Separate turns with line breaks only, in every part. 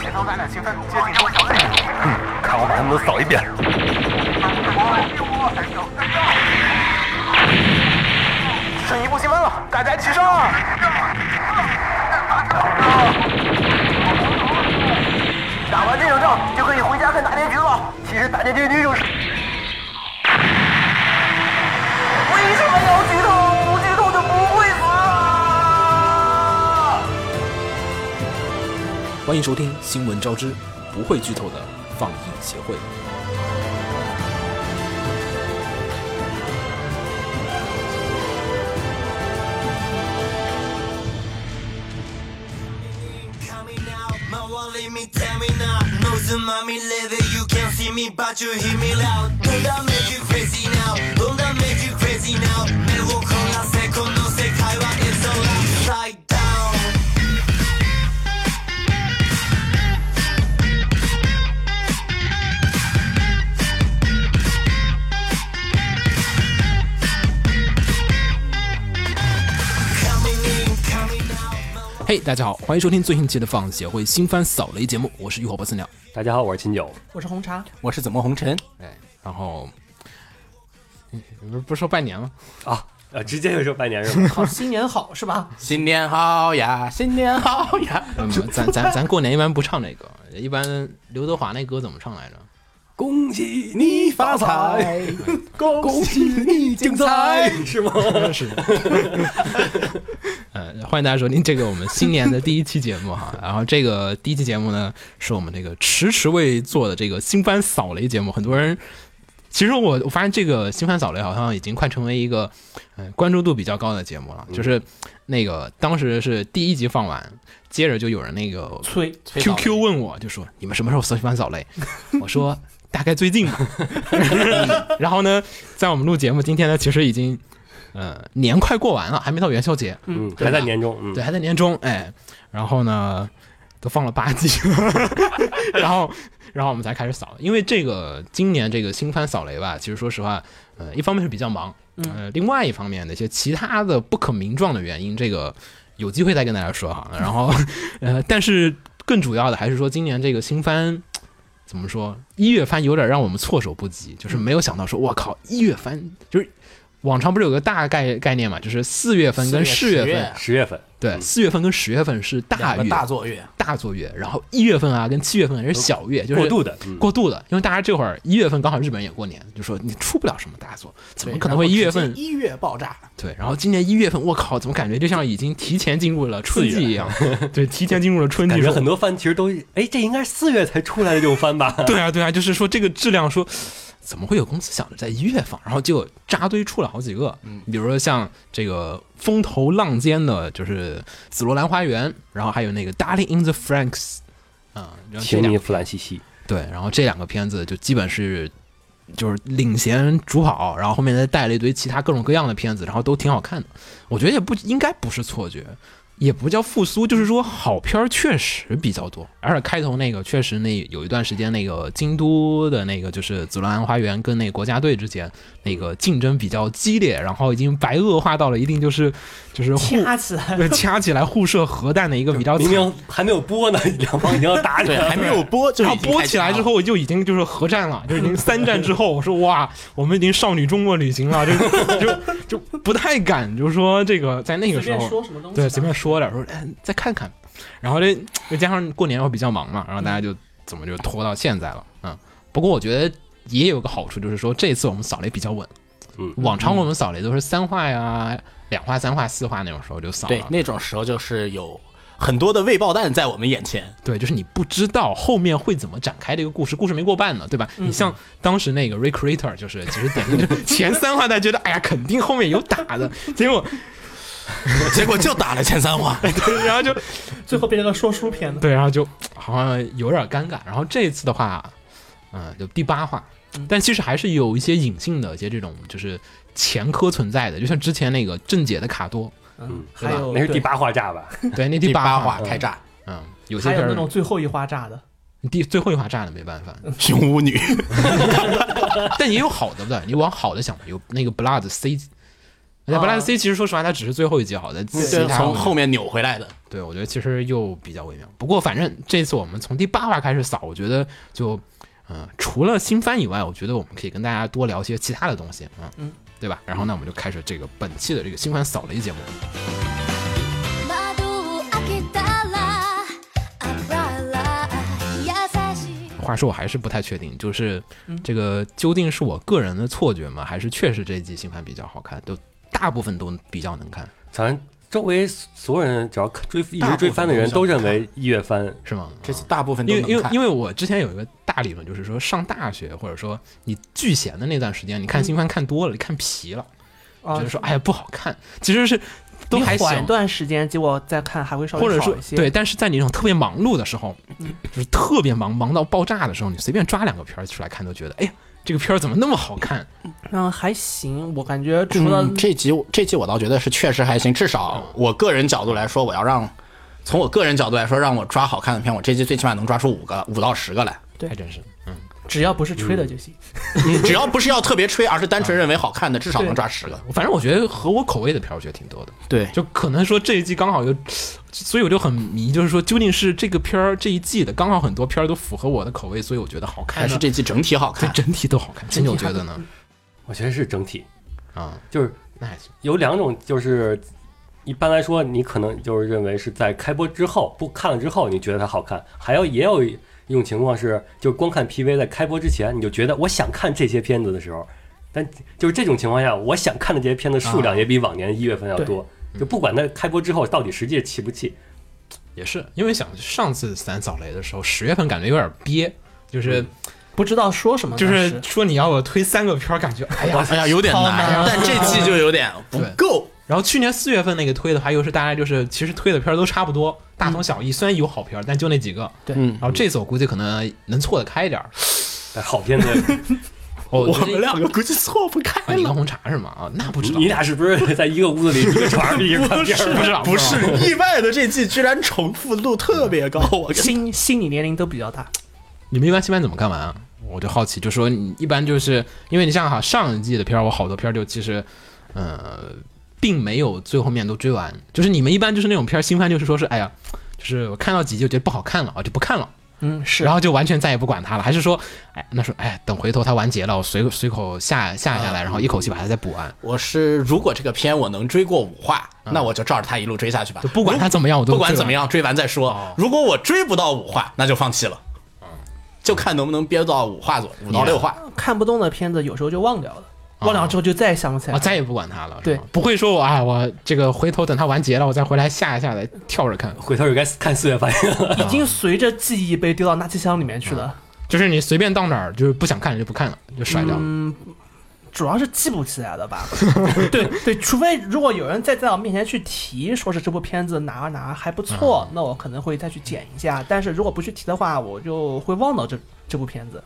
前头咱俩兴奋接近我小队，
看我把他们都扫一遍。
剩一步积分了，大家齐上！打完这场仗就可以回家看大结局了。其实大结局就是……为什么要剧透？不剧透就不会死啊！
欢迎收听《新闻招之》，不会剧透的放映协会。
coming out. My wall leave me, tell me now. Nose and mommy leather, you can't see me, but you hear me loud. Don't I make you crazy now? Don't I make you crazy now? 目を凝らせこの世界は It's all upside down.
嘿、大家好，欢迎收听最新期的放映协会新番扫雷节目，我是浴火不死鸟。
大家好，我是秦九。
我是红茶，
我是怎么红尘？
哎，然后，你们不是说拜 年吗？
啊，呃，直接就说拜年是吗？
好，啊新年好是吧？
新年好呀，新年好呀！
嗯咱咱咱过年一般不唱这个，一般刘德华那歌怎么唱来着？
恭喜你发财，恭喜你精彩，是吗？
是的。 呃，欢迎大家收听这个我们新年的第一期节目哈。然后这个第一期节目呢，是我们这个迟迟未做的这个新番扫雷节目。很多人，其实我我发现这个新番扫雷好像已经快成为一个，嗯、关注度比较高的节目了。就是那个当时是第一集放完，接着就有人那个
催
QQ 问我，就说你们什么时候喜欢扫雷？我说大概最近吧。 然后呢，在我们录节目今天呢，其实已经呃年快过完了，还没到元宵节，
嗯，还在年终，嗯
对，，还在年中，哎，然后呢，都放了 八集，然后然后我们才开始扫，因为这个今年这个新番扫雷吧，其实说实话，呃，一方面是比较忙，呃，另外一方面的一些其他的不可名状的原因，这个有机会再跟大家说哈。然后， 呃，但是更主要的还是说今年这个新番。怎么说？一月番有点让我们措手不及，就是没有想到说，我靠，一月番就是往常不是有个大概概念嘛，就是四月份跟
四
十月
月十
份
月，
十月份，
对，四月份跟十月份是大
两个
月
大作月，
大作月，然后一月份啊跟七月份也是小月，就是
过渡的嗯
过渡的，因为大家这会儿一月份刚好日本也过年，就说你出不了什么大作，怎么可能会一月
哎
份？
一月爆炸？
对，然后今年一月份，我靠，怎么感觉就像已经提前进入了春季一样？ 对，提前进入了春季，
感觉
说
很多番其实都，哎，这应该是四月才出来的这种番吧？
对啊，对啊，就是说这个质量说。怎么会有公司想着在一月放，然后就扎堆出了好几个？嗯，比如说像这个风头浪尖的，就是《紫罗兰花园》，然后还有那个《Darling in the Franks》，啊、然后这
请
两
你
个
弗兰西西，
对，然后这两个片子就基本是就是领衔主跑，然后后面再带了一堆其他各种各样的片子，然后都挺好看的。我觉得也不应该不是错觉，也不叫复苏，就是说好片儿确实比较多。而且开头那个确实那有一段时间那个京都的那个就是紫罗兰花园跟那个国家队之间那个竞争比较激烈，然后已经白恶化到了一定就是就是互
掐起来，
对掐起来互射核弹的一个比较
明
啊惨
明还没有播呢， 两方已经要打起
对，
来
还
了。
没有播，就
然
是
后播起来之，后就已经就是核战了，就是已经三战之后，我说哇，我们已经少女中国旅行了，就就就不太敢，就是说这个在那个
随
时
便
候
说，什么东西吧，啊
对，随便说点，说哎再看看，然后这又加上过年又比较忙嘛，然后大家就怎么就拖到现在了，嗯，不过我觉得也有个好处，就是说这次我们扫雷比较稳，
嗯
往常我们扫雷都是三话呀、两话、三话、四话那种时候就扫了，
对，那种时候就是有很多的未爆弹在我们眼 前，
对，就是你不知道后面会怎么展开这个故事，故事没过半呢，对吧？
嗯
你像当时那个 Recreator，就是 其实等于就前三话大家觉得，哎呀，肯定后面有打的，结果
结果就打了前三 话。
对，然后就
最后变成了说书片了。
对，然后就好像有点尴尬。然后这一次的话，嗯、就第八话，
嗯
但其实还是有一些隐性的一些这种就是前科存在的，就像之前那个正解的卡多，
嗯，
对
还
吧
有
那是第
对，
八话炸吧？
对，那
第
八
八话开炸，
嗯，有些
还有
片
那
儿
种最后一花炸的，
第最后一话炸的没办法，
熊巫女，
但也有好的，对不对？你往好的想，有那个 Blood C 那布莱斯 C 其实说实话，它只是最后一集好的，其
对
他
从
我
后面扭回来的。
对我觉得其实又比较微妙。不过反正这次我们从第八话开始扫，我觉得就呃除了新番以外，我觉得我们可以跟大家多聊些其他的东西，嗯嗯，对吧？然后呢，我们就开始这个本期的这个新番扫雷节目。
窓を開けたらumbrella 優しい
话说，我还是不太确定，就是这个究竟是我个人的错觉吗？还是确实这一季新番比较好看？都大部分都比较能看，
咱周围所有人，只要看追一直追番的人，都认为一月番
是吗？
这大部分都
因为因
能
为
看
因，为我之前有一个大理论，就是说上大学或者说你聚闲的那段时间，你看新番看多了，你看疲了，
嗯啊
觉得，说哎呀不好看，其实是都还
你缓
行，
段时间，结果再看还会稍微
或者
好
说
一些。嗯
对，，但是在你那种特别忙碌的时候，就是特别忙忙到爆炸的时候，你随便抓两个片儿出来看，都觉得哎呀这个片儿怎么那么好看？
嗯，还行，我感觉除了
嗯，这集我这集我倒觉得是确实还行，至少我个人角度来说，我要让从我个人角度来说，让我抓好看的片，我这集最起码能抓出五个五到十个来。
对
还真是。嗯
只要不是吹的就行。
只要不是要特别吹，而是单纯认为好看的，至少能抓十个。
反正我觉得合我口味的片儿，我觉得挺多的。
对，
就可能说这一季刚好有，所以我就很迷，就是说究竟是这个片儿这一季的刚好很多片儿都符合我的口味，所以我觉得好看
还
呢，
是这季整体好
对
看。
整体都好看。金牛觉得呢？
我觉得是整体，
啊，
就是
那还行。
有两种，就是一般来说，你可能就是认为是在开播之后不看了之后，你觉得它好看；还有也有一种情况是，就光看 PV 在开播之前，你就觉得我想看这些片子的时候，但就是这种情况下，我想看的这些片子
啊
数量也比往年一月份要多。就不管它开播之后到底实际气不 气，
也是，因为想上次三扫雷的时候，十月份感觉有点憋，就是
不知道说什么，
就
当
是
时
说你要我推三个片儿，感觉 哎呀。
哎呀，有点难，但这季就有点不够。
然后去年四月份那个推的话，又是大家就是其实推的片儿都差不多，大同小异，虽然有好片儿，但就那几个。
对
然后这次我估计可能能错得开一点儿。
但好片子，
哦，我
我们两个估计错不开
啊，你
了
当。红茶是吗？啊，那不知道
你。俩是不是在一个屋子里一个床上一个看片儿？
不知道，
不 是
知道
意外的，这季居然重复度特 别高。我跟
心心理年龄都比较大。
你们一般新番怎么看完啊？我就好奇，就说你一般就是因为你像哈上一季的片儿，我好多片儿就其实，呃，并没有最后面都追完。就是你们一般就是那种片儿，新番就是说是哎呀，就是我看到几集我觉得不好看了啊，就不看了，
嗯，是
然。后就完全再也不管它了，还是说哎那说哎等回头它完结了，我随随口下下下来，然后一口气把它再补完，
我是如果这个片我能追过五话，那我就照着它一路追下去吧
哎就。不管它怎么样我都
不管怎么
样。
样，追完再说。如果我追不到五话，那就放弃了。就看能不能憋到五话左右，五到六话。
看不动的片子有时候就忘掉了，忘掉之后就再也想不起来
我。啊再也不管它了，是
对
吗不会说我哎，我这个回头等它完结了，我再回来下一下来跳着看，
回头就该看四月份
啊
了。
已经随着记忆被丢到垃圾箱里面去了，
就是你随便到哪儿就是不想看就不看了，就甩掉了。
主要是记不起来了 吧？对对，除非如果有人再在我面前去提，说是这部片子哪儿哪儿还不
嗯
错，那我可能会再去剪一下。但是如果不去提的话，我就会忘到这这部片子。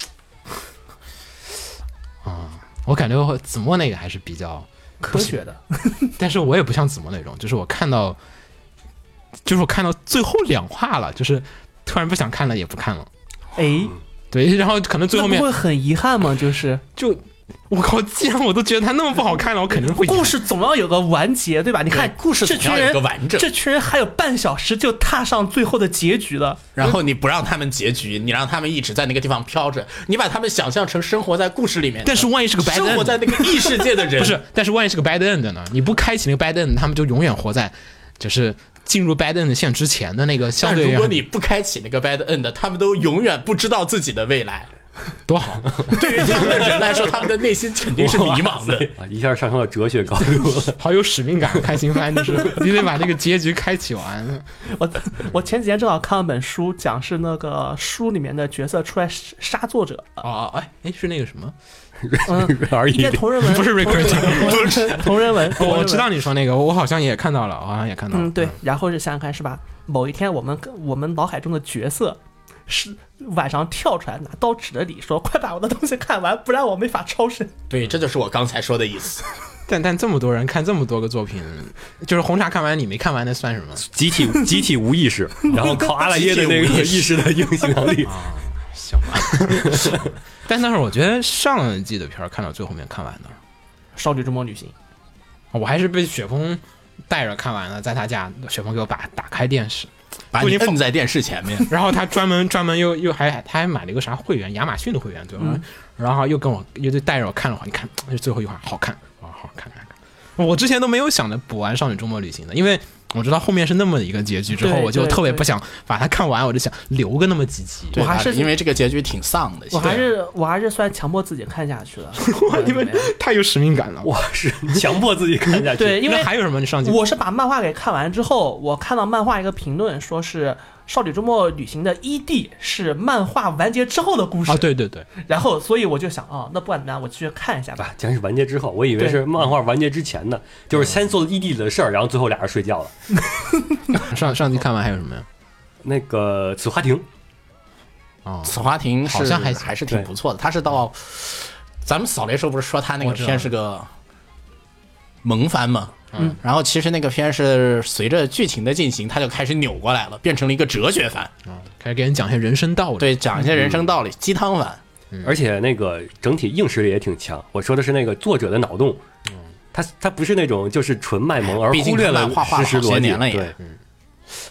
我感觉子墨那个还是比较，
科学的，
但是我也不像子墨那种，就是我看到，就是我看到最后两话了，就是突然不想看了，也不看了。
哎，
嗯
对，然后可能最后
那
面
不会很遗憾吗？就是
就，我靠！既然我都觉得他那么不好看了，我肯定会
故事总要有个完结，对吧？你看
故事
这
总
群
要有
人
个完整，
这群人还有半小时就踏上最后的结局了。
然后你不让他们结局，你让他们一直在那个地方飘着，你把他们想象成生活在故事里面的，
但是万一是个 bad
生活
end，
在那个异世界的人，
不是，但是万一是个 bad end 呢？你不开启那个 bad end，他们就永远活在就是进入 bad end 线之前的那个相
但
对
如果
让
你不开启那个 bad end，他们都永远不知道自己的未来。
多好。
对于他们的人来说，他们的内心肯定是迷 茫的。
啊，一下上升到哲学高度了。
好有使命感，开心番就是你得把这个结局开启完。
我 我前几天正好看了本书，讲是那个书里面的角色出来杀杀作 者，
哦，哎哎，是那个什么？
而
应
已
该。同人文
不是 Recruiter
不是 同人文，
哦，我
同人文
知道。你说那个，我好像也看到了，我好像也看到了。
嗯，对，然后是想想看是吧？某一天我们跟我们脑海中的角色是晚上跳出来拿刀指着你说：“快把我的东西看完，不然我没法超生。
对，这就是我刚才说的意思。
但但这么多人看这么多个作品，就是红茶看完你没看完，那算什么？
集体 集体无意识，然后靠阿拉耶的那个意识啊的影响 力，
行 吧。但但是我觉得上一季的片儿看到最后面看完的，”
少女之梦旅行，
我还是被雪峰带着看完了，在他家，雪峰给我把打开电视，
把
不
你
仅
摁在电视前面。
然后他专门专门又又还他还买了一个啥会员，亚马逊的会员，对吧？
嗯
然后又跟我又就带着我看了会儿，你看这最后一会儿好看啊，好看看看。我之前都没有想着补完《少女周末旅行》的，因为我知道后面是那么一个结局之后，
对
我就
对
特别
对
不想把它看完，我就想留个那么几集。
对
我还
吧
是
因为这个结局挺丧的，
我还是我还是算强迫自己看下去了。
哇，你们太有使命感了。
我是强迫自己看下去。
对，因为
那还有什么？你上集
我是把漫画给看完之后，我看到漫画一个评论说是《少女周末旅行》的 ED 是漫画完结之后的故事
啊，，对对对，
然后所以我就想啊、那不管怎么样，我去看一下吧。
啊，竟然是完结之后，我以为是漫画完结之前呢，就是先做异地的事儿，然后最后俩人睡觉了。
上上集看完还有什么呀？
那个此花亭，
哦，
此花亭是
好像还
还
行
是挺不错的。他是到咱们扫雷时候不是说他那个
我知道
片是个萌番嘛？
嗯，
然后其实那个片是随着剧情的进行，他就开始扭过来了，变成了一个哲学番，
嗯开始给人讲一些人生道理。
对，讲一些人生道理，鸡汤番。
而且那个整体硬实力也挺强。我说的是那个作者的脑洞，他他不是那种就是纯卖萌，而
毕竟
忽略
他
了
漫画画
实
了
时
好些
逻辑。
年了也
对，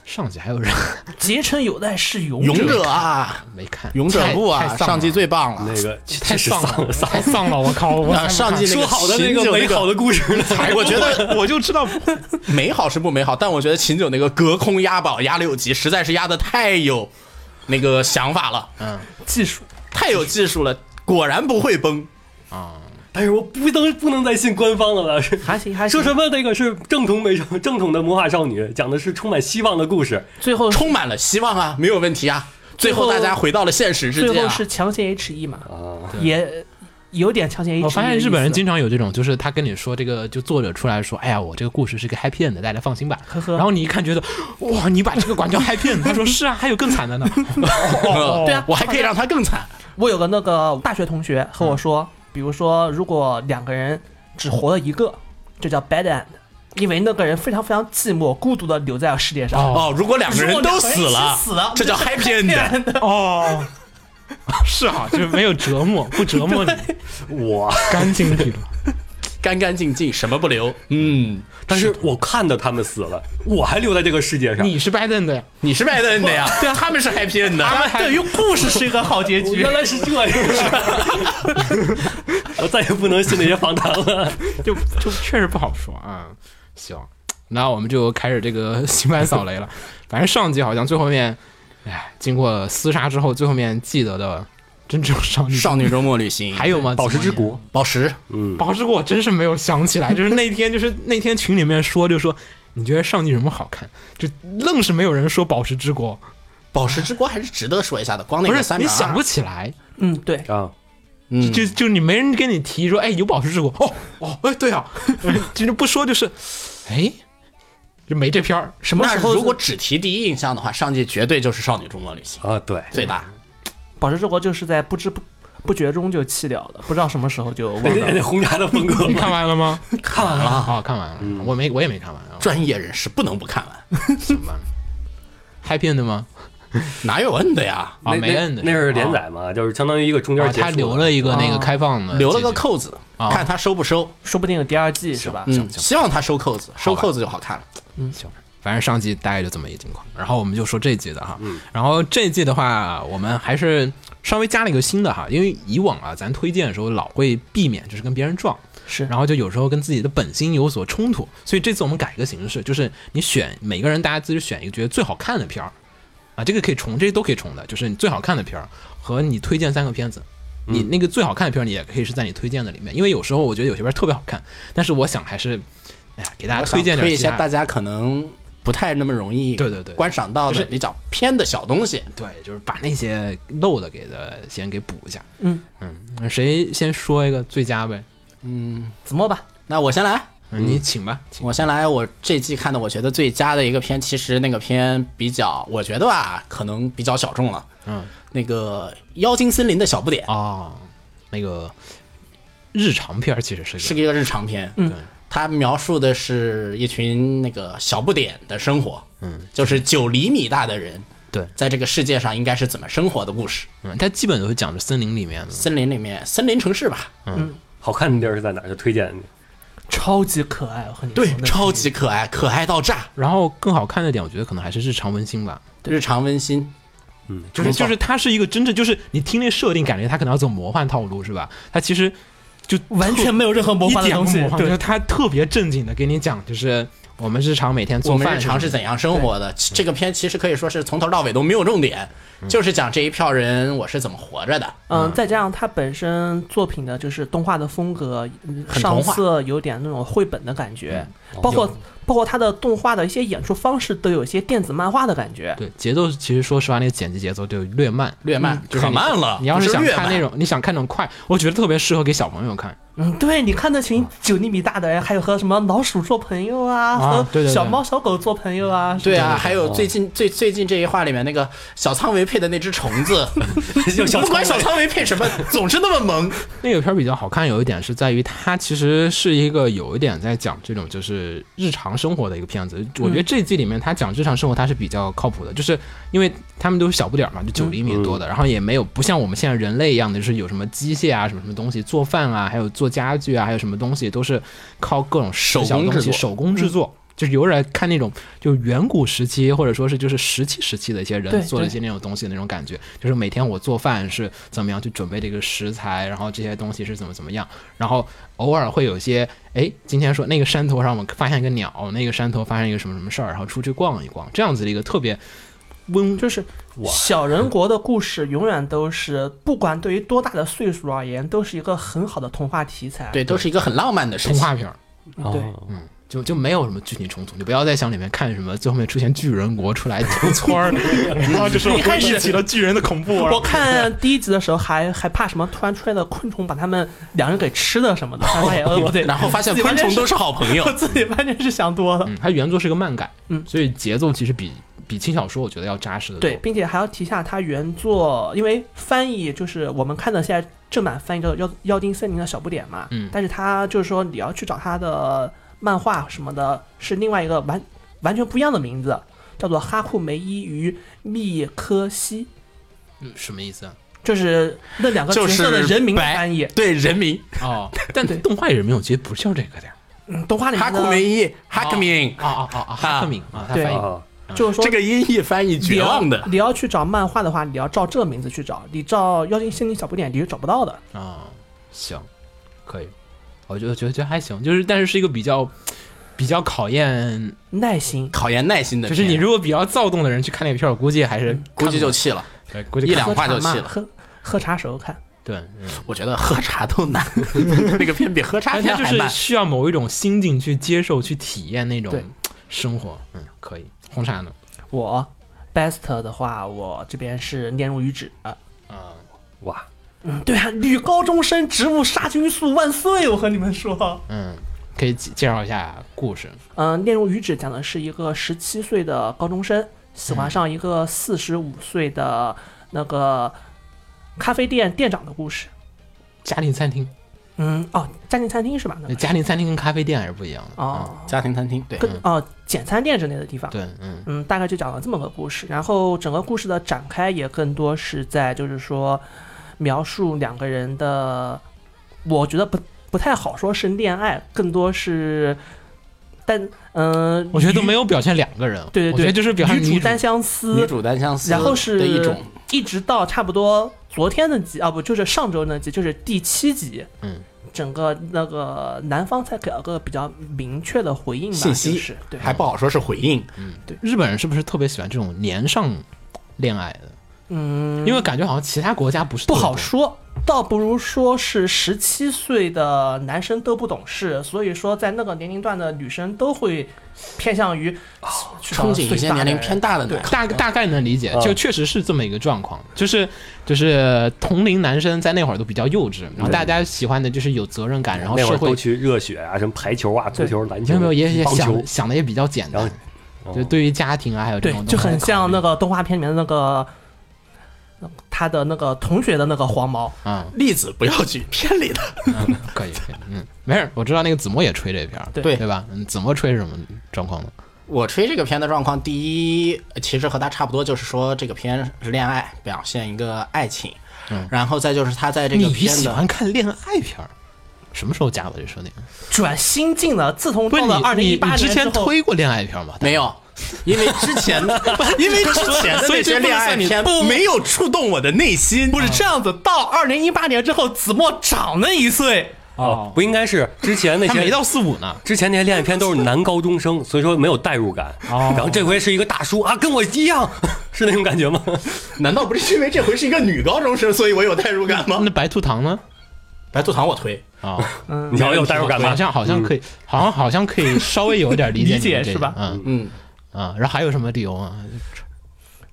上集还有人
结成有待是勇
勇者啊，
没看，
勇者部
太太
啊，
丧了
上季最棒了。
那个
太
确实
丧
丧
了，
了丧
太丧了，我靠！我
啊上 季那
说
个
好的那个
秦九
美
那
好
个，
的故事呢？
我觉得
我就知道不会
美好是不美好，但我觉得秦九那个隔空压宝压六级，实在是压的太有那个想法了。
技术，
太有技术了，果然不会崩。
啊，
但是我不能不能再信官方了吧？是
还行还行。
说什么那个是正统美正统的魔法少女，讲的是充满希望的故事。
最后
充满了希望啊，没有问题啊。最后
最后
大家回到了现实世
最
界
后
啊，
是强行 HE 嘛，
啊，
也有点强行 HE 的 意
我
思。
发现日本人经常有这种，就是他跟你说这个，就作者出来说，哎呀，我这个故事是个 happy end，大家放心吧。
呵呵
然后你一看觉得，哇，你把这个管叫 happy end，他说是啊，还有更惨的呢。
嗯
对啊
我还可以让他更惨。
我有个那个大学同学和我
嗯
说，比如说如果两个人只活了一个，就叫 bad end，因为那个人非常非常寂寞、孤独的留在世界上。
哦
哦，如果两个人都
如
死
果两个人
了
一起，死了
这叫 happy end。
哦， 是哈、就是没有折磨，不折磨你，
我
干净利落。
干干净净，什么不留。嗯，
但是我看到他们死了，我还留在这个世界 上。
你是 bad end 的呀？
你是 bad end 的呀？对啊，他们是 happy end 的。
对于故事是一个好结局
原。来是这样，我再也不能信那些访谈了。
就就确实不好说啊。行，那我们就开始这个新番扫雷了。反正上集好像最后面，哎，经过厮杀之后，最后面记得的真正少女
少女周末旅行，
还有吗？
宝石之
国。
国，
宝石，
嗯，
宝石谷我真是没有想起来，就是那天就是那天群里面说就说你觉得上季什么好看，就愣是没有人说宝石之国，
宝石之国还是值得说一下的。光那
不
个
是
三啊
你
百
想不起来，
嗯，对，
啊，
嗯，
就就你没人跟你提说哎有宝石之国哦哦哎对啊， 就是不说就是哎就没这 片儿
什么时
那
候
如果只提第一印象的话，上季绝对就是少女周末旅行
啊，对，
最大。
宝石之国就是在不知不不觉中就弃掉了，不知道什么时候就忘
那
了。
那红茶的风格
你
嘛，
看完了吗？
看完了，嗯
啊，看完了，我没我也没看完啊，
专业人士不能不看完，
怎么办？Happy End 吗？
哪有 end 的呀？
啊，
那
没 End，
那那是连载嘛，就是相当于一个中
啊，
间
啊
结束。
他留了一个那个开放的结局，
留了个扣子，
啊
看他收不收。
说不定有第二季是吧？
嗯，希望他收扣子，收
吧
扣子就好看了。
行，反正上季大概就这么一个情况。然后我们就说这季的哈，
嗯
然后这季的话，我们还是稍微加了一个新的哈，因为以往啊，咱推荐的时候老会避免就是跟别人撞，
是
然后就有时候跟自己的本心有所冲突，所以这次我们改一个形式，就是你选每个人大家自己选一个觉得最好看的片儿，啊，这个可以重，这些都可以重的，就是你最好看的片儿和你推荐三个片子。
嗯
你那个最好看的片儿，你也可以是在你推荐的里面，因为有时候我觉得有些片儿特别好看，但是我想还是，哎呀，给大家
我想
推荐点
推一
其他
些
的
大家可能不太那么容易
对对对
观赏到
就
的
是
比较偏的小东西。
对，就是把那些漏的给它先给补一下。
嗯
嗯，谁先说一个最佳呗？
子墨吧，
那我先来，
嗯你请吧，请。
我先来。我这季看的我觉得最佳的一个片，其实那个片比较，我觉得吧，可能比较小众了。
嗯，
那个《妖精森林》的小不点
哦，那个日常片儿其实是个
是一个日常片，
嗯
对，
它描述的是一群那个小不点的生活，嗯，就是九厘米大的人。
对
在这个世界上应该是怎么生活的故事？
嗯，它基本都是讲的森林里面的。
森林里面，森林城市吧，
好看的地儿是在哪儿？就推荐你
超级可爱，我和你说
对，
那
超级可爱，可爱到炸，
然后更好看的点，我觉得可能还是日常温馨吧。
日常温馨。
嗯，
就是
没错
就是它是一个真正就是你听那设定，感觉它可能要走魔幻套路是吧？它其实就
完全没有任何魔
一
幻的
点都
东
不
西
魔，幻，就
对
是，它特别正经的给你讲，就是我们日常每天
我
做
们
饭
日常是怎样生活的？其这个片其实可以说是从头到尾都没有重点，就是讲这一票人我是怎么活着的。
嗯，再加上它本身作品的就是动画的风格，嗯
很
上
童话
色有点那种绘本的感觉，包括包括它的动画的一些演出方式都有一些电子漫画的感觉。
对节奏，其实说实话，那个剪辑节奏就略慢，
略慢，
就是
嗯可
你
慢了。
你要
不
是
是
想
略
看
慢
那种，你想看那种快，我觉得特别适合给小朋友看。
嗯，对，你看那群九厘米大的人，还有和什么老鼠做朋友啊，
啊对
和
对对
小猫小狗做朋友啊，
对啊，还有最近最最近这一话里面那个小仓唯配的那只虫子，
小
不管
仓
小
唯
仓唯配什么，总是那么萌。
那个片儿比较好看，有一点是在于它其实是一个有一点在讲这种就是日常生活的一个片子。我觉
嗯
得这一季里面它讲日常生活它是比较靠谱的，就是因为他们都是小不点儿嘛，就
嗯
九厘米多的，然后也没有不像我们现在人类一样的，就是有什么机械啊、什么什么东西做饭啊，还有做家具啊，还有什么东西都是靠各种
手
小
工
东
制
西
作嗯
手工制作。就是有点看那种，就远古时期或者说是就是石器时期的一些
对
人做的一
对
些那种东西的那种感觉，就是每天我做饭是怎么样去准备这个食材，然后这些东西是怎么怎么样，然后偶尔会有一些，哎，今天说那个山头上我们发现一个鸟，那个山头发现一个什么什么事儿，然后出去逛一逛，这样子的一个特别温，
就是
哇
小人国的故事永远都是，不管对于多大的岁数而言，都是一个很好的童话题材。
对，都是一个很浪漫的事
童
情。
话片儿，
对
哦
就就没有什么剧情冲突，你不要再想里面看什么最后面出现巨人国出来屠村 儿，然后就说
一开始
回忆起了巨人的恐 怖，然
我
后
看第一集的时候还还怕什么突然出来的昆虫把他们两人给吃了什么的，但是发现呃不对，
然后发现昆虫都是 好朋友
我，自己完全是想多了。
嗯，它原作是个漫改，
嗯
所以节奏其实比比轻小说我觉得要扎实的多。
对，并且还要提一下它原作，因为翻译就是我们看的现在正版翻译叫《妖妖精森林》的小不点嘛，
嗯
但是它就是说你要去找它的漫画什么的，是另外一个完完全不一样的名字，叫做哈库梅伊与密科西，
嗯，什么意思啊？
就是那两个角
就是
色的人名的
白
翻译，
对人民
哦，但动画人名我觉得不叫这个的呀。
嗯，动画里
哈
面
库梅
的
伊哈克明，
啊啊啊啊！哈克敏啊，他
对
翻译
啊，
就是说
这个音译翻译绝望的
你要。你哦要去找漫画的话，你要照这个名字去找，你照《妖精森林》小不点，你是找不到的。
啊，行，可以，我觉得觉得觉得还行，就是但是是一个比较比较考验，
耐心，
考验耐心的
就
片，
是你如果比较躁动的人去看那片儿，估计还是
估计就气了。
对，估计
一
看
两
不
话就
看
气了。
喝喝茶时候看。
对，嗯
我觉得喝茶都难， 那个片比喝茶
但它
片
就
哎还
是
难。
需要某一种心境去接受、去体验那种
对
生活。嗯，可以。红茶呢？
我 best 的话，我这边是念入于止啊。
啊，
哇，
嗯，对啊，女高中生植物杀菌素万岁！我和你们说，
嗯，可以介介绍一下故事。
嗯、念入于止讲的是一个十七岁的高中生喜欢上一个四十五岁的那个咖啡店店长的故事。
家庭餐厅，
嗯，哦，家庭餐厅是吧？那个
家庭餐厅跟咖啡店还是不一样的。嗯
哦，
家庭餐厅，对，
跟哦简餐店之类的地方
嗯，。对，嗯
嗯，大概就讲了这么个故事，然后整个故事的展开也更多是在就是说描述两个人的，我觉得不不太好说是恋爱，更多是，但嗯、
我觉得都没
有，
有表现两个人，
对对对，
我觉得就是表现
女
女
主单相
女
思，
主单相思，
然后是
的一种
一直到差不多昨天那集啊，不就是上周那集，就是第七集，
嗯，
整个那个男方才给了个比较明确的回应吧，
信息
就是对，
还不好说是回应，
日本人是不是特别喜欢这种年上恋爱的？
嗯，
因为感觉好像其他国家不是
不好
说。
说，倒不如说是十七岁的男生都不懂事，所以说在那个年龄段的女生都会偏向于去找
哦憧憬一
岁
些
大的
年龄
人
偏大的
对
男
大
孩。
大概能理解，
嗯
就确实是这么一个状况，就是就是同龄男生在那会儿都比较幼稚，然后大家喜欢的就是有责任感，然后
那会
社
儿都
会
去热血啊，什么排球啊、足球、篮
没
球、
有没有也也
棒球
想，想的也比较简单
然，后
就对于家庭啊还有这
对
种，
就很像那
个
个动画片里面的那个。他的那个同学的那个黄毛，
啊
例子不要举片里的，
嗯可以可以嗯没事儿，我知道那个子墨也吹这片儿
对
对吧？嗯，子墨吹是什么状况呢？
我吹这个片的状况，第一其实和他差不多，就是说这个片是恋爱，表
嗯
现一个爱情，然后再就是他在这个
你
片
喜
的
欢看恋爱片儿？什么时候加的这设定？
转新进了，自从
不是
到
你
了二零
你
一
你
八年
之前
后，
推过恋爱片吗？
没 有，因为之前的
因 为之
前的
所
那
以
些
这不能
恋爱
算你
片没有触动我的内心，
不是这样子。到二零一八年之后，子墨长了一岁，
哦，不应该是之前那
还没
些。
到四五呢。
之前那些恋爱片都是男高中
哦
生，所以说没有代入感。然后这回是一个大叔啊，跟我一样， 是那种感觉吗？
难道不是因为这回是一个女高中生，所以我有代入感吗
那？白兔糖呢？
白兔糖我推，
啊，
你要有代入感
好
吧？
像好像可以，好像好像可 以稍微有点理解
嗯理解
你们这个
是吧
嗯
嗯，
啊，然后还有什么理由啊？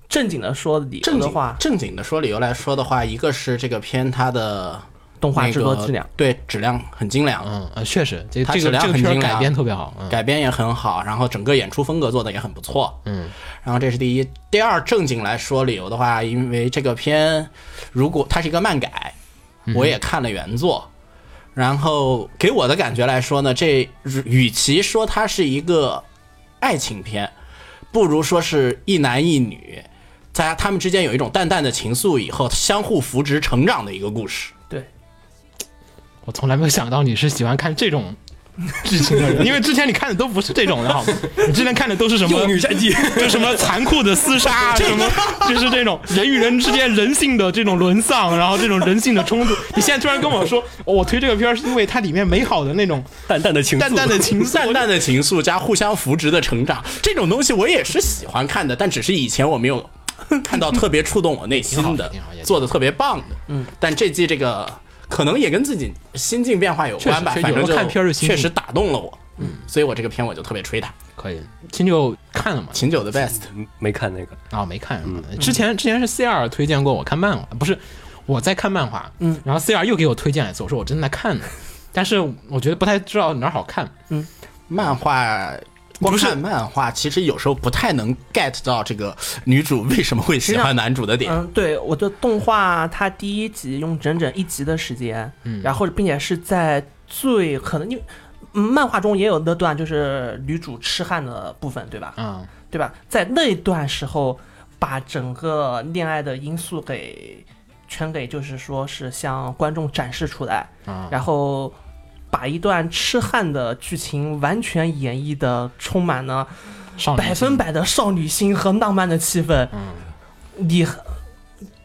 正经的说理由
正
的
经
话，
正经的说理由来说的话，一个是这个片它的
动画
那
制作
个
质量，
对质量很精良，
嗯啊，确实，这
它
这
质
个
量
这个
很
片儿
精良
改编特别好，嗯
改编也很好，然后整个演出风格做的也很不错。嗯，然后这是第一。第二，正经来说理由的话，因为这个片如果它是一个漫改，
嗯
我也看了原作，然后给我的感觉来说呢，这与其说它是一个爱情片，不如说是一男一女。在他们之间有一种淡淡的情愫，以后相互扶植成长的一个故事。
对，
我从来没有想到你是喜欢看这种剧情的人，因为之前你看的都不是这种的，好吗？你之前看的都是什么
幼女战记，
就什么残酷的厮杀，啊什么就是这种人与人之间人性的这种沦丧，然后这种人性的冲突。你现在突然跟我说，哦我推这个片儿是因为它里面美好的那种
淡 淡 的情愫，
淡淡的情愫，
淡淡的情愫加互相扶植的成长，这种东西我也是喜欢看的，但只是以前我没有 看到特别触动我内心
挺
的
好也挺好也挺，好
做的特别棒的。嗯，但这季这个可能也跟自己心境变化有关吧，
确实
反正
有的
就
看片儿就心
确
境
实打动了我。嗯，所以我这个片我就特别吹它，
可以。秦九看了吗？
秦九的 best。
嗯没看那个，
啊、没看是
嗯
吗。之前之前是 C R 推荐过我看漫画，不是我在看漫画，嗯，然后 C R 又给我推荐了一次，我说我正在看呢，但是我觉得不太知道哪儿好看。
漫画，光看漫画，其实有时候不太能 get 到这个女主为什么会喜欢男主的点。
嗯，对，我的动画它第一集用整整一集的时间，然后并且是在最可能因为。嗯漫画中也有那段就是女主痴汉的部分，对吧？
啊、
对吧？在那段时候，把整个恋爱的因素给全给就是说是向观众展示出来，
啊
然后把一段痴汉的剧情完全演绎的充满了
少女心
百
嗯
分百的少女心和浪漫的气氛。你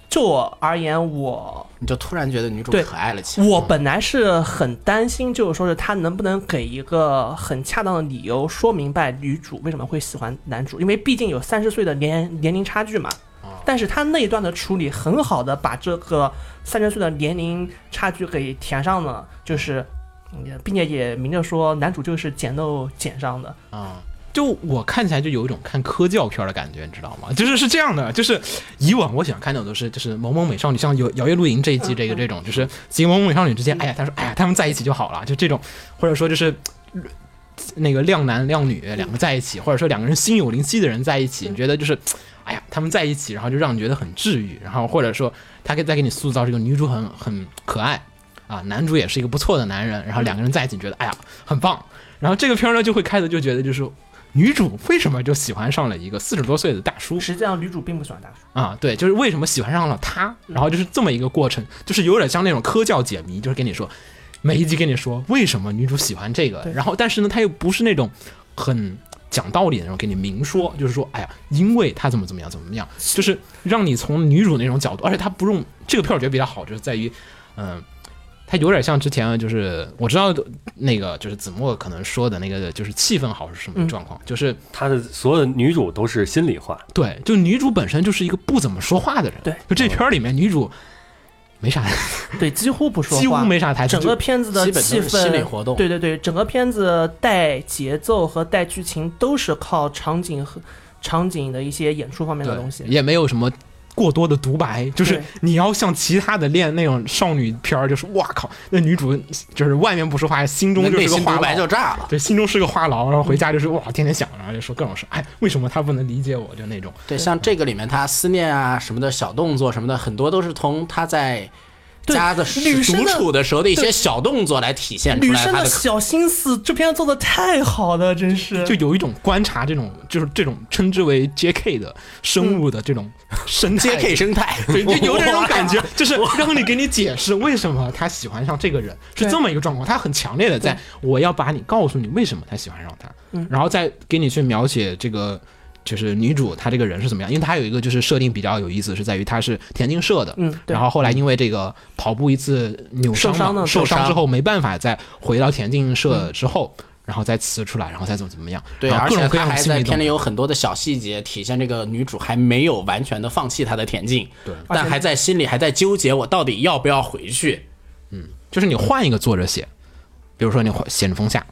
就我而言，我
你就突然觉得女主
对
可爱了起来。
我本来是很担心，就是说是他能不能给一个很恰当的理由说明白女主为什么会喜欢男主，因为毕竟有三十岁的年年龄差距嘛。
哦
但是他那一段的处理很好的把这个三十岁的年龄差距给填上了，就是，嗯并且也明着说男主就是捡漏捡上的，
啊。就我看起来就有一种看科教片儿的感觉，你知道吗？就是是这样的，就是以往我喜欢看那种都是就是某某美少女，像有《摇曳露营》这一季这个这种，就是几个某某美少女之间，哎呀，他说哎呀，他们在一起就好了，就这种，或者说就是呃那个靓男靓女两个在一起，或者说两个人心有灵犀的人在一起，你觉得就是哎呀，他们在一起，然后就让你觉得很治愈，然后或者说他给再给你塑造这个女主很很可爱啊，男主也是一个不错的男人，然后两个人在一起，你觉得哎呀很棒。然后这个片儿呢，就会开始就觉得就是女主为什么就喜欢上了一个四十多岁的大叔
实际上女主并不喜欢大叔。
啊？对，就是为什么喜欢上了他，然后就是这么一个过程，就是有点像那种科教解谜，就是跟你说每一集跟你说为什么女主喜欢这个，然后但是呢，他又不是那种很。讲道理的那种，给你明说，就是说，哎呀，因为他怎么怎么样，怎么怎么样，就是让你从女主那种角度，而且他不用这个片儿，我觉得比较好，就是在于，嗯、它有点像之前，啊就是我知道那个就是子墨可能说的那个，就是气氛好是什么状况，就是
他的所有的女主都是心里话，
对，就女主本身就是一个不怎么说话的人，
对
就这片儿里面女主没啥，
对，几乎不说话，
几乎没啥台词，
整个
就
片子的
基本
气
都是
氛、
心理活动
对对对，整个片子带节奏和带剧情都是靠场景和场景的一些演出方面的东西
对。也没有什么。过多的独白，就是
对
你要像其他的恋那种少女片儿，就是哇靠，那女主就是外面不说话，心中
那
就
内
是个
心独
话
白
痨，
就炸了。
对，心中是个话痨，然后回家就是哇，天天想，然后就说各种事，哎，为什么她不能理解我？就那种，
对，像这个里面他思念啊什么的小动作什么的，很多都是从他在家的
女生
独
的
处的时候的一些小动作来体现出
女
来
生
他
的
的
小心思，这片做的太好了，真是。
就有一种观察这种，就是这种称之为 J.K. 的生物的这种
嗯
生态
J.K. 生态，
对，就有这种感觉，就是然后你给你解释为什么他喜欢上这个人是这么一个状况，他很强烈的在我要把你告诉你为什么他喜欢上
嗯
他，然后再给你去描写这个。就是女主她这个人是怎么样？因为她有一个就是设定比较有意思，是在于她是田径社的，
嗯对
然后后来因为这个跑步一次扭伤嘛，
受伤嗯了
受
受
伤
伤
之后没办法再回到田径社之后，然后再辞出来，然后再怎么怎么样，
对，
然后
而
啊各
且
种各样
他
的
还
心
在
理动
片里
力，
有很多的小细节，体现这个女主还没有完全的放弃她的田径，
对
但还在心里还在纠结我到底要不要 回去。
就是你换一个作者写，比如说你换写着风夏，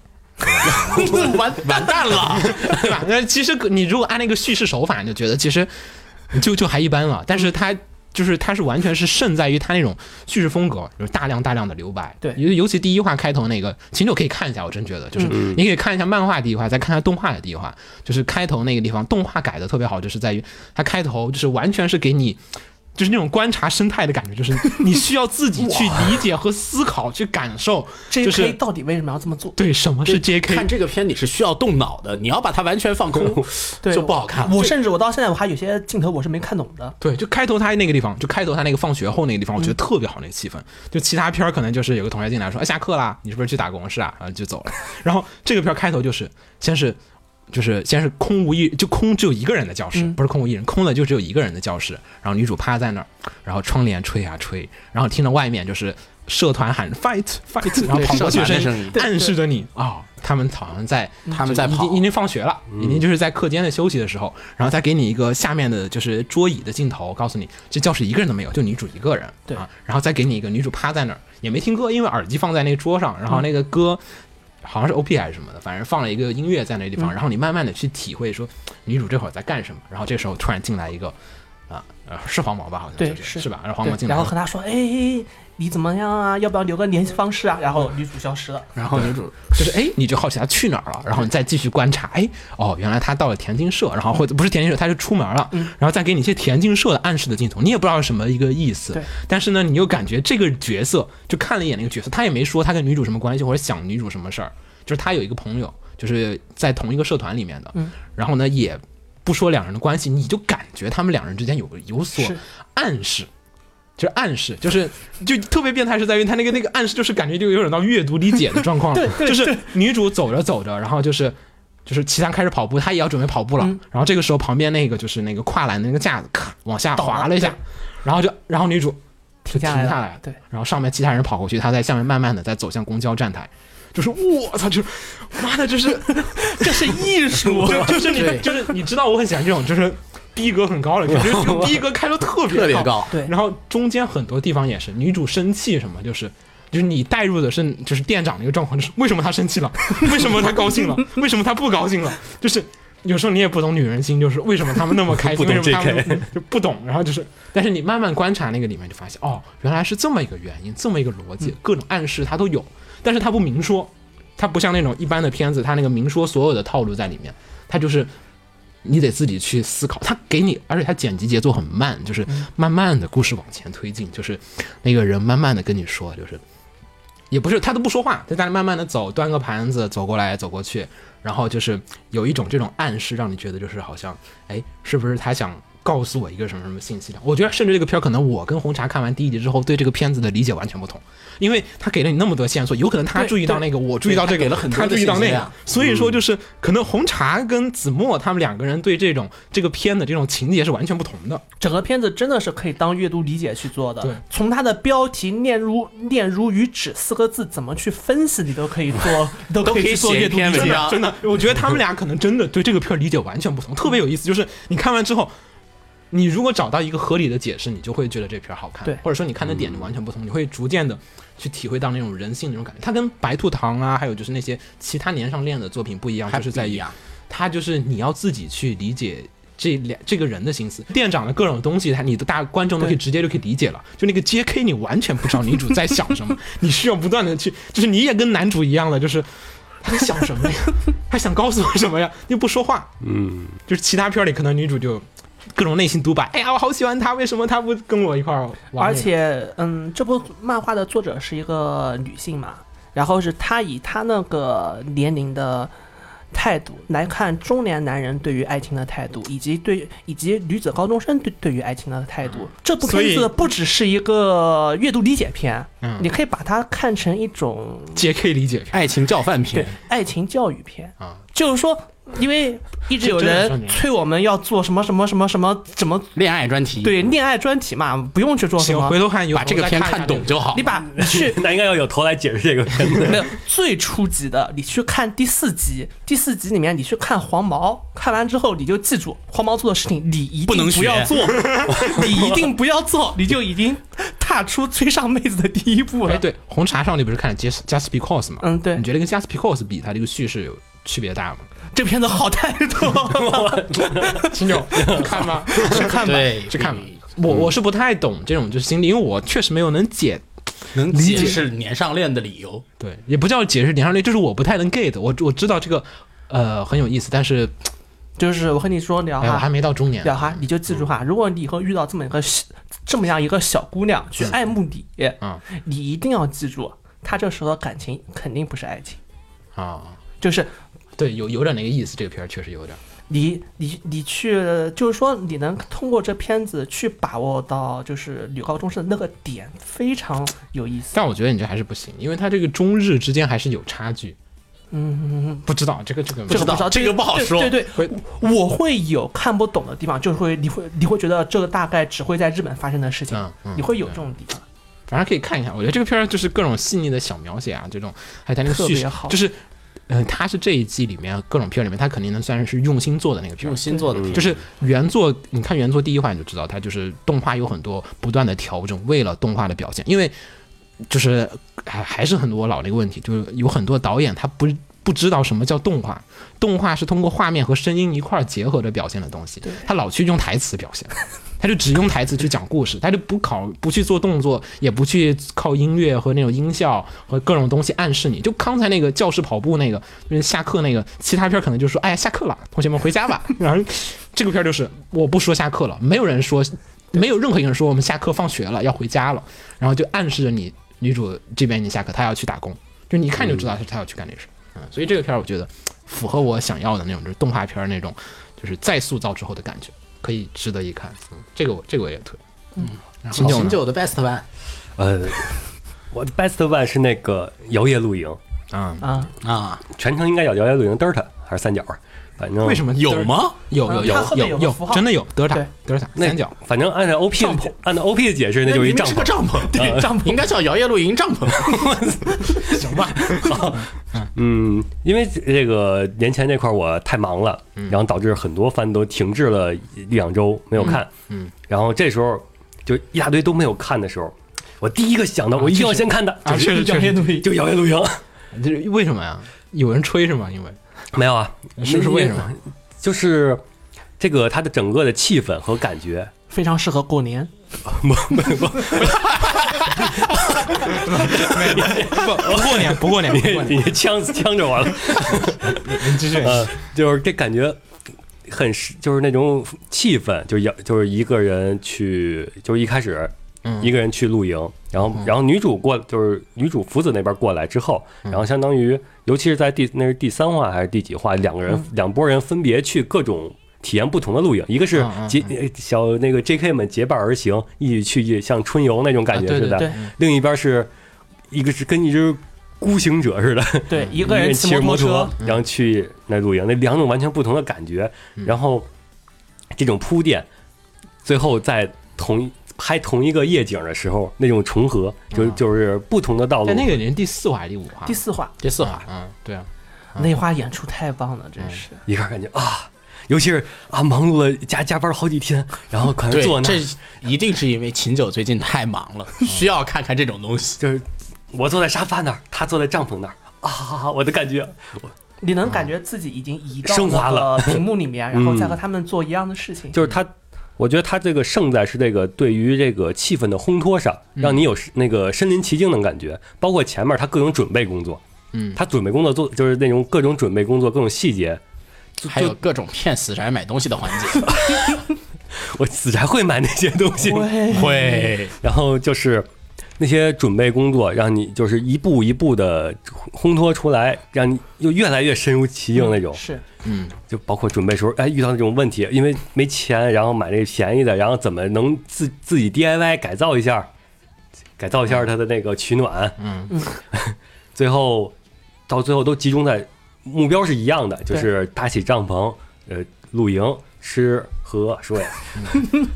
完 完蛋了，
对吧？那其实你如果按那个叙事手法，你就觉得其实就就还一般了。但是它就是它是完全是胜在于它那种叙事风格，就是大量大量的留白。
对
尤尤其第一话开头那个，秦九可以看一下，我真觉得就是你可以看一下漫画第一话，再看一下动画的第一话，就是开头那个地方，动画改的特别好，就是在于它开头就是完全是给你。就是那种观察生态的感觉，就是你需要自己去理解和思考，去感受，就
J.K.
是
到底为什么要这么做？
对什么是 J.K.
看这个片你是需要动脑的，你要把它完全 放空
对，
就不好看了。
我甚至我到现在我还有些镜头我是没看懂的。
对，就开头他那个地方，就开头他那个放学后那个地方，我觉得特别好，那个气氛。就其他片儿可能就是有个同学进来说：“哎，下课啦，你是不是去打工是啊？”然后就走了。 然后这个片儿开头就是先是。就是先是空无一，就空只有一个人的教室，不是空无一人，空的就只有一个人的教室。然后女主趴在那儿，然后窗帘吹啊吹，然后听到外面就是社团喊 fight fight，然后跑过去
社团的
声
声
音
音
暗示着你啊、他们好像在
他们在
就已
跑
经已经放学了，已经就是在课间的休息的时候，然后再给你一个下面的就是桌椅的镜头，告诉你这教室一个人都没有，就女主一个人，
对
啊，然后再给你一个女主趴在那儿也没听歌，因为耳机放在那个桌上，然后那个歌。好像是 O P 还是什么的，反正放了一个音乐在那地方，然后你慢慢的去体会说女主这会儿在干什么，然后这时候突然进来一个，啊，呃是黄毛吧，好像
对
就是是吧？然后黄毛
对，
进来，
然后和他说：“哎，你怎么样啊？要不要留个联系方式啊？”然后女主消失了。
然后女主
就是哎，你就好奇他去哪儿了，然后你再继续观察，哎，哦，原来他到了田径社，然后或者不是田径社，他是出门了，
嗯
然后再给你一些田径社的暗示的镜头，你也不知道是什么一个意思
对，
但是呢，你又感觉这个角色就看了一眼那个角色，他也没说他跟女主什么关系，或者想女主什么事儿，就是他有一个朋友，就是在同一个社团里面的，然后呢也不说两人的关系，你就感觉他们两人之间有个有所
是
暗示。 就是暗示，就是就特别变态，是在于他那个那个暗示，就是感觉就有点到阅读理解的状况了。就是女主走着走着，然后就是就是齐唐开始跑步，她也要准备跑步了。然后这个时候旁边那个就是那个跨栏的那个架子，咔往下滑了一下，然后就然后女主停
下来
来
了
了，
对
然后上面其他人跑过去，她在下面慢慢的在走向公交站台。就是我操，就是妈的，就是啊
这是艺术，
就就是你就是你知道我很喜欢这种就是逼格很高的，就是这种逼格开的特别
特别高，
对
然后中间很多地方也是女主生气什么，就是就是你带入的是就是店长那个状况，就是为什么她生气了，为什么她高兴了，为什么她不高兴了，就是。有时候你也不懂女人心，就是为什么她们那么开心，
不懂
为什么她们
JK
就就不懂。然后就是， 但是你慢慢观察那个里面，就发现哦，原来是这么一个原因，这么一个逻辑，各种暗示它都有，但是它不明说，它不像那种一般的片子，它那个明说所有的套路在里面，它就是你得自己去思考。它给你，而且它剪辑节奏很慢，就是慢慢的故事往前推进，就是那个人慢慢的跟你说，就是也不是他都不说话，他在那慢慢的走，端个盘子走过来走过去，然后就是有一种这种暗示，让你觉得就是好像，哎，是不是他想？告诉我一个什么什么信息量？我觉得甚至这个片儿，可能我跟红茶看完第一集之后，对这个片子的理解完全不同，因为他给了你那么多线索，有可能他
对
注意到
对
那个，我注意到这个，
对他给了很多
他
的
注意到
信
那
息
个
量，嗯
所以说就是可能红茶跟子墨他们两个人对这种这个片的这种情节是完全不同的。
整个片子真的是可以当阅读理解去做的。
对
从它的标题“念如念如于指”四个字怎么去分析，你都可以做，都可以去做
写
阅
一
读理
篇
解。啊
文章，
真的，我觉得他们俩可能真的对这个片儿理解完全不同，特别有意思。就是你看完之后，你如果找到一个合理的解释，你就会觉得这片儿好看，
对
或者说你看的点就完全不同，你会逐渐的去体会到那种人性那种感觉。它跟白兔糖啊，还有就是那些其他年上恋的作品不一样，
还
就是在
不一
于
样
它就是你要自己去理解。这两这个人的心思，店长的各种东西，他你的大观众都可以直接就可以理解了。就那个 J.K. 你完全不知道女主在想 什么，你需要不断的去，就是你也跟男主一样了，就是他在想什 么呀？他想告诉我什么呀？又不说话，
嗯，
就是其他片儿里可能女主就各种内心独白，哎呀，我好喜欢他，为什么他不跟我一块儿玩？
而且，嗯，这部漫画的作者是一个女性嘛，然后是她以她那个年龄的态度来看中年男人对于爱情的态度，以及对以及女子高中生对对于爱情的态度。这部
所以
片子不只是一个阅读理解片，
嗯
你可以把它看成一种
J.K. 理解片，
爱情教范篇，
爱情教育片
啊，
就是说。因为一直有
这真的是
人
你
催我们要做什么什么什么什么怎么
恋爱专题，，
对恋爱专题嘛，不用去做什
嗯行，
么
回，头看有
把这个片
看
看懂就好
你。把你去
那应该要有头来解释这个 片子。
没有最初级的，你去看第四集，第四集里面你去看黄毛，看完之后你就记住黄毛做的事情，你一定
不能学
要做，你一定不要做，你就已经踏出追上妹子的第一步了。
哎，对，红茶少女不是看了 Just Just Because 吗？
嗯对
你觉得跟 Just Because 比，它这个叙事有区别 大吗？
这片子好太 多了，
秦九，看 吗？去看吧，
对
去看吧。我我是不太懂这种就是心理，因为我确实没有能解，
能
理解
解释年上恋的理由。
对，也不叫解释点上类，就是我不太能 get。我我知道这个，呃，很有意思，但是
就是我和你说，聊
哎呀，我还
哈，
没到中年。
聊哈，你就记住哈，如果你以后遇到这么一个小这么样一个小姑娘去爱慕你，
嗯
你一定要记住，她这时候的感情肯定不是爱情，
啊，
就是
对，有有点那个意思，这个片儿确实有点。
你你你去，就是说你能通过这片子去把握到就是女高中生的那个点，非常有意思。
但我觉得你这还是不行，因为它这个中日之间还是有差距。嗯，不知道这个这个
这个
道
不知道，
这个不好说
对对
会
对，我会有看不懂的地方，就会你会你会觉得这个大概只会在日本发生的事情
嗯嗯，
你会有这种地方。
反正可以看一看。我觉得这个片儿就是各种细腻的小描写啊，这种还有它那个
特
叙
别
事
好，
就是，嗯、它是这一季里面各种片儿里面，它肯定能算是用心做的那个片儿
用。心做的片，
就是原作，你看原作第一话你就知道，它就是动画有很多不断的调整，为了动画的表现，因为就是还还是很多老那个问题，就是有很多导演他不不知道什么叫动画，动画是通过画面和声音一块儿结合着表现的东西，他老去用台词表现。他就只用台词去讲故事，他就不考不去做动作，也不去靠音乐和那种音效和各种东西暗示你。就刚才那个教室跑步那个，就是下课那个，其他片儿可能就说：“哎呀，下课了，同学们回家吧。” 然后这个片儿就是我不说下课了，没有人说，没有任何一个人说我们下课放学了要回家了，然后就暗示着你女主这边你下课，她要去打工，就你一看就知道是她要去干这事。嗯，所以这个片儿我觉得符合我想要的那种，就是动画片儿那种，就是再塑造之后的感觉。可以值得一看。嗯，这个我这个我也推。嗯，秦九
秦
呢
九的 best one，
呃，我 best one 是那个摇曳露营，
啊，
啊，
全程应该叫摇曳露营嘚儿它还是三角啊？反正
为什么
有？吗？
有有
嗯它
有
后面有
有
个符号
真的有德尔塔
对
德尔塔
那
三角。哎
反正按照 OP
帐篷
按照 OP 的解释，那就是一
明明
帐
是个
篷。
帐篷， 对，帐篷应该叫摇曳露营帐 篷。
嗯，因为这个年前这块儿我太忙了，然后导致很多番都停滞了一两周没有看。
嗯嗯嗯
然后这时候就一大堆都没有看的时候，我第一个想到我一定要先看的
啊
就是
确实确实
露营，就摇曳露营。
这是为什么呀？有人吹是吗？因为
没有啊，
是不是为什么？
就是这个它的整个的气氛和感觉，
非常适合过年，
不过年不过年不过 年，
你呛呛着我了。
继续
呃，就是这感觉很是，就是那种气氛，就是要就是一个人去，就是一开始
嗯
一个人去露营，然后然后女主过就是女主福子那边过来之后，
嗯
然后相当于尤其是在第那是第三话还是第几话，两个
嗯
人两拨人分别去各种。体验不同的露营，一个是
嗯嗯
结呃小那个 J.K. 们结伴而行，一起去像春游那种感觉
啊对
似的；嗯
对
另一边是一个是跟一只孤行者似的，
对，一
一
个人骑
骑着摩
托车，，
然后去那露营，那两种完全不同的感觉，然后这种铺垫，最后在同一拍同一个夜景的时候，那种重合，就就是不同的道路
但。那个人第四话还是第五话？
第四话
第四话，
嗯，对啊，
那话演出太棒了，
嗯
真是。
一看感觉啊，尤其是啊忙碌了加加班好几天，然后可能
对
坐，那
这
儿
一定是因为秦九最近太忙 了，需要看看这种东西。
就是我坐在沙发那儿，他坐在帐篷那儿啊，我的感觉
你能感觉自己已经移
嗯
到
升华了
那个屏幕里面，然后再和他们做一样的事情。
就是他，我觉得他这个胜在是这个对于这个气氛的烘托上，让你有那个身临其境的感觉。包括前面他各种准备工作，
嗯
他准备工作做就是那种各种准备工作各种细节，
还有各种骗死宅买东西的环节，
我死宅会买那些东西，会。然后就是那些准备工作，让你就是一步一步的烘托出来，让你又越来越深入其境那种。
是
就包括准备时候，哎，遇到那种问题，因为没钱，然后买那便宜的，然后怎么能自自己 DIY 改造一下，改造一下它的那个取暖，
嗯，
最后到最后都集中在目标是一样的，就是搭起帐篷，呃，露营、吃喝睡，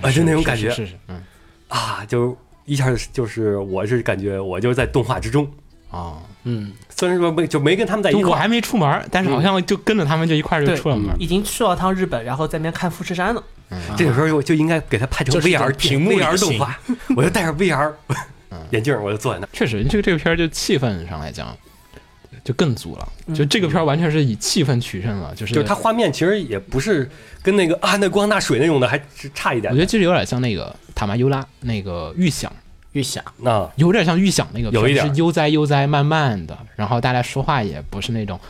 啊，就那种感觉
嗯是是是，嗯，
啊，就一下就是我是感觉我就在动画之中，
哦，
嗯，
虽然说没就没跟他们在哎一
就我
块儿，嗯
还没出门，但是好像就跟着他们就一块儿就
对
出了门，
已经去了趟日本，然后在那边看富士山了。
这个时候我就应该给他拍成
就是一
VR
种屏幕
VR
游戏
动画，我就戴上 VR
嗯
眼镜儿，我就坐在那儿。
确实，这个这个片儿就气氛上来讲，就更足了。就这个片儿完全是以气氛取胜了，就是
嗯就是它画面其实也不是跟那个啊那光那水那种的还是差一点
我觉。得其实有点像那个塔玛尤拉那个预想，
预想
那
有点像预想那个片儿，
有一点儿
是悠哉悠哉慢慢的，然后大家说话也不是那种，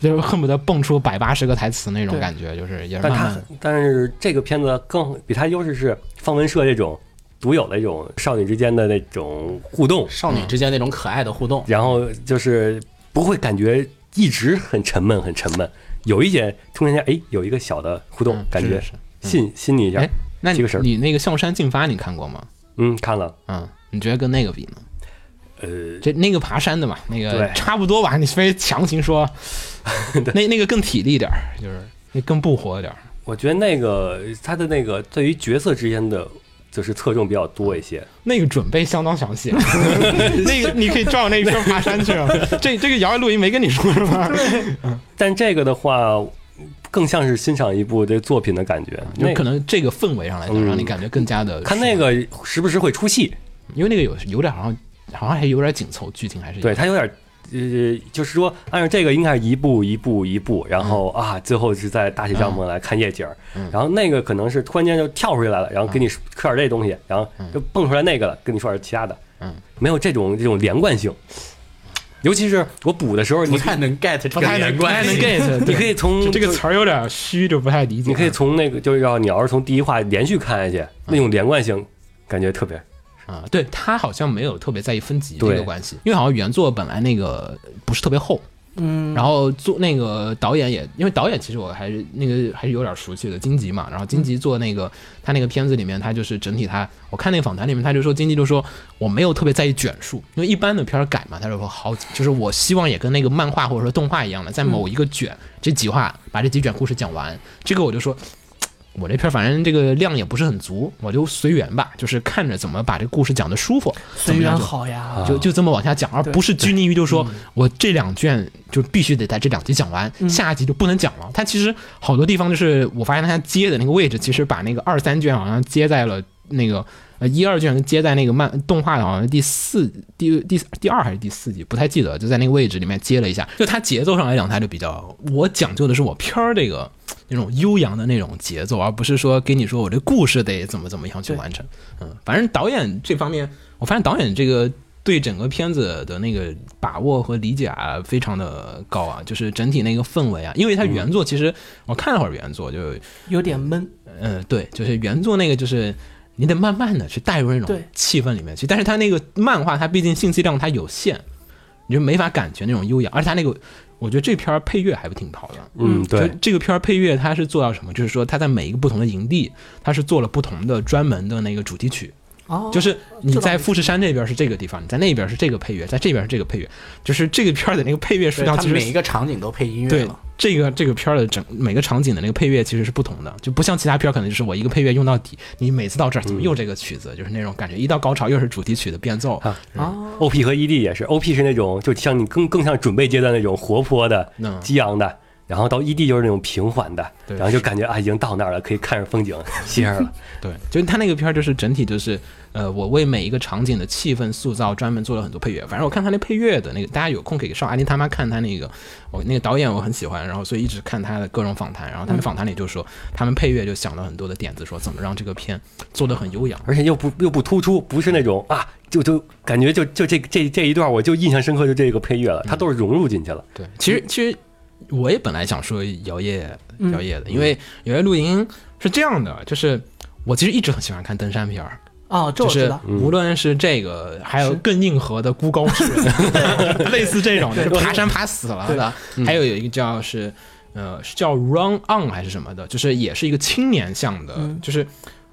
就是恨不得蹦出百八十个台词那种
对
感觉，就是也是
但
慢
它
慢的。
但是这个片子更比它优势是方文社这种独有的这种少女之间的那种互动，
少女之间那种可爱的互动，
然后就是不会感觉一直很沉闷很沉闷，有一点中间哎有一个小的互动
嗯，
感觉
是是嗯
信信你一下
哎。那
这
你
个事儿
你那个《象山进发》你看过吗？
嗯，看了，
嗯，你觉得跟那个比呢？
呃，
这那个爬山的嘛，那个
对
差不多吧。你非强行 说，那那个更体力点儿，就是那更不活点儿。
我觉得那个他的那个对于角色之间的就是侧重比较多一些，
那个准备相当详 细，啊那个你可以照那一圈爬山去了。这这个摇摇录音没跟你说是吧？
但这个的话，更像是欣赏一部这作品的感觉。
有
那
可能这个氛围上来讲，
嗯
让你感觉更加的
看那，个时不时会出戏，
因为那个有有点好像好像还有点紧凑，剧情还是有
对，它有点呃，就是说按照这个应该是一步一步一步，然后
嗯
啊，最后是在大起帐篷来看夜景儿，然后那个可能是突然间就跳出来了，然后给
嗯
你磕点这东西，然后就蹦出来那个了，跟你说点其他的，
嗯，
没有这种这种连贯性。尤其是我补的时候，
不
你
太能 get 这
不
个
太能
连
不太
贯
能
性。
get 对。
你可以从
就这个词儿有点虚，就不太理解。
你可以从那个，就是要你要是从第一话连续看下去，那种连贯性感觉特别
啊，对他好像没有特别在意分级这个
对
关系，因为好像原作本来那个不是特别厚，嗯，然后做那个导演也，因为导演其实我还是那个还是有点熟悉的金吉嘛，然后金吉做那个、他那个片子里面，他就是整体他，我看那个访谈里面，他就说金吉就说我没有特别在意卷数，因为一般的片儿改嘛，他就说好，就是我希望也跟那个漫画或者说动画一样的，在某一个卷、这几话把这几卷故事讲完，这个我就说我这片儿反正这个量也不是很足，我就随缘吧，就是看着怎么把这故事讲得舒服，
随
怎么
缘
样就啊
好呀，
就就这么往下讲，而不是拘泥于就说我这两卷就必须得在这两集讲完，下一集就不能讲了。它其实好多地方就是我发现它接的那个位置，其实把那个二三卷好像接在了那个呃一二卷接在那个漫动画的好像第四第第第二还是第四集，不太记得，就在那个位置里面接了一下。就它节奏上来讲，它就比较我讲究的是我片儿这个。那种悠扬的那种节奏，而不是说跟你说我这故事得怎么怎么样去完成。嗯，反正导演这方面，我发现导演这个对整个片子的那个把握和理解啊，非常的高啊，就是整体那个氛围啊，因为它原作其实、我看了会儿原作，就
有点闷。
嗯，对，就是原作那个就是。你得慢慢的去带入那种
对
气氛里面去，但是它那个漫画，它毕竟信息量它有限，你就没法感觉那种优雅，而且它那个，我觉得这片儿配乐还不挺好的，
嗯，对
就，这个片儿配乐，它是做到什么？就是说，它在每一个不同的营地，它是做了不同的专门的那个主题曲。
哦，
就是你
这倒
在
没
富士山这边是这个地方，你在那边是这个配乐，在这边是这个配乐，就是这个片儿的那个配乐数
对
量
他
其
们
实
每
是
一个场景都配音乐
对
了，
这个这个片儿的整每个场景的那个配乐其实是不同的，就不像其他片儿可能就是我一个配乐用到底，你每次到这儿怎么又这个曲子，就是那种感觉，一到高潮又是主题曲的变奏，
啊
哦，
，OP 和 ED 也是，OP 是那种就像你更更像准备阶段那种活泼的
嗯、
激昂的，然后到 ED 就是那种平缓的，
对
然后就感觉啊已经到那儿了，可以看着风景歇着了。
对，就是他那个片儿，就是整体就是，呃，我为每一个场景的气氛塑造专门做了很多配乐。反正我看他那配乐的那个，大家有空可以上阿尼他妈看他那个，我那个导演我很喜欢，然后所以一直看他的各种访谈。然后他们访谈里就说，他们配乐就想了很多的点子，说怎么让这个片做得很悠扬。
而且又不又不突出，不是那种啊，就就感觉就就这这这一段我就印象深刻，就这个配乐了，它都是融入进去了。
对，其实其实嗯我也本来想说摇曳摇曳的，因为摇曳露营是这样的，就是我其实一直很喜欢看登山片儿，
哦，
就
这我知
是
道。
无论是这个，还有更硬核的孤高士， 类似这种就是爬山爬死了的，还有有一个叫是呃是叫 Run On 还是什么的，就是也是一个青年向的，就是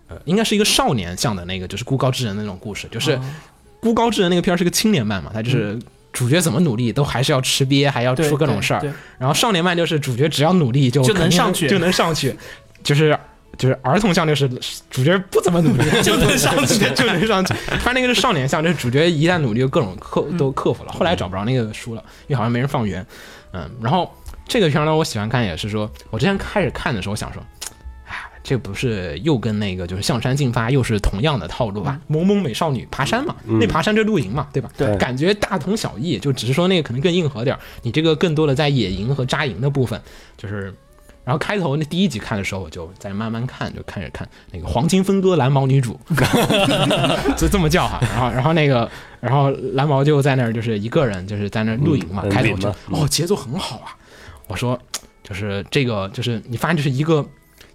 呃应该是一个少年向的那个，就是孤高之人的那种故事，就是
嗯
孤高之人那个片儿是个青年漫嘛，它就是。主角怎么努力都还是要吃瘪，还要
对
出各种
对
事儿
对。
然后少年漫就是主角只要努力就
就
肯
能
定
上去
就能上去，就是就是儿童向就是主角不怎么努力就能上去，就能上去。他那个是少年向，就是主角一旦努力就各种克都克服了。后来找不着那个书了，因为好像没人放源。嗯，然后这个片儿呢，我喜欢看也是说，我之前开始看的时候想说。哎，这不是又跟那个就是向山进发又是同样的套路吧？萌萌美少女爬山嘛，那爬山就是露营嘛，对吧？
对
感觉大同小异，就只是说那个可能更硬核点儿，你这个更多的在野营和扎营的部分，就是。然后开头那第一集看的时候，我就在慢慢看，就开始看那个黄金分割蓝毛 女主，就这么叫哈。然后，然后那个，然后蓝毛就在那儿，就是一个人，就是在那儿露营嘛。
嗯
开头就
露营嘛
哦，节奏很好啊。我说，就是这个，就是你发现，就是一个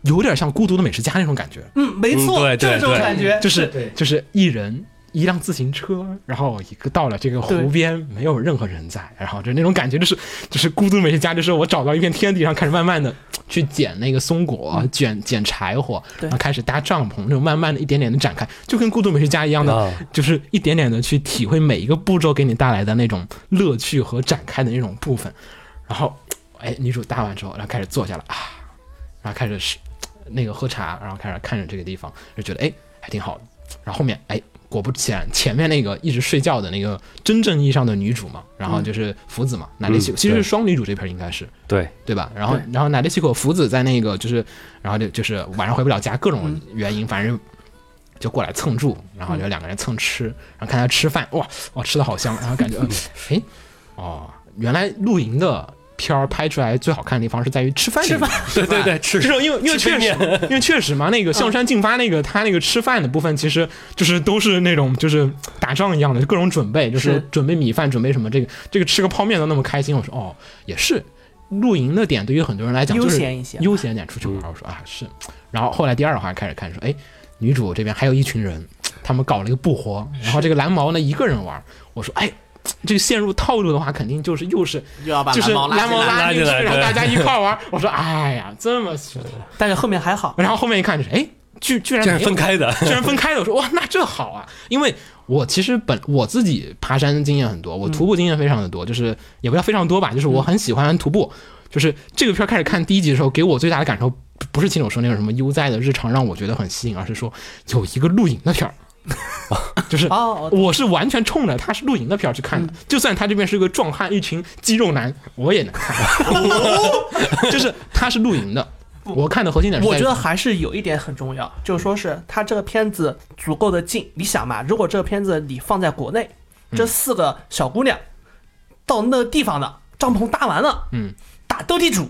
有点像《孤独的美食家》那种感觉，
嗯，没
嗯对
错，就是
对
这种
对
感觉，
就是就是一人一辆自行车，然后一个到了这个湖边，没有任何人在，然后就那种感觉，就是就是孤独美食家，就是我找到一片天地，然后开始慢慢的去捡那个松果，捡捡柴火，
嗯对
然后开始搭帐篷，那种慢慢的一点点的展开，就跟孤独美食家一样的，
啊
就是一点点的去体会每一个步骤给你带来的那种乐趣和展开的那种部分，然后哎，女主搭完之后，然后开始坐下了啊，然后开始是那个喝茶，然后开始看着这个地方，就觉得哎还挺好的。然后后面哎，果不其然，前面那个一直睡觉的那个真正意义上的女主嘛，然后就是福子嘛，奶奶西
嗯
其实是
对
双女主这篇应该是
对，
对吧？然后然后奶奶西口福子在那个就是，然后就就是晚上回不了家，各种原因，反正。就过来蹭住，然后就两个人蹭吃，然后看他吃饭，哇，哇，吃的好香，然后感觉，呃哎，哦，原来露营的片儿拍出来最好看的地方是在于吃饭这
吃
个地
饭
方，
对对对，吃
这种因为因为
吃
确
杯
实，因为确实嘛，
嗯
那个象山进发那个他那个吃饭的部分，其实就是都是那种就是打仗一样的，就各种准备，就是
是
准备米饭，准备什么这个这个吃个泡面都那么开心，我说哦也是。露营的点对于很多人来讲就是
悠闲一些
悠闲一点出去玩
嗯
儿。我说啊是，然后后来第二话开始看说，哎，女主这边还有一群人，他们搞了一个布活，然后这个蓝毛呢一个人玩儿。我说哎，这个陷入套路的话，肯定就是又是
又要把
就是
蓝猫拉
蓝
进
毛
来。
拉
拉
进
进来
去，然后
对
大家一块儿玩儿。我说哎呀，这么俗
但是后面还好，
然后后面一看就是，哎，居居然
这
没有
样分，开的，
居然分开的。我说哇，那这好啊！因为我其实本我自己爬山经验很多，我徒步经验非常的多，就是也不叫非常多吧，就是我很喜欢徒步。就是这个片儿开始看第一集的时候，给我最大的感受不不是秦总说那种什么悠哉的日常让我觉得很吸引，而是说有一个露营的片儿。就是
哦嗯
我是完全冲着他是露营的片儿去看的，就算他这边是个壮汉，一群肌肉男，我也能 看。就是他是露营的，我看的核心点是
我
在于
觉得还是有一点很重要，就是说是它这个片子足够的近。你想嘛，如果这个片子你放在国内，这
嗯
四个小姑娘到那个地方了，帐篷搭完了，
嗯，
打斗地主，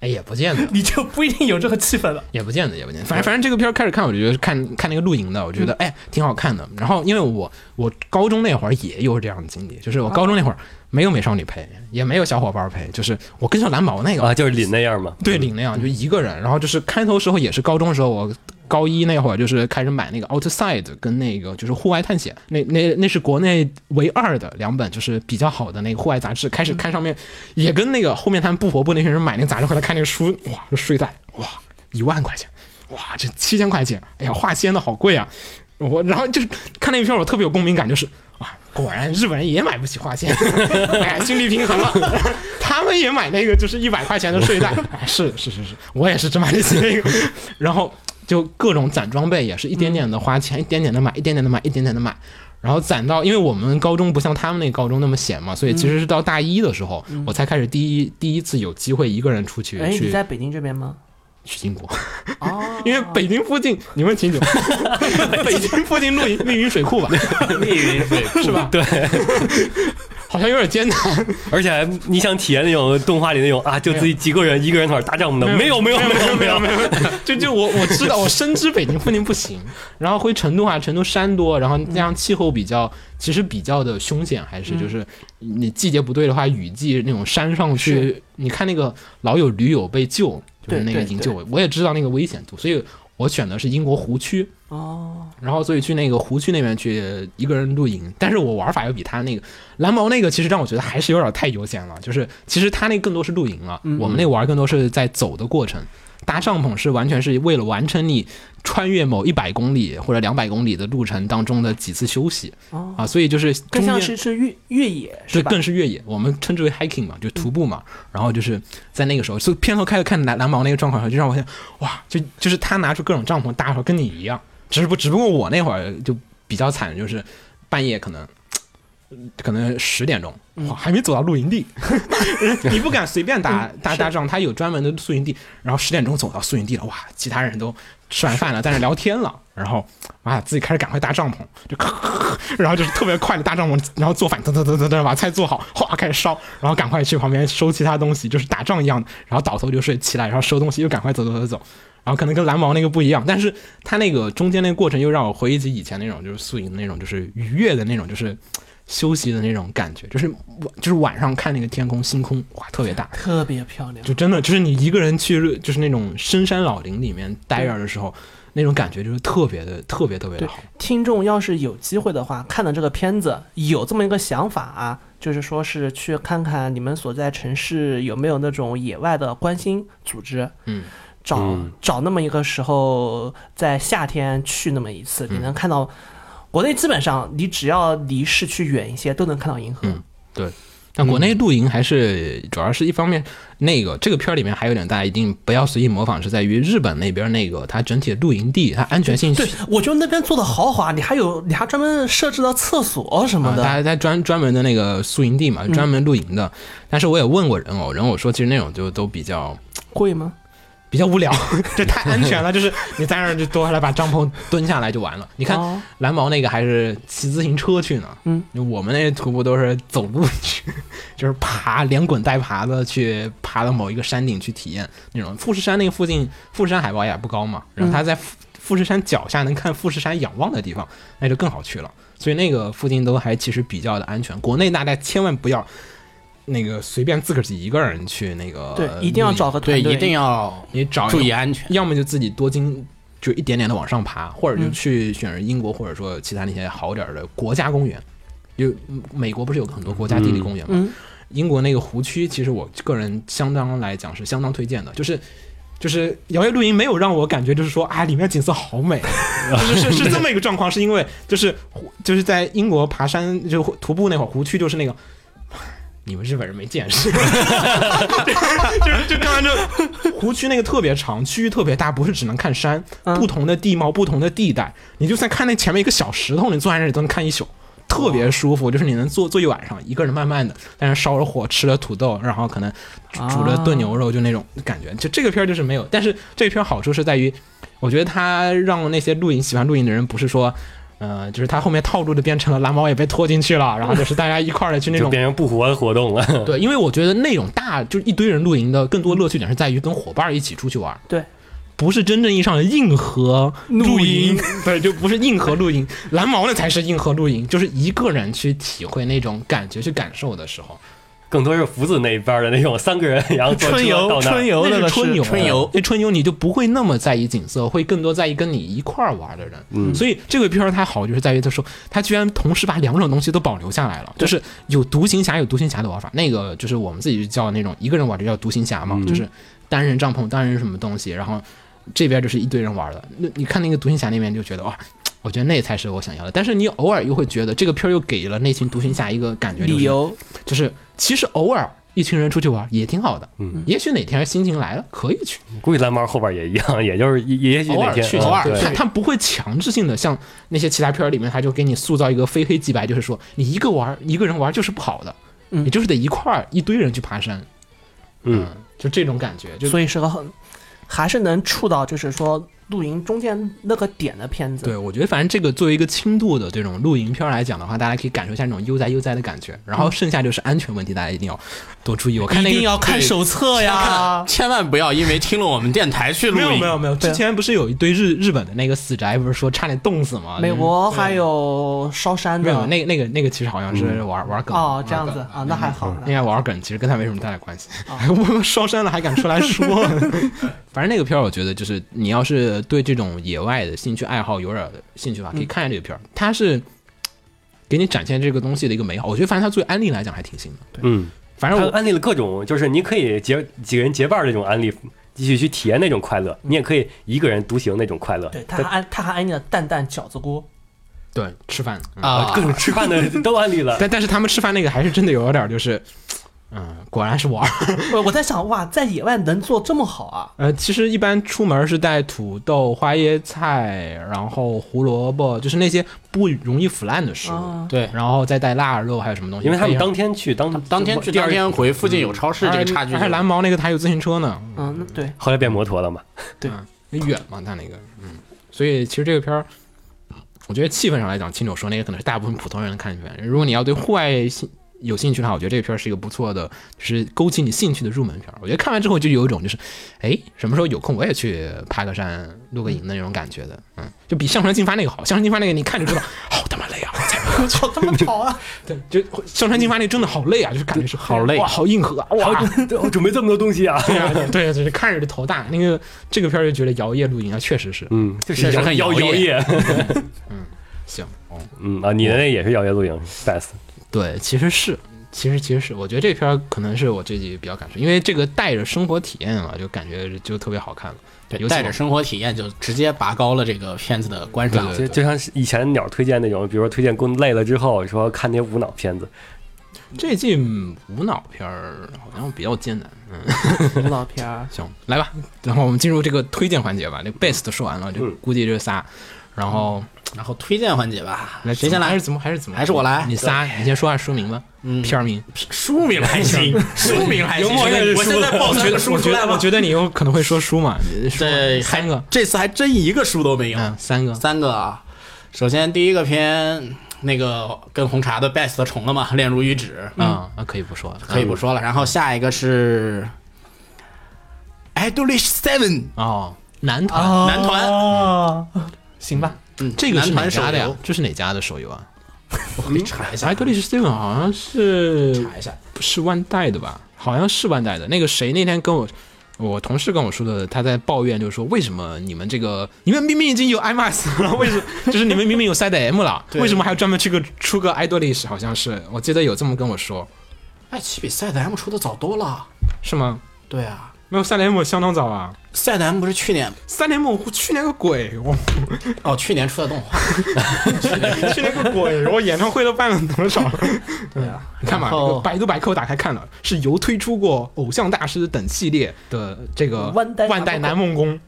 哎，也不见得，
你就不一定有这个气氛了。
也不见得，也不见得。反正反正这个片儿开始看，我就觉得是看看那个露营的，我觉得、哎挺好看的。然后因为我我高中那会儿也有这样的经历，就是我高中那会儿没有美少女陪，也没有小伙伴陪，就是我跟上蓝毛那个，
啊，就是林那样嘛。
对，领那样就一个人。然后就是开头时候也是高中的时候，我高一那会儿就是开始买那个 Outside 跟那个就是户外探险，那那那是国内唯二的两本就是比较好的那个户外杂志。开始看上面也跟那个后面他们不活不那群人买那个杂志，后来看那个书，哇，这睡袋哇一万块钱，哇这七千块钱，哎呀化纤的好贵啊！我然后就是看那一篇，我特别有共鸣感，就是啊，果然日本人也买不起化纤， 哎，心理平衡了， 他们也买那个就是一百块钱的睡袋，哎，是是是是，我也是只买得起那个， 然后就各种攒装备，也是一点点的花钱，一点点的买，一点点的买，一点点的买。然后攒到，因为我们高中不像他们那个高中那么闲嘛，所以其实是到大一的时候，我才开始第一第一次有机会一个人出去
嗯哎，你
去
在北京这边吗？
去英国。，
哦
因为北京附近，你问秦九，北京附近露营密云水库吧，
密云水库
是吧？
对，
好像有点艰难。
而且你想体验那种动画里那种啊，就自己几个人一个人在那儿搭帐篷的，没有没有没有没有没有，
就就我我知道，我深知北京附近不行，然后回成都啊，成都山多，然后加上气候比较，其实比较的凶险，还是就是你季节不对的话，雨季那种山上去，你看那个老有驴友被救，就是
对
那个
对
营救，我也知道那个危险度，所以我选的是英国湖区。
哦，
然后所以去那个湖区那边去一个人露营，但是我玩法又比他那个蓝毛那个，其实让我觉得还是有点太悠闲了。就是其实他那更多是露营了，
嗯
我们那玩更多是在走的过程。搭帐篷是完全是为了完成你穿越某一百公里或者两百公里的路程当中的几次休息、啊，所以就是中
哦更像
间
是是越越野是
对，
吧？嗯
更是越野，我们称之为 hiking 嘛，就徒步嘛。然后就是在那个时候，所以片头开始看蓝蓝毛那个状况的时候，就让我想，哇，就就是他拿出各种帐篷搭的时候跟你一样，只不只不过我那会儿就比较惨，就是半夜可能。可能十点钟，
嗯
哇，还没走到露营地， 你不敢随便 搭
嗯
搭搭帐，他有专门的宿营地。然后十点钟走到宿营地了，哇，其他人都吃完饭了，在那聊天了。然后，妈呀，自己开始赶快搭帐篷，就咔咔咔，然后就是特别快的搭帐篷，然后做饭，噔噔噔噔噔，把菜做好，哗开始烧，然后赶快去旁边收其他东西，就是打仗一样的。然后倒头就睡，起来然后收东西，又赶快走走走走。然后可能跟蓝毛那个不一样，但是他那个中间那个过程又让我回忆起以前那种就是宿营的那种，就是愉悦的那种，就是休息的那种感觉，就是晚就是晚上看那个天空星空，哇，特别大，
特别漂亮，
就真的就是你一个人去就是那种深山老林里面待着的时候，那种感觉就是特别的特别特别的
对
好。，
听众要是有机会的话，看了这个片子，有这么一个想法啊，就是说是去看看你们所在城市有没有那种野外的关心组织，
嗯，
找、
嗯
找那么一个时候，在夏天去那么一次，你能看到。国内基本上，你只要离市区远一些，都能看到银河。
嗯但国
嗯
内露营还是主要是一方面，那个这个片儿里面还有点大家一定不要随意模仿，是在于日本那边那个它整体的露营地它安全性
对，我觉得那边做的豪华，你还有你还专门设置了厕所什么
啊，
的。嗯
大家在专专门的那个宿营地嘛，专门露营的。但是我也问过人偶，人偶说其实那种就都比较
贵吗？
比较无聊， 这太安全 了，就是你在那儿就坐下来把帐篷蹲下来就完了。你看
哦
蓝毛那个还是骑自行车去呢，
嗯，
我们那徒步都是走路去， 就是爬连滚带爬的去爬到某一个山顶去体验那种。富士山那个附近，富士山海拔也不高嘛，然
嗯
后它在富富士山脚下能看富士山仰望的地方，那就更好去了。所以那个附近都还其实比较的安全。国内大家千万不要。那个随便自个儿一个人去那个露
对
营，，
一定要找个团
对，
队，
一定要
你找一个
注意安全。
要么就自己多经就一点点的往上爬，或者就去选英国或者说其他那些好点儿的国家公园。就美国不是有很多国家地理公园吗？
嗯
英国那个湖区，其实我个人相当来讲是相当推荐的，就是。就是摇曳露营没有让我感觉就是说啊，里面景色好美， 就是是是这么一个状况，是因为就是湖就是在英国爬山就徒步那会儿，湖区就是那个。 你们日本人没见识， 就是就看完这 湖区那个特别长，区域特别大，不是只能看山，
嗯
不同的地貌、不同的地带，你就算看那前面一个小石头，你坐在那里都能看一宿，特别舒服。就是你能坐坐一晚上，一个人慢慢的，但是烧着火，吃着土豆，然后可能煮煮着炖牛肉，就那种感觉。就这个片儿就是没有，但是这个片儿好处是在于，我觉得它让那些露营喜欢露营的人，不是说。呃，就是他后面套路的变成了蓝猫也被拖进去了，然后就是大家一块儿的去那
就
种
变成不活的活动了。
对，因为我觉得那种大就是一堆人露营的，更多乐趣点是在于跟伙伴儿一起出去玩。
对。
不是真正意义上的硬核露营，对，就不是硬核露营，蓝毛那才是硬核露营，就是一个人去体会那种感觉、去感受的时候，
更多是福子那一边的那种三个人，然后坐车
春游
到那
春游
那
个
是春游，
春游
那春游你就不会那么在意景色，会更多在意跟你一块儿玩的人。
嗯
所以这个片儿它好就是在于，他说他居然同时把两种东西都保留下来了，就是有独行侠有独行侠的玩法，那个就是我们自己叫那种一个人玩就叫独行侠嘛，就是单人帐篷、单人什么东西，然后这边就是一堆人玩的。那你看那个独行侠那边就觉得哇。我觉得那才是我想要的，但是你偶尔又会觉得这个片儿又给了那群独行侠一个感觉，
理由
就是其实偶尔一群人出去玩也挺好的，
嗯，
也许哪天心情来了可以去，
估计蓝猫后边也一样，也就是也也许
偶
哪
尔
天
去
嗯
偶尔
对
去，他他不会强制性的像那些其他片儿里面，他就给你塑造一个非黑即白，就是说你一个玩儿一个人玩儿就是不好的，
嗯
你就是得一块儿一堆人去爬山，
嗯，
就这种感觉，就
所以是个很，还是能触到，就是说露营中间那个点的片子。
对，我觉得反正这个作为一个轻度的这种露营片儿来讲的话，大家可以感受一下那种悠哉悠哉的感觉。然后剩下就是安全问题，大家一定要多注意。我看那
一
个
定要看手册呀！
千万不要因为听了我们电台去录
没有
音，
没有没有，
啊
之前不是有一堆日日本的那个死宅，不是说差点冻死吗？
美国还有烧山
嗯没有
的
那个那个那个其实好像是玩玩梗
哦，这样
玩
子
梗
啊，那还好。哦
应该玩梗，其实跟他没什么太大关系。 我烧山了还敢出来说？ 反正那个片儿，我觉得就是你要是对这种野外的兴趣爱好有点兴趣的话，可以看一下这个片儿。它是给你展现这个东西的一个美好。我觉得，反正它作为安利来讲还挺新的。
嗯，
反正
他
呃
我
安利了各种，就是你可以结几个人结伴儿那种安利，继续去体验那种快乐，你也可以一个人独行那种快乐。
对，他还安他还安利了蛋蛋饺子锅，
对吃饭嗯
啊，
各种吃饭的都安利了。
但但是他们吃饭那个还是真的有点儿就是，嗯，果然是玩儿。
我我在想哇，在野外能做这么好啊？
呃，其实一般出门是带土豆、花椰菜，然后胡萝卜，就是那些不容易腐烂的食物。
啊
对，
然后再带腊肉，还有什么东西？
因为他们
配上
当天去，当
当天去，第二天嗯回，附近有超市，这个差距就
还是蓝毛那个他有自行车呢，
嗯，那 对，
后来变摩托了嘛。
那远嘛，他那个，嗯，所以其实这个片儿，我觉得气氛上来讲，亲手说那个可能是大部分普通人能看的片。如果你要对户外兴有兴趣的话，我觉得这个片儿是一个不错的，就是勾起你兴趣的入门片儿。我觉得看完之后就有一种就是，哎，什么时候有空我也去爬个山、露个营的那种感觉的，嗯，就比上山进发那个好。上山进发那个你看就知道，好他妈累啊！
好这么吵啊！
对，就上山进发那个真的好累啊，就是感觉是
好累
哇，好硬核啊，哇，
我准备这么多东西啊，
对啊，对对，看着就头大。那个这个片儿就觉得摇曳露营啊，确实是。
嗯，就是
很
摇
摇曳
曳。
行，哦，
嗯啊，你的那也是摇曳露营，best。
对，其实是，其实其实是，我觉得这片儿可能是我这集比较感受，因为这个带着生活体验嘛，就感觉就特别好看了。
对
尤其
带着生活体验就直接拔高了这个片子的观赏
对
就
对
就像以前鸟推荐那种，比如说推荐工累了之后说看那些无脑片子，
这季嗯无脑片儿好像比较艰难。
舞蹈片儿，
行，来吧，然后我们进入这个推荐环节吧。这个 best 说完了，就
嗯
估计这仨，然后
然后推荐环节吧
来，
谁先
还
来
是？怎么还是怎么？
还是我来
你仨，你先说下书名吧。嗯，片儿名。
书名还行， 书名还行。
有我也是
我现在报学的书
我
出
觉
来
得我
吗？
觉得你有可能会说书嘛，你说
这还
三个，
这次还真一个书都没有。
嗯，三个，
三个啊，首先第一个片那个跟红茶的 best 重了嘛，《恋如雨止》
嗯，那可以不说了，
可以不说了。然后下一个是《Idolish Seven
哦，男团。
啊
男团
啊，行吧，》，
嗯，
这个是
男
哪
团手
家的呀
游？
这是哪家的手游啊？
我可以查一下，
哎，格力士 Steven 好像是
查一下。
是万代的吧？好像是万代的。那个谁那天跟我，我同事跟我说的，他在抱怨，就是说为什么你们这个，你们明明已经有 IMAX 了，为什么 就是你们明明有 Side M 了，
对
为什么还要专门去个出个 Idolish？好像是我记得有这么跟我说，
爱哎奇比赛的 M 出的早多了。
是吗？
对啊，
没有 Side M 相当早啊，
赛的 M 不是去年
Side M 去年个鬼，我
哦，去年出的动画。
去年个鬼，我演唱会都办了多少？
对啊，
你看嘛，
然后
这个百度百科我打开看了，是由推出过《偶像大师》等系列的这个
万代
万代南梦宫。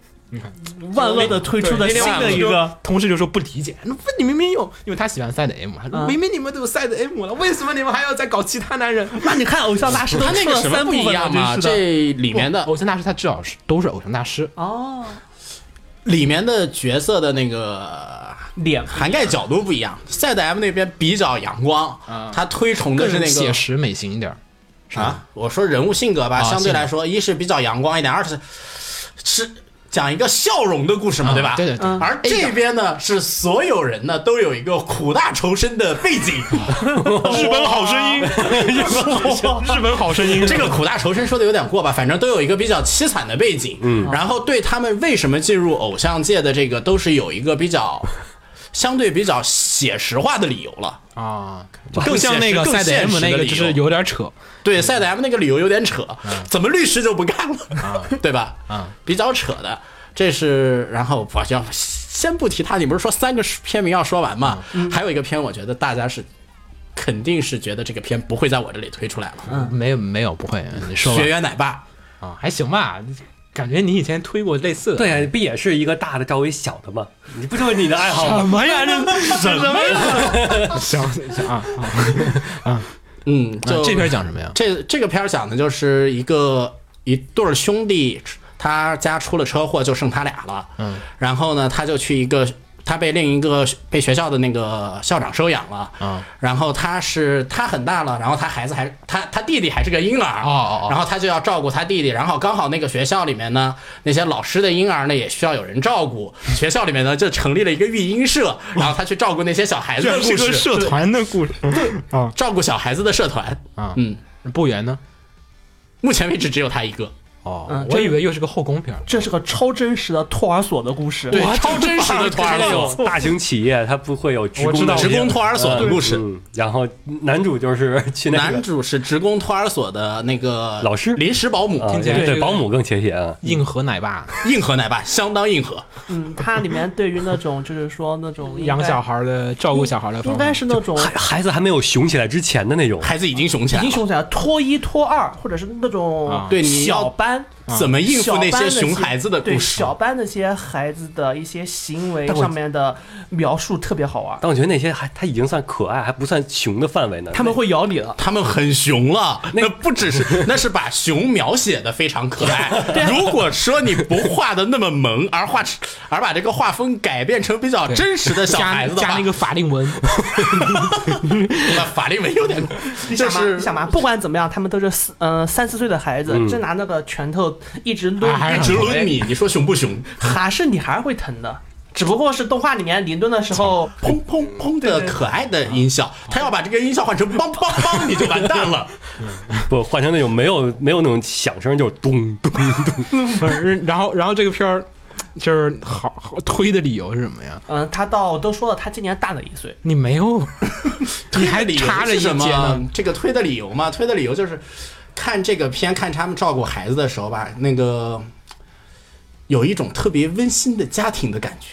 万恶的推出的
对
新的一个，，
同事就说不理解，那不你明明有，因为他喜欢赛德 M，他说
嗯
明明你们都有赛德 M 了，为什么你们还要再搞其他男人？
那你看偶像大师都
它那
出
个
了
什么
三部
不一
分
样嘛？
了，真是的。
这里面的
偶像大师，他至少是都是偶像大师，
哦，
里面的角色的那个
脸
涵盖角度不一样。赛的 M 那边比较阳光，他推崇的是那
写
个
实美型一点儿，是吧？
啊，我说人物性格吧，
啊
相对来说，一是比较阳光一点，二是是讲一个笑容的故事嘛，
啊
对吧？
对对对嗯
而这边呢，是所有人呢都有一个苦大仇深的背景。
日本好声 音，日本好声音
这个苦大仇深说的有点过吧，反正都有一个比较凄惨的背景。嗯，然后对他们为什么进入偶像界的这个，都是有一个比较。相对比较写实化的理由了，
啊，就
更
更像那个赛
现实
德 M 那个，就是有点扯，
对赛德 M 那个理由有点扯，
嗯
怎么律师就不干了， 对吧？
啊，
比较扯的，这是然后我就先不提他，你不是说三个片名要说完吗？
嗯
嗯还有一个片，我觉得大家是肯定是觉得这个片不会在我这里推出来了，
没有没有不会，你说吧
学员奶爸》
啊，还行吧，感觉你以前推过类似的，
对，啊不也是一个大的照顾一小的吗？你不就是你的爱 好吗？
么呀？这 什么 呀？想想啊啊
嗯，就
这篇讲什么呀？
这这个片儿讲的就是一个一对儿兄弟，他家出了车祸，就剩他俩了。嗯，然后呢，他就去一个。他被另一个被学校的那个校长收养了，
嗯
然后他是他很大了，然后他孩子还他他弟弟还是个婴儿，
哦哦哦
然后他就要照顾他弟弟，然后刚好那个学校里面呢，那些老师的婴儿呢也需要有人照顾，学校里面呢就成立了一个育婴社，然后他去照顾那些小孩子
居
的
然是
故
个
事，
社团的故事啊
照顾小孩子的社团，
啊！
嗯，
不圆呢？
目前为止只有他一个，
哦
嗯，
我
这
以为又是个后宫片儿。
这是个超真实的托儿所的故事。
对，超真实的托儿
那
所，
种大型企业，它不会有职
我知
工
道
的
职工托儿所的故事。
嗯，然后男主就是去那
男
个
主是职工托儿所的那个
老师
临时保姆，
啊，
听起来这
对
个
保姆更写写啊，
硬核奶爸
硬核奶爸，相当硬核。
嗯，它里面对于那种就是说那种 应该
养小孩儿的、照顾小孩儿的方
应
法
该，是那种
孩孩子还没有雄起来之前的那种，
孩子已经熊起
已
来
经
了，
熊起来，托一托二，或者是那
啊
种
对你要
小班。啊
怎么应付
小
那
班
些
那
熊孩子的故
对
事？
小班那些孩子的一些行为
但我
上面的描述特别好玩，
但我觉得那些还他已经算可爱，还不算熊的范围呢。
他们会咬你的。
他们很熊了，那不只是，那是把熊描写的非常可 爱。
啊
如果说你不画的那么萌，而画而把这个画风改变成比较真实的小
加
孩子的
加
话
那，个法令纹，
那法令纹有点，就
想嘛，
是嗯
你想嘛，不管怎么样，他们都是四呃三四岁的孩子，真拿那个拳头一直抡，
还
一直抡你，你说熊不熊？
还是你还是会疼的，只不过是动画里面林顿的时候，
嗯
砰砰砰的可爱的音
啊
效，他要把这个音效换成梆梆 梆，你就完蛋了。
不换成那种没有没有那种响声，就是咚咚咚。
不是然后然后这个片儿就是好好推的理由是什么呀？
嗯、他到都说了，他今年大了一岁，
你没有，你还
推的理由
插着
是
一
什
截呢。
么？啊这个推的理由嘛，推的理由就是看这个片，看他们照顾孩子的时候吧，那个有一种特别温馨的家庭的感觉。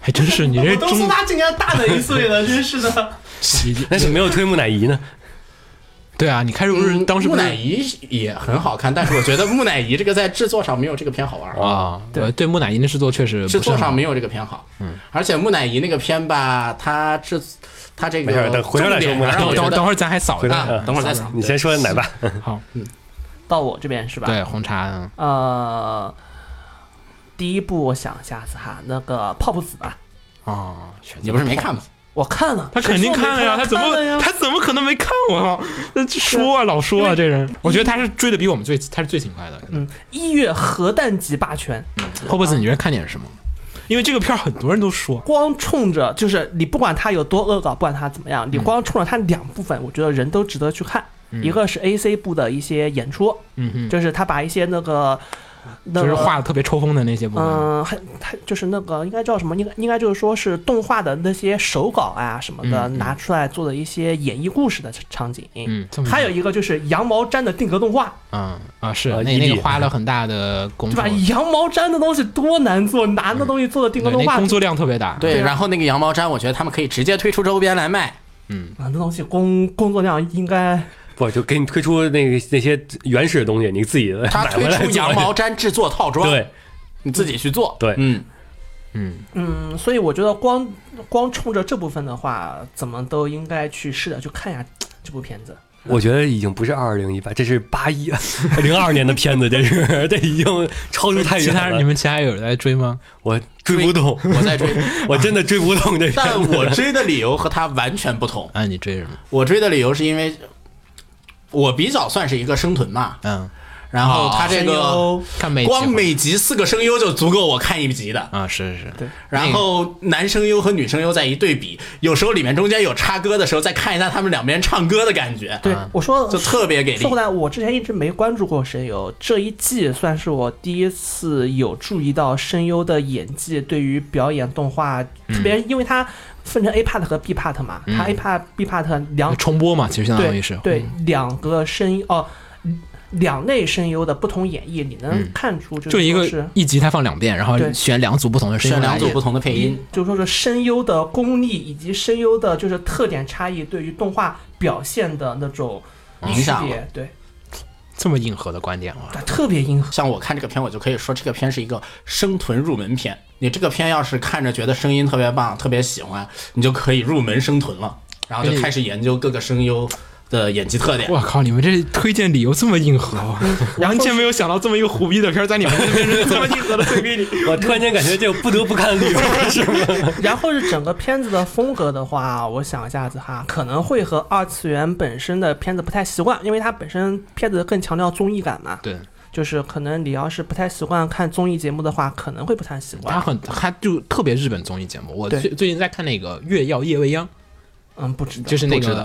还真是你这
都说
中，
他今年大了一岁了，真是的。
但是没有推木乃伊呢，
对啊，你开始不是当时
嗯木
不
乃
是
伊也很好看，但是我觉得 木乃伊这个在制作上没有这个片好玩。
啊，对对，木乃伊的制作确实不是
制作上
很
没有这个片好，嗯，而且木乃伊那个片吧，它制它这
没
个
事等回头来说
重
木乃
点还
伊
让
好。
我
等
觉
会儿等
得
哦会儿咱还扫一嗯
回头嗯
个，
啊，等会儿再
你先说奶爸，
好，
到我这边是吧？，
对红茶嗯
呃，第一部我想一下子哈，那个泡泡子吧，
啊，
你不是没看吗？
我看了，
他肯定看了呀，他
谁
怎
说没
么
看了呀
他怎么可能没看我啊？那这说啊，老说啊，这人，我觉得他是追的比我们最，他是最勤快的。
嗯，一月核弹级霸权，
霍布斯，你觉得看点是什么？因为这个片儿很多人都说，
光冲着就是你不管它有多恶搞，不管它怎么样，你
嗯
光冲着它两部分，我觉得人都值得去看。一个是 A C 部的一些演出，
嗯哼，
就是他把一些那个，那
就
个
是画的特别抽风的那些部分，
嗯，还还就是那个应该叫什么？应该应该就是说是动画的那些手稿啊什么的
嗯嗯
拿出来做的一些演绎故事的场景。
嗯这么
还有一个就是羊毛毡的定格动画，
嗯啊是，
呃
那
伊利
那个花了很大的工
对
作
吧？，羊毛毡的东西多难做，拿那东西做的定格
对
动
那
画，
工作量特别大，
啊
对，然后那个羊毛毡，我觉得他们可以直接推出周边 来卖。
啊，那东西工工作量应该
不就给你推出那个那些原始的东西，你自己
他
买
推
回来
出
做
羊毛毡制作套装，
对，
你自己去做。
对
嗯，
嗯
嗯，所以我觉得光光冲着这部分的话，怎么都应该去试着去看一下这部片子。
我觉得已经不是二零一八，这是八一啊零二年的片子，这是这已经超出太
其他
远
人你
了，
们其他有人在追吗？
我追不动，
我在 追，
我真的追不动这片子。
但我追的理由和他完全不同。
啊，你追什么？
我追的理由是因为我比较算是一个生豚嘛，
嗯，
然后
啊
他这个
看美
光
集
每集四个声优就足够我看一集的。
啊，是是是，
然后男声优和女声优再一对比，有时候里面中间有插歌的时候，再看一下他们两边唱歌的感觉，
对，我说
啊就特别给力
说回。来，我之前一直没关注过声优，这一季算是我第一次有注意到声优的演技对于表演动画，特别因为它分成 A part 和 B part 嘛，它 A part、B part 两
重播嘛，其实相当于
对
是嗯
对两个声优哦。两类声优的不同演绎，你能看出就是
就一
说
个
是
一集他放两遍，然后
对
选两组不同的声音
选
来
两组
演
不同的配
一
音，
就是说是声优的功力以及声优的就是特点差异对于动画表现的那种
影
区
响
别，对，
这么硬核的观点 啊！
它特别硬核。
像我看这个片，我就可以说这个片是一个生豚入门片。你这个片要是看着觉得声音特别棒，特别喜欢，你就可以入门生豚了，然后就开始研究各个声优、的演技特点。
我靠，你们这推荐理由这么硬核，啊
嗯
完全没有想到这么一个虎逼的片儿在你们这 边是这么硬核的推给你。
我突然间感觉这个不得不看的理由是什么？
然后是整个片子的风格的话，我想一下子哈，可能会和二次元本身的片子不太习惯，因为它本身片子更强调综艺感嘛。
对，
就是可能你要是不太习惯看综艺节目的话，可能会不太习
他
惯。
啊
很，他就特别日本综艺节目。我
对
最最近在看那个《月曜夜未央
嗯，不知》，道。
就是那
不知
个
道，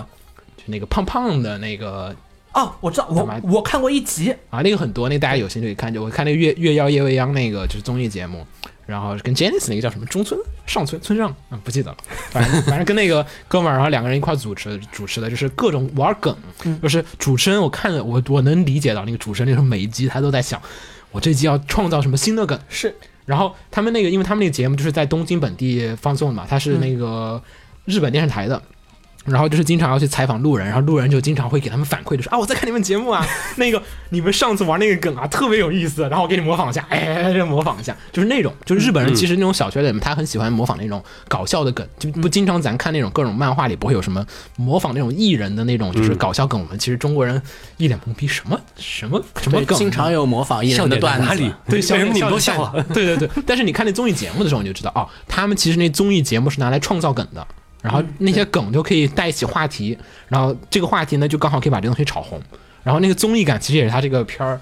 就那个胖胖的那个
哦，我知道，我
干嘛
我看过一集，
啊，那个很多，那个大家有兴趣可以看。就我看那个月《月曜夜未央》那个就是综艺节目，然后跟 Janice 那个叫什么中村上村村上啊，不记得了，反正反正跟那个哥们儿，然后两个人一块儿主持主持的，就是各种玩梗，就是主持人我看了我我能理解到那个主持人，就是每一集他都在想，我这集要创造什么新的梗，
是
然后他们那个，因为他们那个节目就是在东京本地放送的嘛，他是那个日本电视台的。然后就是经常要去采访路人，然后路人就经常会给他们反馈，就说啊，我在看你们节目啊，那个你们上次玩那个梗啊，特别有意思，然后我给你模仿一下，哎哎，哎这模仿一下，就是那种，就是日本人其实那种小学里面，他很喜欢模仿那种搞笑的梗，就不经常咱看那种各种漫画里不会有什么模仿那种艺人的那种就是搞笑梗，我们其实中国人一脸懵逼，什么什么什么
对
梗，
经常有模仿艺人的段
哪
子
里，？
对，
为什么你们都笑啊
笑
了？？
对 对对，但是你看那综艺节目的时候，你就知道哦，他们其实那综艺节目是拿来创造梗的，然后那些梗就可以带起话题，然后这个话题呢就刚好可以把这东西炒红，然后那个综艺感其实也是他这个片儿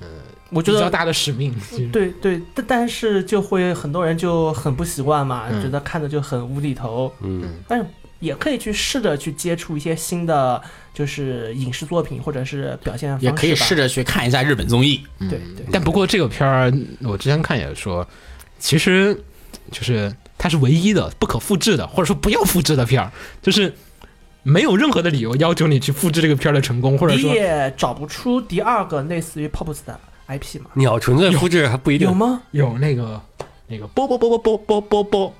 呃
我
比
觉
较
得
大的使命。其实
对对，但但是就会很多人就很不习惯嘛，
嗯
觉得看着就很无厘头。
嗯，
但是也可以去试着去接触一些新的，就是影视作品或者是表现方式
也
吧。
可以试着去看一下日本综艺。
对对。
但不过这个片儿，我之前看也说，其实就是它是唯一的不可复制的，或者说不要复制的片儿，就是没有任何的理由要求你去复制这个片儿的成功，或者
你
说
也找不出第二个类似于 Pops 的 IP 嘛？
你要纯粹复制还不一定
有。吗？
有那个那个波波波波波波波波，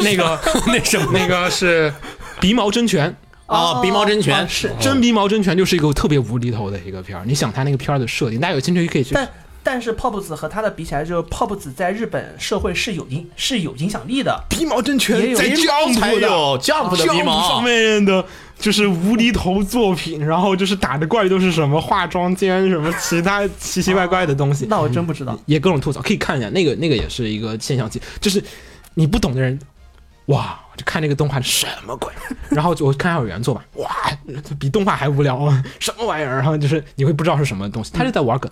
那个那什么 那个是 鼻毛真拳。
哦，鼻毛真拳
是，
真鼻毛真拳就是一个特别无厘头的一个片儿，你想它那个片儿的设定，大家有兴趣可以去。
但但是 Pops 和他的比起来，就是 Pops 在日本社会是有影是有影响力的。
鼻毛真
也
拳
有
在
一
Jump
才
的
有 Jump 的鼻
哦 Jump 上
毛，
面的就是无厘头作品，然后就是打的怪都是什么化妆间什么其他奇奇怪怪的东西，
那我真不知道。
也各种吐槽，可以看一下那个那个也是一个现象级，就是你不懂的人，哇，就看这个动画什么鬼，然后就我看下有原作吧， 哇，比动画还无聊啊，什么玩意儿？然后就是你会不知道是什么东西，他是在玩梗。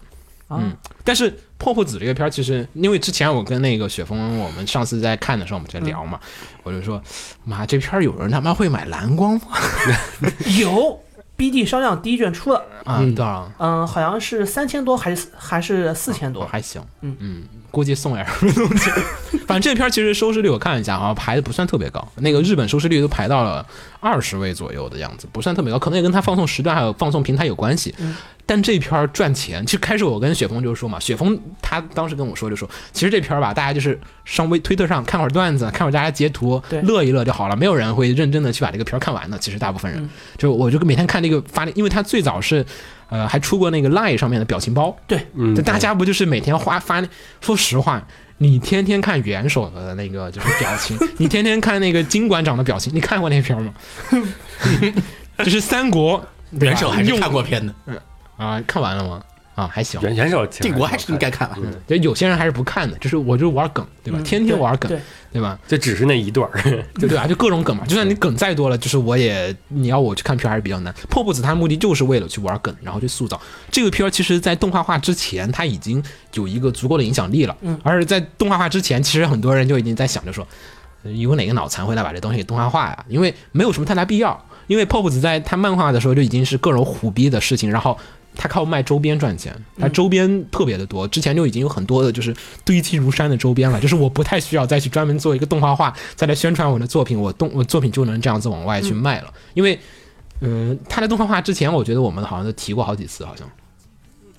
嗯，但是《泡泡子》这个片儿，其实因为之前我跟那个雪峰，我们上次在看的时候，我们在聊嘛，我就说，妈，这片儿有人他妈会买蓝光吗？嗯
有 BD 销量第一卷出了，
啊，对啊，
嗯，好像是三千多还是还是四千
我
多？
还行，
嗯
估计送点什么东西。 反正这片儿其实收视率我看了一下，好像排的不算特别高，那个日本收视率都排到了二十位左右的样子，不算特别高，可能也跟它放送时段还有放送平台有关系。
嗯
但这片儿赚钱，其实开始我跟雪峰就说嘛，雪峰他当时跟我说就说，其实这片儿吧，大家就是上微推特上看会儿段子，看会儿大家截图
对，
乐一乐就好了，没有人会认真的去把这个片儿看完的。其实大部分
嗯
人，就我就每天看这个发，因为他最早是，呃，还出过那个 Line 上面的表情包，
对，
嗯
就大家不就是每天花发？说实话，你天天看元首的那个就是表 情，你天天看那个金馆长的表情，你看过那片儿吗？ 就是三国对吧
元首还是
用
看过片的，
啊、看完了吗？啊，还行。
元元首
定
定
国还是应该看完。
就有些人还是不看的，就是我就玩梗，对吧？
嗯
天天玩梗，
对，
对吧？
就只是那一段儿，
对对啊，就各种梗嘛。就算你梗再多了，就是我也你要我去看片儿还是比较难。破布子他的目的就是为了去玩梗，然后去塑造这个片儿。其实，在动画化之前，它已经有一个足够的影响力了。嗯，而在动画化之前，其实很多人就已经在想着说，呃有哪个脑残会来把这东西给动画化呀？因为没有什么太大必要。因为 Pop 子在他漫画的时候就已经是各种虎逼的事情，然后他靠卖周边赚钱，他周边特别的多，之前就已经有很多的就是堆积如山的周边了，就是我不太需要再去专门做一个动画化再来宣传我的作品，我动我作品就能这样子往外去卖了，因为。嗯，他在动画化之前，我觉得我们好像都提过好几次，好像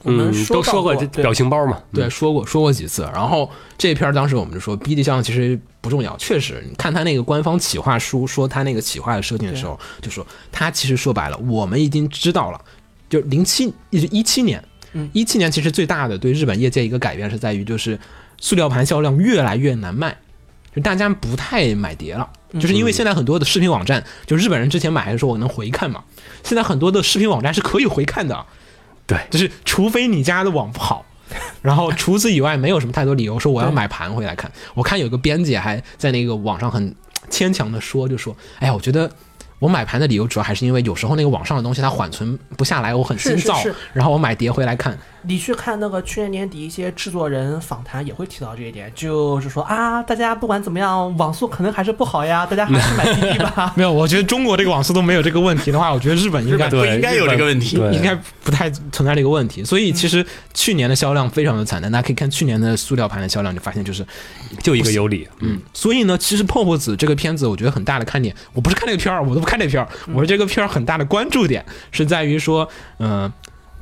我们
嗯，都
到
说过这
对
表情包嘛，
对说过说过几次。然后这片儿当时我们就说，B D 项其实不重要，确实，你看他那个官方企划书说他那个企划的设定的时候，就说他其实说白了，我们已经知道了，就零七一七年，
嗯
一七年其实最大的对日本业界一个改变是在于，就是塑料盘销量越来越难卖，就大家不太买碟了。
嗯
就是因为现在很多的视频网站，就日本人之前买的时候我能回看嘛，现在很多的视频网站是可以回看的，
对
就是除非你家的网不 好。然后除此以外，没有什么太多理由说我要买盘回来看。我看有个编辑还在那个网上很牵强的说，就说：“哎呀，我觉得我买盘的理由主要还是因为有时候那个网上的东西它缓存不下来，我很
是
心
是
燥，
是
然后我买碟回来看。
你去看那个去年年底一些制作人访谈也会提到这一点，就是说啊，大家不管怎么样，网速可能还是不好呀，大家还是买 CD 吧。
没有，我觉得中国这个网速都没有这个问题的话，我觉得日本应该
不应该有这个问题
对
应该不太存在这个问题。所以其实去年的销量非常的惨淡，大家可以看去年的塑料盘的销量，就发现就是
就一个有
啊
理，嗯，
所以呢，其实《泡泡子》这个片子，我觉得很大的看点，我不是看这个片儿，我都不看这片儿，我说这个片儿很大的关注点是在于说，嗯、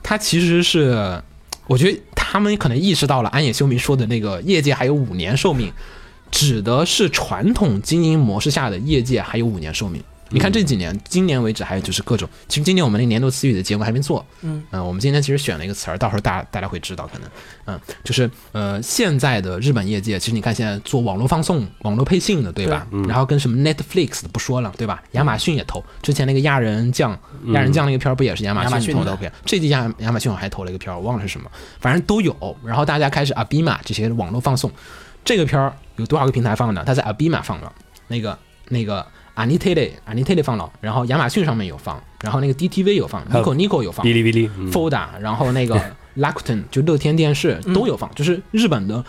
它其实是，我觉得他们可能意识到了安野秀明说的那个业界还有五年寿命，指的是传统经营模式下的业界还有五年寿命。你看这几年，今年为止还有就是各种，其实今年我们那个年度词语的节目还没做，嗯、我们今天其实选了一个词儿，到时候大大家会知道可能，嗯，就是呃，现在的日本业界，其实你看现在做网络放送、网络配信的，对嗯吧？然后跟什么 Netflix 的不说了，对吧？亚马逊也投，之前那个亚人酱，亚人酱那个片儿不也是嗯亚马
亚马
逊
逊
投
的
的片？这季亚亚马逊我还投了一个片儿，我忘了是什么，反正都有。然后大家开始 Abima 这些网络放送，这个片儿有多少个平台放呢？它在 Abima 放了，那个那个 Anitele Anitele 放了，然后亚马逊上面有放，然后那个 DTV 有放
还有
，Nico Nico 有放，
哔哩哔哩，嗯
Foda，然后 那个 Lakuten 就乐天电视都有放，就是日本的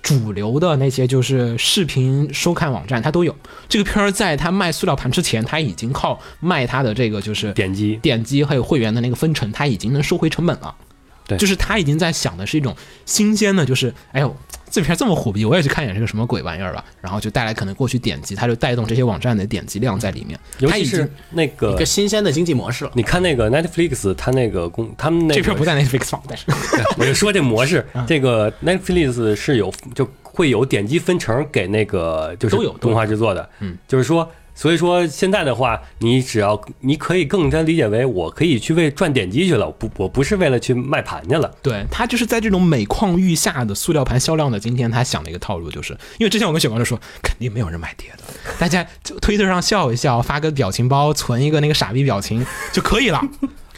主流的那些就是视频收看网站它都有。这个片儿在它卖塑料盘之前，它已经靠卖它的这个就是
点击，
点击还有会员的那个分成，它已经能收回成本了。
对
就是他已经在想的是一种新鲜的，就是哎呦，这片儿这么火逼，我也去看一眼是个什么鬼玩意儿吧。然后就带来可能过去点击，它就带动这些网站的点击量在里面。
尤
它
其
已经
是那个
一个新鲜的经济模式了。
你看那个 Netflix，它那个公，他们那
这
个
片儿 不在嗯 Netflix 放，但是
我就说这 模式，这个 Netflix 是有就会有点击分成给那个就是
都有
动画制作的，嗯，就是说，所以说现在的话，你只要你可以更加理解为，我可以去为赚点击去了，不，我不是为了去卖盘去了，
对他就是在这种每况愈下的塑料盘销量的今天，他想了一个套路，就是因为之前我跟雪糕就说，肯定没有人买碟的，大家就推特上笑一笑，发个表情包，存一个那个傻逼表情就可以了。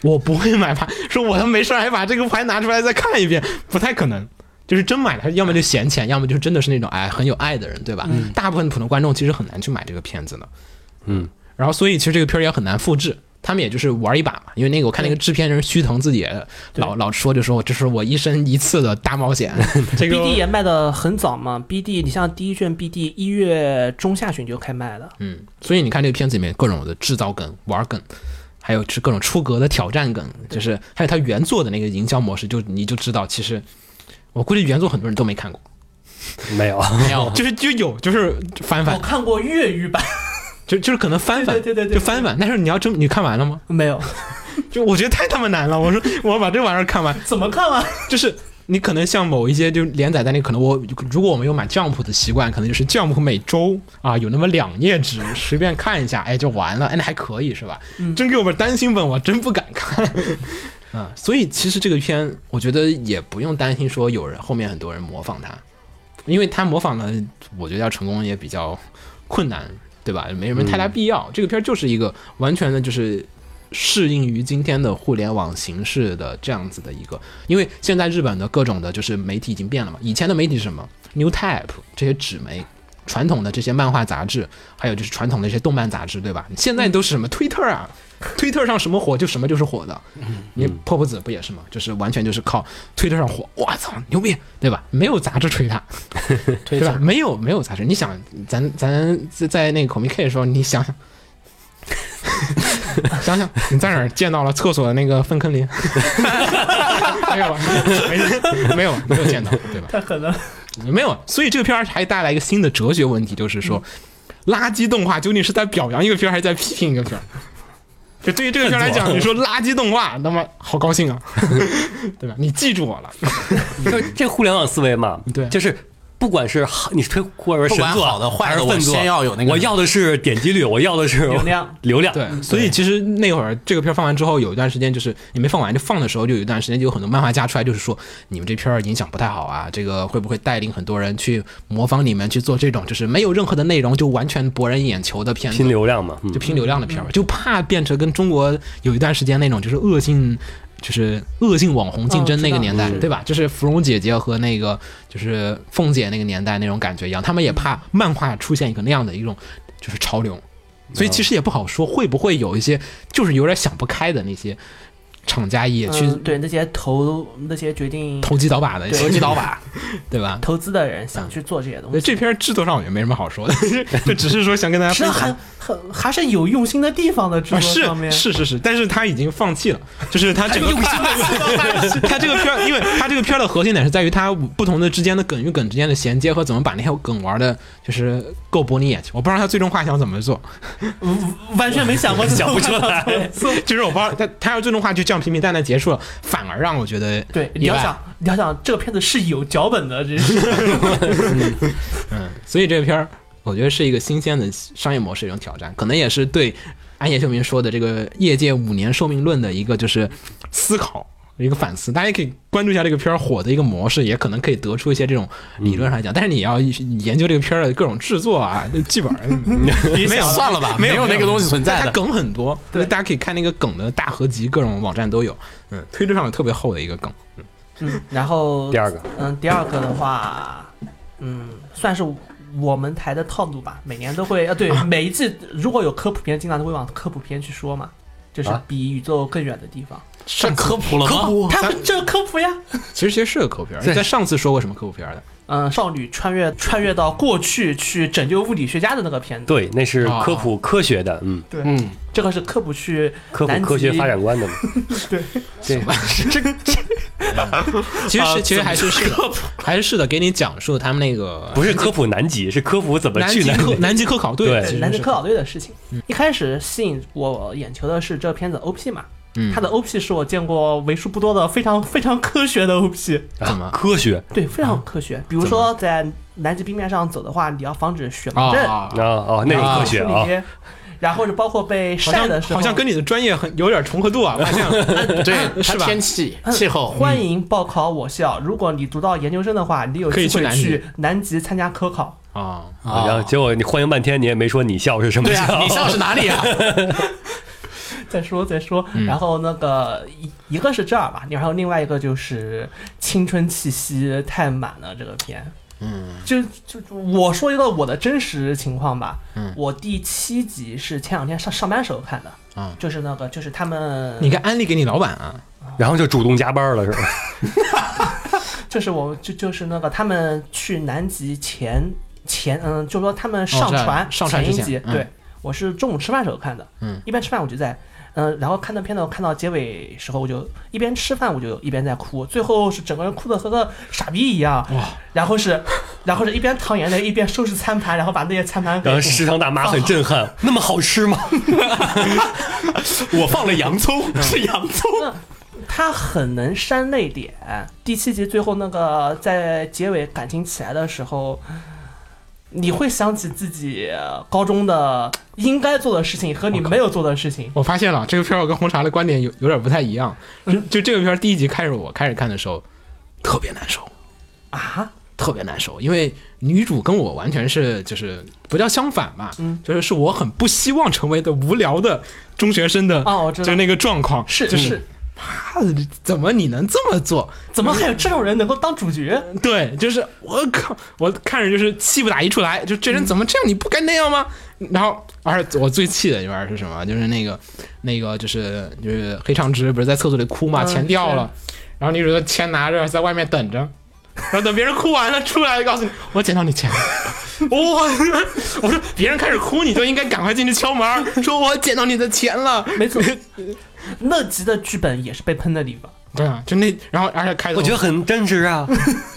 我不会买盘，说我他妈没事儿还把这个牌拿出来再看一遍，不太可能。就是真买了，要么就闲钱，要么就是真的是那种哎很有爱的人，对吧？大部分普通观众其实很难去买这个片子的。然后所以其实这个片儿也很难复制。他们也就是玩一把嘛，因为那个我看那个制片人须藤自己也老老说，就说这是我一生一次的大冒险。这个
BD 也卖的很早嘛，BD 你像第一卷 BD 一月中下旬就开卖了，
嗯，所以你看这个片子里面各种的制造梗、玩梗，还有是各种出格的挑战梗，就是还有他原作的那个营销模式，就你就知道，其实我估计原作很多人都没看过，
没有，
没有，就是就有，就是翻
我
翻，
看过粤语版，
就就是可能翻翻，
对对对对对
就翻翻。但是你要真你看完了吗？
没有，
就我觉得太他妈难了，我说我要把这玩意儿看完，
怎么看啊？
就是你可能像某一些就连载在那，可能我如果我没有买 Jump 的习惯，可能就是 Jump 每周啊有那么两页纸，随便看一下，哎就完了，哎那还可以是吧？真给我本单行本，我真不敢看。 啊，所以其实这个片，我觉得也不用担心说有人后面很多人模仿他，因为他模仿的，我觉得要成功也比较困难，对吧？没什么太大必要。这个片儿就是一个完全的，就是适应于今天的互联网形式的这样子的一个，因为现在日本的各种的就是媒体已经变了嘛，以前的媒体是什么 New Type 这些纸媒。传统的这些漫画杂志，还有就是传统的一些动漫杂志，对吧？现在都是什么推特啊，推特上什么火就什么就是火的，你破布子不也是吗？就是完全就是靠推特上火，我操牛逼，对吧？没有杂志吹他，对吧？没有没有杂志，你想咱咱在在那个 Comic K 的时候，你想想。 想想你在哪儿见到了厕所的那个粪坑林？没有吧？没没有吧没有见到，对吧？
太狠了，
没有，所以这个片儿还带来一个新的哲学问题，就是说，垃圾动画究竟是在表扬一个片儿，还是在批评一个片儿？就对于这个片儿来讲，你说垃圾动画，那么好高兴啊，对吧？你记住我了，
就这互联网思维嘛，
对
就是不管是好你是推或者是神
不
作
管好的坏的
还是
我
粪作，
先要有那个
我要的是点击率，我要的是
流量，
流量。
对，所以其实那会儿这个片儿放完之后，有一段时间就是也没放完，就放的时候就有一段时间就有很多漫画家出来，就是说你们这片儿影响不太好啊，这个会不会带领很多人去模仿你们去做这种就是没有任何的内容就完全博人眼球的片子
拼？流量嘛，嗯
就拼流量的片儿，就怕变成跟中国有一段时间那种就是恶性。就是恶性网红竞
哦
争那个年代，对吧？就是芙蓉姐姐和那个就是凤姐那个年代那种感觉一样，他们也怕漫画出现一个那样的一种就是潮流，所以其实也不好说会不会有一些就是有点想不开的那些厂家也去
嗯对那些投那些决定
投机倒把的，
对投
机倒把，对吧？
投资的人想去做这些东
对
西，
这片制作上也没什么好说 的，就只是说想跟大家
是
分
啊
享
还。很还是有用心的地方的，制
啊，
作
是
上面
是是是，但是他已经放弃了，就是他这个 他这个片儿，因为他这个片儿的核心点是在于它不同的之间的梗与梗之间的衔接和怎么把那些梗玩的，就是够博你眼球。我不知道他最终话想怎么做，
完全没想过想不出 来。
就是我不知道他他要最终话就这样平平淡淡结束了，反而让我觉得
对，你
意
要
外
想，你要想，这个片子是有脚本的，这是
所以这个片儿，我觉得是一个新鲜的商业模式一种挑战，可能也是对安野秀明说的这个业界五年寿命论的一个就是思考。一个反思，大家可以关注一下这个片儿火的一个模式，也可能可以得出一些这种理论上来讲，但是你要研究这个片儿的各种制作啊、 剧本儿，没有
算了吧没有那个东西存在的
它梗很多，对，大家可以看那个梗的大合集，各种网站都有，嗯，推特上有特别厚的一个梗，
嗯，然后
第二个，
嗯，第二个的话，嗯，算是我们台的套路吧，每年都会啊，对，每一季如果有科普片，经常都会往科普片去说嘛，就是
啊
比宇宙更远的地方。
这科普了吗？
他们这科普呀，
其实其实是个科普片儿，你在上次说过什么科普片儿的？
嗯，少女穿越穿越到过去去拯救物理学家的那个片子，，
对，那是
啊
科普科学的，嗯，
嗯，
这个是科普去
科普
南
科学
极
发展观的 嘛，
其实
啊
是，其实还是是的，还是是的，给你讲述他们那个
不是科普南极，是科普怎么
南
去
极
南
科
极。
南极科考队，
对
其实
对
是嗯
南极科考队的事情。一开始吸引我眼球的是这片子 OP 嘛，
嗯
它的 OP 是我见过为数不多的非常非常科学的 OP，
怎么
啊科学
对，非
啊
常科学。比如说在南极冰面上走的话，你要防止雪盲症，
啊？
啊哦，那种科学啊，
然后是包括被
好
晒的
像
时候，
好像跟你的专业很有点重合度啊，发现 了
对，嗯
是
它
吧？
天气气候，
欢迎报考我校。如果你读到研究生的话，你有
可以
机
去
会
南极
去南极参加科考。
啊，
啊
然后结果你欢迎半天，你也没说你笑是什么
对啊，
笑
你，笑是哪里啊？
再说再说，然后那个一一个是这儿吧，然后另外一个就是青春气息太满了这个片。嗯，就就就我说一个我的真实情况吧。嗯，我第七集是前两天上上班时候看的。
啊
就是那个就是他们，
你该安利给你老板啊，
然后就主动加班了是吧？
就是我就就是那个他们去南极前前嗯，就说他们上
哦这样
船、
上船
前
之
一
前
集，
嗯
对我是中午吃饭时候看的，
嗯，
一般吃饭我就在嗯，然后看那片头看到结尾时候，我就一边吃饭我就一边在哭，最后是整个人哭的和个傻逼一样，哇，然后是然后是一边淌眼泪一边收拾餐盘，然后把那些餐盘给
然后食堂大妈很震撼，那么好吃吗？
我放了洋葱，是洋葱。
他很能煽泪点。第七集最后那个在结尾感情起来的时候，你会想起自己高中的应该做的事情和你没有做的事情。
我发现了这个片儿，我跟红茶的观点有有点不太一样。就就这个片儿第一集开始，我开始看的时候特别难受嗯
啊，
特别难受，因为女主跟我完全是就是不叫相反吧，就是是我很不希望成为的无聊的中学生的
哦我知
就
道
是那个状况，
是，
就是啊怎么你能这么做？
怎么还有这种人能够当主角？
对，就是我靠，我看着就是气不打一处来，就这人怎么这样？你不该那样吗？然后，而且我最气的一边是什么？就是那个，那个就是就是黑长直不是在厕所里哭嘛，
嗯
钱掉了，然后女主就钱拿着在外面等着，然后等别人哭完了出来，告诉你我捡到你钱了。 我、 我说别人开始哭，你就应该赶快进去敲门，说我捡到你的钱了。
没错，乐极的剧本也是被喷的地方。
对啊，就那，然后而且开头
我觉得很真实啊，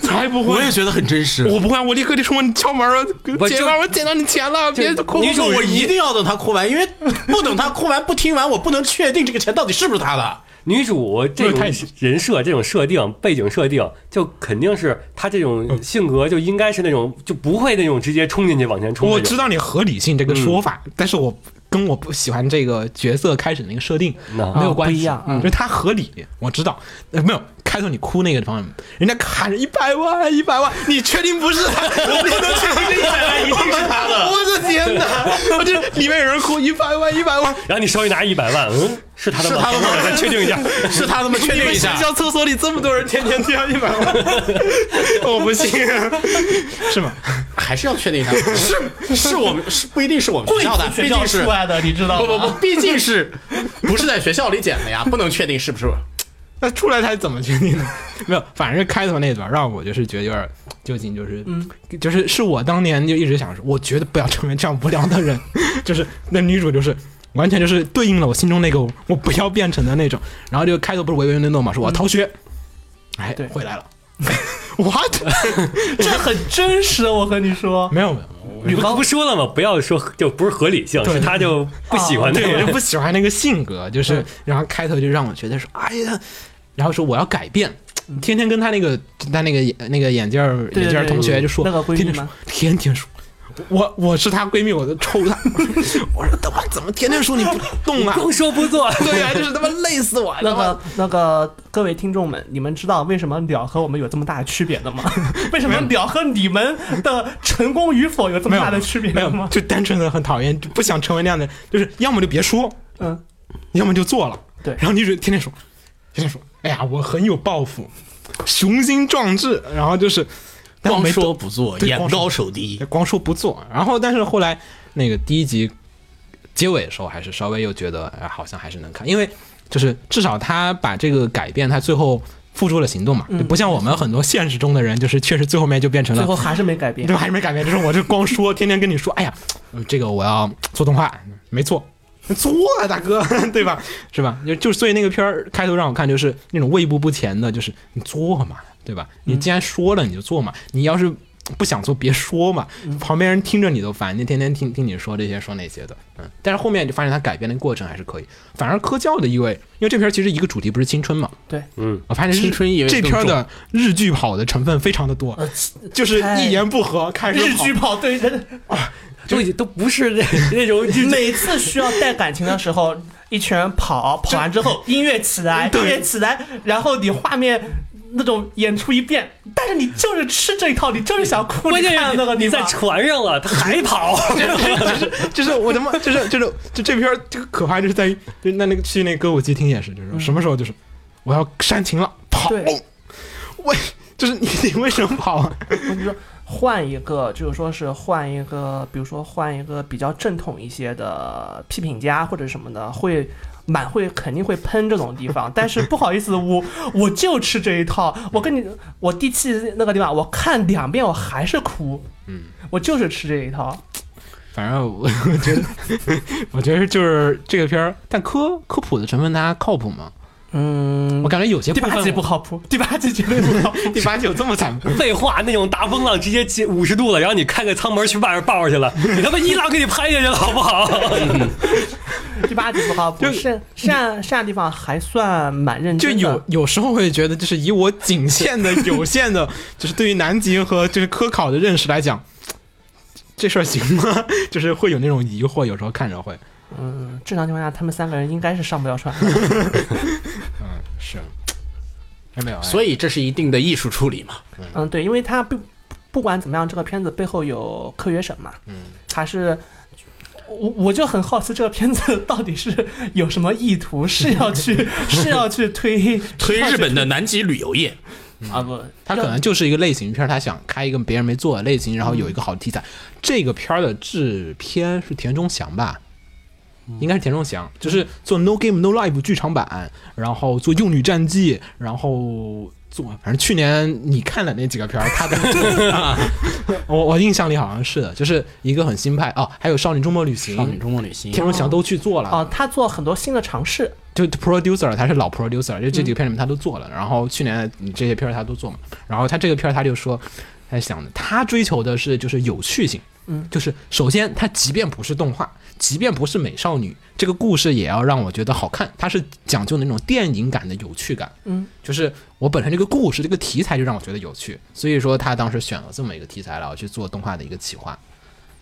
才不会，
觉得很真实
我不会，我立刻就冲你敲门了，
我
姐
就
妹儿，我捡到你钱了，别哭。
女主，我一定要等她哭完，因为不等她哭完不听完，我不能确定这个钱到底是不是她的。
女主这种
太是
人设、这种设定、背景设定，就肯定是她这种性格就应该是那种就不会那种直接冲进去往前冲。
我嗯知，道你合理性这个说法，但是我跟我不喜欢这个角色开始那个设定
那
没有关系，
不一样嗯
因为它合理，我知道。呃没有开头你哭那个地方，人家喊着一百万，一百万，你确定不是他？ 我不能确定一百万一定是他的。 我的天哪！我这里面有人哭一百万，一百万，
然后你手里拿一百万，嗯，是他的
是
吗？
他的吗
我再确定一下。
是 他的吗？确定一下。学校厕所里这么多人，天天这样一百 万，我不信，啊 是吗？
还是要确定一下， 是是我们是不一定是我
啊
们学校的，毕
学校
竟是
出来的，你知道
不
吗？
不 不，毕竟是 不是在学校里捡的呀，不能确定是不是。
那出来他怎么决定的？ 没有，反正开头那段让我就是觉得有点究竟就是，就是是我当年就一直想说，我绝对不要成为这样无聊的人。 就是那女主就是完全就是对应了我心中那个我不要变成的那种。然后就开头不是唯唯诺诺嘛，说我要逃学，哎，
对
回来了。What？
这很真实，我和你说，
没有没有，
女不不说了吗？不要说就不是合理性，是他就不喜欢那
哦对我就
个。
不喜欢那个性格，
嗯
就是然后开头就让我觉得说，哎呀，然后说我要改变。天天跟他那个他那个眼那个眼镜儿
嗯对
眼镜儿
对
同学就说，
那个闺
天
蜜
天
吗
说，天天说，我我是她闺蜜，我就抽她。 我说他妈怎么天天说你不动啊？
光说不做，
对啊，就是他妈累死我
那
了。
个那个各位听众们，你们知道为什么鸟和我们有这么大的区别的吗？ 为什么鸟和你们的成功与否有这
没
么
有
大的区别
没有
吗？
就单纯的很讨厌，就不想成为那样的，就是要么就别说，
嗯，
要么就做了。
对
然后女主天天说，天天说，哎呀，我很有抱负，雄心壮志，然后就是但我
光
没动
说不做，
对
眼
光说
高手 低。
光说不做。然后，但是后来那个第一集结尾的时候，还是稍微又觉得，哎，好像还是能看，因为就是至少他把这个改变，他最后付诸了行动嘛，
嗯
就不像我们很多现实中的人，就是确实最后面就变成
最后
了。
还是没改变
对，。还是没改变，就是我这光说，天天跟你说，哎呀，呃这个我要做动画，没做，做啊，大哥， 对吧？是吧？就就所以那个片儿开头让我看，就是那种畏步不前的，就是你做嘛，对吧？你既然说了，你就做嘛，你要是不想做，别说嘛，旁边人听着你都烦，你天天听听你说这些说那些的，嗯。但是后面就发现他改变的过程还是可以，反而科教的意味，因为这片儿其实一个主题不是青春嘛，
对，
嗯，
我发现
青春意味
这
更
片儿的日剧跑的成分非常的多，就是一言不合开始
呃日
跑
剧跑对人，
都已经都不是 那那种就
每次需要带感情的时候，一群人跑，跑完之后音乐起来，音乐起来，然后你画面那种演出一变，但是你就是吃这一套，你就是想哭。
关键
你看
是
那个
你
地
在
方
船上了，他还跑。
就是我他妈就是就是就这片儿这个可怕就是在于，就那那个去那歌舞伎厅也是，就是什么时候就是我要煽情了跑
嗯对，
我就是你你为什么跑啊？
我就说换一个，就是说是换一个，比如说换一个比较正统一些的批评家或者什么的，会满会肯定会喷这种地 方。但是不好意思，我我就吃这一套。我跟你，我第七那个地方，我看两遍我还是哭。嗯，我就是吃这一套。
反正我我觉得我觉得就是这个片儿，但科科普的成分它靠谱吗？
嗯
我，感觉有些
第
部
八
分
集不靠谱， 第八集绝对不靠谱。
第八集有这么惨吗？
废话，那种大风浪直接进五十度了，然后你开个舱门去外面抱着去 了，你他妈一浪给你拍下去了，好不好？ 嗯
第八集不靠谱，
就是
善善地方还算蛮认
就
真的。
有有时候会觉得，就是以我仅限的、有限 的，就是对于南极和就是科考的认识来讲，这事儿行吗？ 就是会有那种疑惑，有时候看着会。
嗯，正常情况下他们三个人应该是上不了船的。
是，没有，啊
所以这是一定的艺术处理嘛？
嗯，对，因为它不不管怎么样，这个片子背后有科学省嘛，嗯，它是。我我就很好奇这个片子到底是有什么意图，是 要去是要去推
推
是要去
日本 的南极旅游业，
嗯
啊不，
他可能就是一个类型片儿，他想开一个别人没做的类型，然后有一个好的题材。这个片儿的制片是田中祥吧？
嗯
应该是田中祥，就是做《No Game No Life》剧场版，然后做《幼女战记》，然后做反正去年你看了那几个片儿，他的我我印象里好像是的，就是一个很新派哦，还有《少女周末旅行
少女》，周末旅行
田，中祥都去做了
哦，他做很多新的尝试，
就 producer 他是老 producer，就这
嗯
几个片里面他都做了，然后去年这些片儿他都做嘛，然后他这个片儿他就说，他想的他追求的是就是有趣性，
嗯，
就是首先它即便不是动画，即便不是美少女，这个故事也要让我觉得好看。它是讲究那种电影感的有趣感。
嗯，
就是我本身这个故事这个题材就让我觉得有趣，所以说他当时选了这么一个题材然后去做动画的一个企划。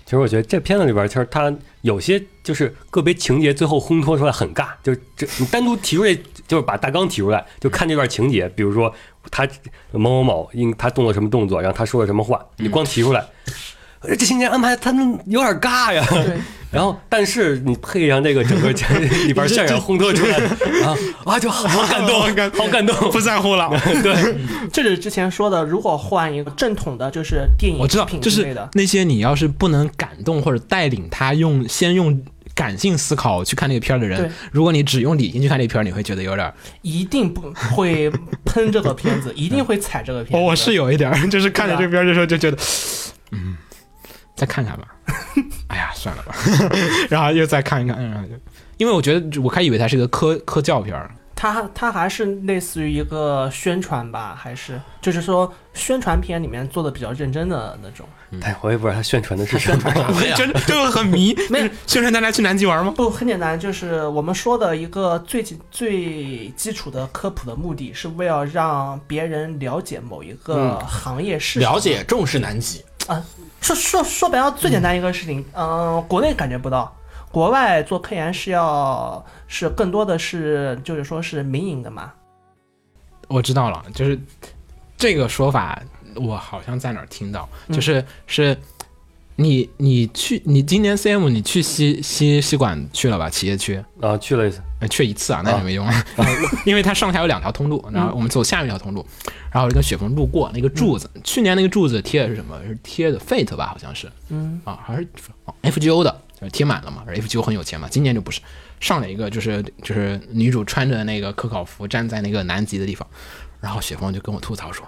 其实我觉得这片子里边，其实它有些就是个别情节最后烘托出来很尬，就是这你单独提出来，就是把大纲提出来，就看这段情节，比如说他某某某因他动了什么动作，然后他说了什么话，你光提出来， 呃这情节安排他们有点尬呀。
对，
然后，但是你配上这个整个里边渲染烘托 出来，啊啊，就好感动，好感动，不在乎了。对，
这就是之前说的，如果换一个正统的，就是电影
我知道，
品
就
之类
是
的，
那些你要是不能感动或者带领他用先用感性思考去看这个片儿的人
对，
如果你只用理性去看这片儿，你会觉得有点儿。
一定不会喷这个片子，一定会踩这个片 子。
我是有一点儿，就是看着
对
这
吧
片儿的时候就觉得，嗯，再看 看吧。哎呀，算了吧， 然后又再看一看，然后就，因为我觉得我还以为它是个科科教片儿，
它它还是类似于一个宣传吧，还是就是说宣传片里面做的比较认真的那种。
哎，我也不知道他宣传的是什么。
啊
觉得 就很迷。
没有
就是宣传大家去南极玩吗？
不，很简单，就是我们说的一个最基最基础的科普的目的，是为了让别人了解某一个行业是什么
嗯了解重视南极，
啊。说说说白了，最简单一个事情，嗯、国内感觉不到，国外做科研是要是更多的是就是说是民营的嘛。
我知道了，就是这个说法，我好像在哪儿听到，
嗯
就是是你你去你今年 CM 你去西西西馆去了吧？企业区。
啊，去了一次，
呃，去一次啊，那也没用啊， 嗯因为它上下有两条通路，然后我们走下面一条通路，然后就跟雪峰路过那个柱子，去年那个柱子贴的是什么？是贴的 Fate 吧，好像是，嗯，啊，还是哦 FGO 的，就是贴满了嘛然后，FGO 很有钱嘛，今年就不是，上了一个就是就是女主穿着那个科考服站在那个南极的地方，然后雪峰就跟我吐槽说。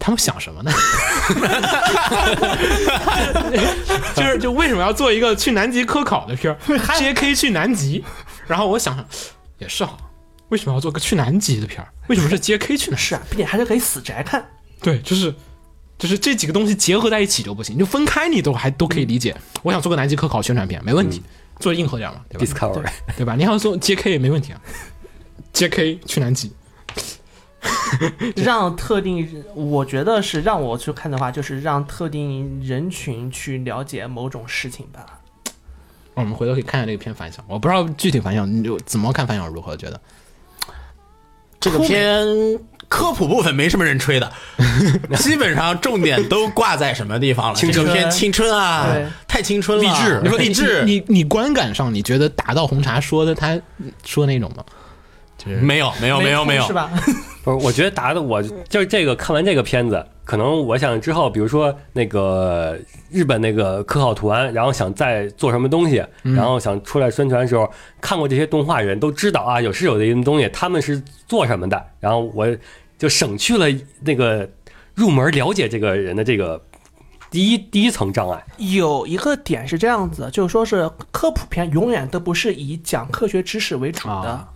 他们想什么呢？ 就是就为什么要做一个去南极科考的片儿？直接可以去南极。然后我想想，也是哈，为什么要做个去南极的片儿？为什么是 JK 去南？
是啊，并且还是可以死宅看。
对，就是就是这几个东西结合在一起就不行，就分开你都还都可以理
嗯
解。我想做个南极科考宣传片，没问题，做硬核点嘛，对吧？
Discovery
对吧？你要做 JK 也没问题啊，JK 去南极，
让特定，我觉得是让我去看的话，就是让特定人群去了解某种事情吧。
哦我们回头可以看看这个片反响。我不知道具体反响，你就怎么看反响如何？觉得
这个片科普部分没什么人吹的，基本上重点都挂在什么地方了？
青
这
春
个片青春啊
对，
太青春了，啊
励志，
你说励志
哎你你你观感上你觉得达到红茶说的他说那种吗？就是
没有没有没有没有
是，吧？
不是，我觉得答的我就是这个。看完这个片子，可能我想之后，比如说那个日本那个科考团，然后想再做什么东西，然后想出来宣传的时候，看过这些动画人都知道啊，有是有的一些东西，他们是做什么的。然后我就省去了那个入门了解这个人的这个第一第一层障碍。
有一个点是这样子，就是说是科普片永远都不是以讲科学知识为主的，
啊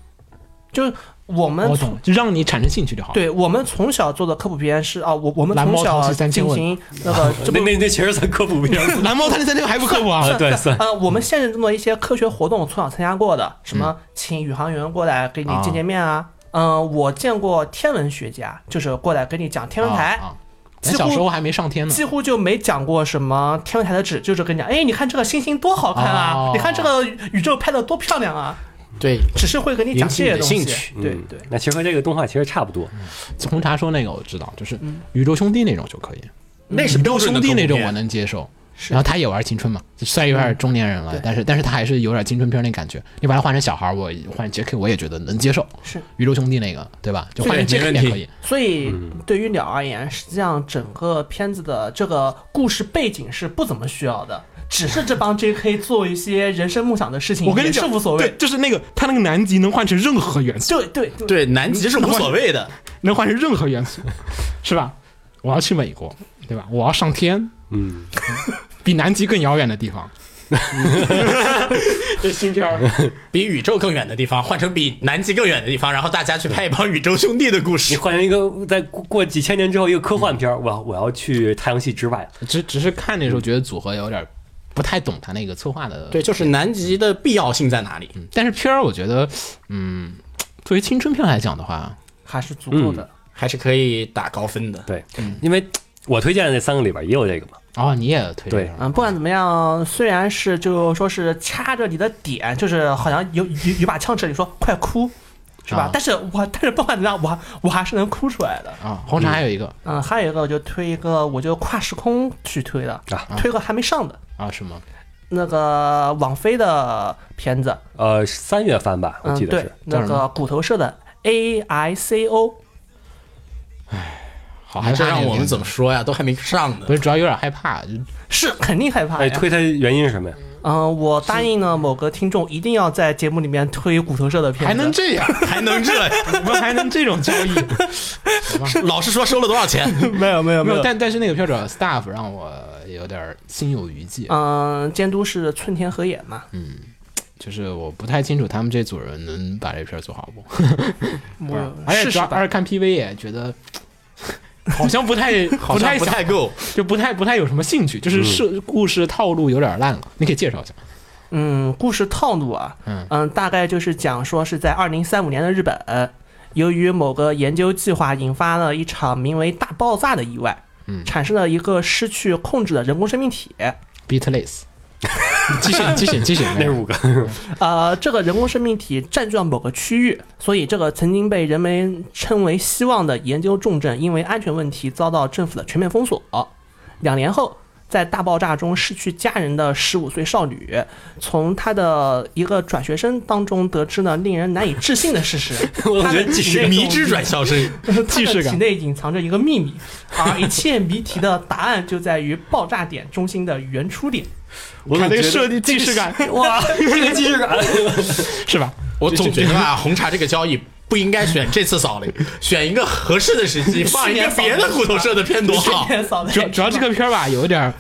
就是我们
我懂，就让你产生兴趣就好。，
嗯对我们从小做的科普片是啊，我我们
蓝
从
猫头
小
是三千
进
问
行那个这
那
不
那那全是算科普片。
蓝猫探险三六还不科普啊？
对算
呃，我们现实中的一些科学活动，从小参加过
嗯
的，什么请宇航员过来给你见见面啊，嗯、我见过天文学家，就是过来给你讲天文台，
啊，啊咱
几乎
小时候还没上天呢。
几乎就没讲过什么天文台的纸，就是跟你讲，哎，你看这个星星多好看啊，
哦
你看这个宇宙拍的多漂亮啊，
对，
只是会跟你讲这些东西。
引起你的兴趣
对
嗯
对，
那其实和这个动画其实差不多。
红茶说那个我知道，就是
嗯
宇宙兄弟那种就可以，
那是
宇
标
宙
准的
兄弟那种我
科普片
能接受。然后他也玩青春嘛，就虽然有点中年人了，
对
但是但是他还是有点青春片那感觉。你把他换成小孩儿，我换 J.K. 我也觉得能接受。
是
宇宙兄弟那个对吧？就换成
对
J.K.
没问
也
题
可以。
所以对于鸟而言，实际上整个片子的这个故事背景是不怎么需要的，只是这帮 J.K. 做一些人生梦想的事情，
我跟你
也
讲
是无所
对
谓。，
就是那个他那个南极能换成任何元素，
对对对，
对南极是无所谓的，
能换成任何元 素，是吧？我要去美国，对吧？我要上天，
嗯，
比南极更遥远的地方，这新片儿，
比宇宙更远的地方换成比南极更远的地方，然后大家去拍一帮宇宙兄弟的故
你
事。
换成一个在过过几千年之后一个科幻片儿，我要我要去太阳系之外了。
只只是看那时候觉得组合有点不太懂他那个策划的。
嗯对，就是南极的必要性在哪里？
嗯，但是片儿我觉得，嗯，作为青春片来讲的话，
还是足够的。
还是可以打高分的。
对，
嗯
因为我推荐的那三个里边也有这个嘛。
哦，你也推
对
这个
嗯，不管怎么样，虽然是就说是掐着你的点，就是好像有有有把枪指着你说快哭，是吧？
啊
但是我但是不管怎么样，我还我还是能哭出来的。
啊，红茶还有一个
嗯，还有一个我就推一个，我就跨时空去推的，
啊
推个还没上的
啊，什么？
那个网飞的片子，
呃，三月份吧，我
嗯
记，得
对
是。，
那
叫什么
个骨头社的 A I C O，
好害怕
这
那个
让我
名
们
字
怎么说呀？都还没上呢
不。是，主要有点害怕，就是
肯定害怕
哎，
呀。
推它原因是什么呀？
嗯，我答应了某个听众，一定要在节目里面推骨头社的片子。
还能这样，
还能这样？
我们还能这种交 易？
老实说，收了多少钱？
没有没有
没有，但但是那个片儿主要 staff 让我有点儿心有余悸，
啊
嗯，监督是村田和也嘛，
嗯就是我不太清楚他们这组人能把这片儿做好不。
我
而且
试
啊主
试
要
嗯吧。
而且看 PV 也觉得 好像不太
好
不
像
太
不
想
太 够。
就不太不太有什么兴趣，就是设故事套路有点烂了，你可以介绍一下。
嗯，故事套路啊，
嗯
大概就是讲说是在二零三五年的日本，呃由于某个研究计划引发了一场名为大爆炸的意外，
嗯
产生了一个失去控制的人工生命体。
Beatless，继续继续继续，
那是五个。，
呃，这个人工生命体占据了某个区域，所以这个曾经被人们称为希望的研究重镇，因为安全问题遭到政府的全面封锁。两年后，在大爆炸中失去家人的十五岁少女，从她的一个转学生当中得知了令人难以置信的事实
我
她
觉
的
得既
体内
是
有
迷之转校 生，
她的体内隐藏着一个秘密，而一切谜题的答案就在于爆炸点中心的原初点。
我
看
总
那个
觉得
设计既视感
哇，这个既视感，
是吧？
我总觉得啊，红茶这个交易。不应该选这次扫雷，选一个合适的时机，放一个别的骨头社的片多 好。
扫雷
主要主 要这个片儿吧，有一点儿，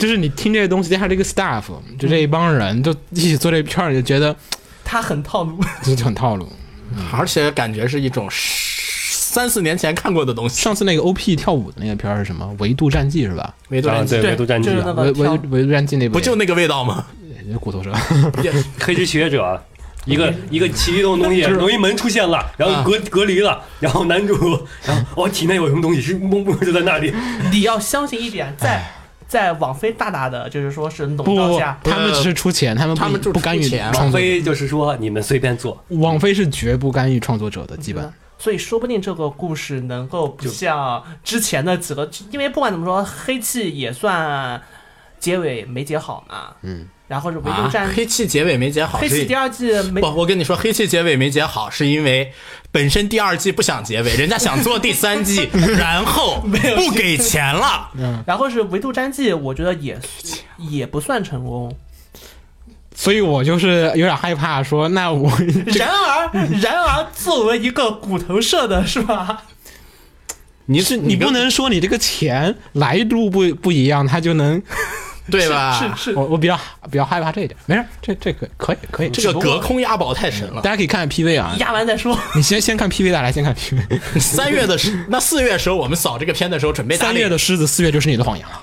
就是你听这个东西，加上这个 staff，就这一帮人就一起做这片儿，你就觉得
他很套路。
就很套路。
而且感觉是一种三四年前看过的东西。
上次那个 OP 跳舞的那个片儿是什么？维度战记是吧？
维多
啊
利亚
对，
对
维度战记
就是
啊
那
维
么
维
跳
维度战记那部
不就那个味道吗？啊
也是骨头蛇？
黑之学者，一个一个奇异动的东西，荣一门出现了，然后隔隔离了，然后男主，然后我哦体内有什么东西是梦梦就在那里，
你要相信一点，在在网飞大大的就是说是笼
不
罩
不，
下，
他们只是出钱，啊他们不
他们就是
不干预
出钱
创
王
作者。
菲就是说你们随便做，
网飞是绝不干预创作者的，基本。
所以说不定这个故事能够不像之前的几个，因为不管怎么说，黑气也算结尾没结好嘛。嗯，然后是维度
啊
战，，
黑气结尾没结好，
黑气
是
第二季没
不，我跟你说，黑气结尾没结好，是因为本身第二季不想结尾，人家想做第三 季，然后不给钱了。
然后是维度战记，我觉得也也不算成功。
所以我就是有点害怕说，那我
然而，然而作为一个骨头社的是吧？
你是你不能说你这个钱来路不不一样，他就能
对啊吧？
是 是
我我比较比较害怕这一点。没事，这这个可以可以，
这
只
个
不过
隔空押宝太神了
大。家可以看看 PV 啊，
压完再说。
你先先看 PV，大家先看 PV。
三月的时，那四月的时候，我们扫这个片的时候，准备打
三
脸
月的狮子，四月就是你的谎言 了，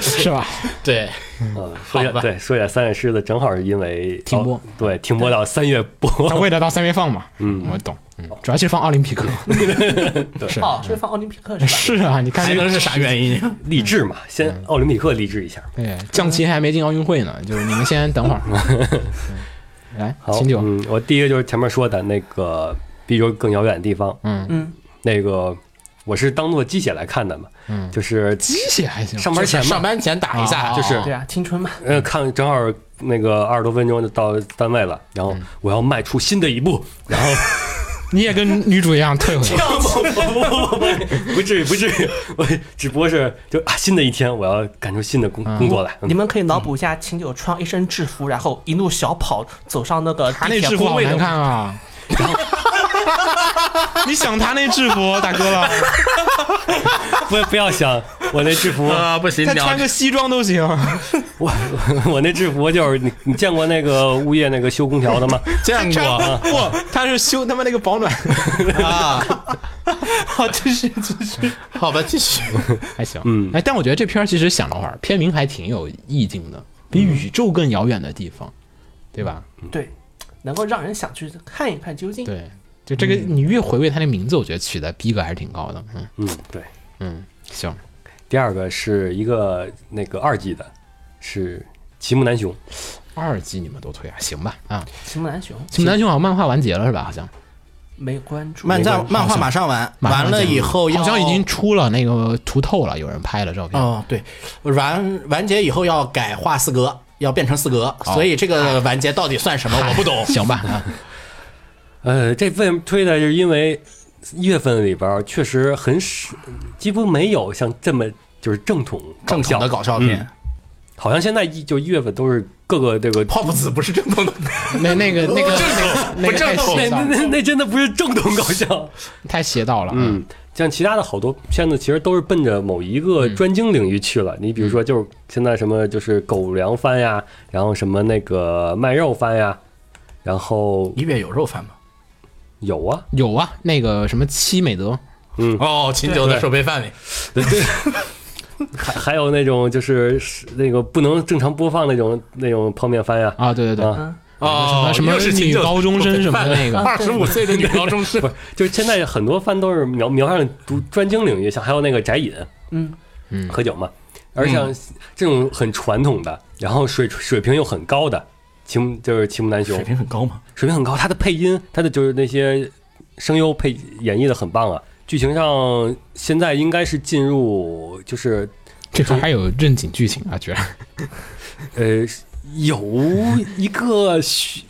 是吧？
对，
嗯，说一
好吧
下对，说一下三月狮子，正好是因为
停播
哦对，停播到三月
他
播，
为了到三月放嘛，嗯，我懂，嗯，主要是放奥林匹 克，是
哦，是放奥林匹克是吧？
是啊，你看
还
这
能是啥原因？
励志嘛，先奥林匹克励志一下。
对，哎降旗还没进奥运会呢，就是你们先等会儿。嗯 来，
好，
秦九，
嗯，我第一个就是前面说的那个比宇宙更遥远的地方，
嗯
嗯，
那个我是当做鸡血来看的嘛，
嗯
就是
机械还行，
上班前嘛
上，班前哦打一下，
就是
对啊，青春嘛。
呃，看正好那个二十多分钟就到单位了，然后我要迈出新的一步，然后
你也跟女主一样 退回来，
不不不不不，不至于不至于，我只不过是就啊新的一天，我要干出新的工工作来。
你
嗯
们可以脑补一下秦九穿一身制服，然后一路小跑走上那个
他
地
那
铁
制服
工
好
位的
难看啊！ 你想他那制服，大哥了，
不不要想我那制服，
啊，不行，
他
你要
穿个西装都行。
我我那制服就是你你见过那个物业那个修空调的吗？
见过
穿不，他是修他妈那个保暖，
啊。好，继续继续，好吧，继续。
还行。嗯，哎，但我觉得这片儿其实想了会儿，片名还挺有意境的，比宇宙更遥远的地方，对吧？
对，能够让人想去看一看究竟。
对，就这个，你越回味它那名字，我觉得取的逼格还是挺高的。嗯
嗯，对。
嗯，行，
第二个是一个那个二季的，是齐木楠雄，
二季你们都推啊，行吧？啊，
秦木南雄
《秦南兄》好像漫画完结了是吧？好像
没关注，
漫画漫画马上完，
马上
完了
结
以后要
好像已经出了那个图透了，有人拍了照片。
哦，对，完完结以后要改画四格，要变成四格，
哦
所以这个完结到底算什么，哦我不懂。
行吧，啊
呃，这为什么推的？就是因为一月份里边儿确实很少，几乎没有像这么就是正统
正
搞
统的
笑
搞笑片，
好像现在一就一月份都是各个这个
泡芙子不是正统的，
那那个那个那个太邪道 了，啊
那那那真的不是正统搞 笑，
太邪道了。嗯
嗯，像其他的好多片子其实都是奔着某一个专精领域去了。
嗯
你比如说，就是现在什么就是狗粮番呀，然后什么那个卖肉番呀，然后
一月有肉番吗？
有啊，
有啊，那个什么七美德，
哦，秦九的守备范围，
对对， 还还有那种就是是那个不能正常播放那种那种泡面番呀，
啊，对对对，
啊
哦，
什么
又是秦
女
九的
高中生什么的那个
二十五岁 的女高中生
不，是，就是现在很多番都是描描上独专精领域，像还有那个宅饮，
嗯
嗯
喝酒嘛，而像这种很传统的，然后水水平又很高的，齐木就是齐木楠雄，
水平很高吗？
水平很高，他的配音，他的就是那些声优配演绎的很棒啊。剧情上现在应该是进入就是
这边还有正经剧情啊，居然
呃有一个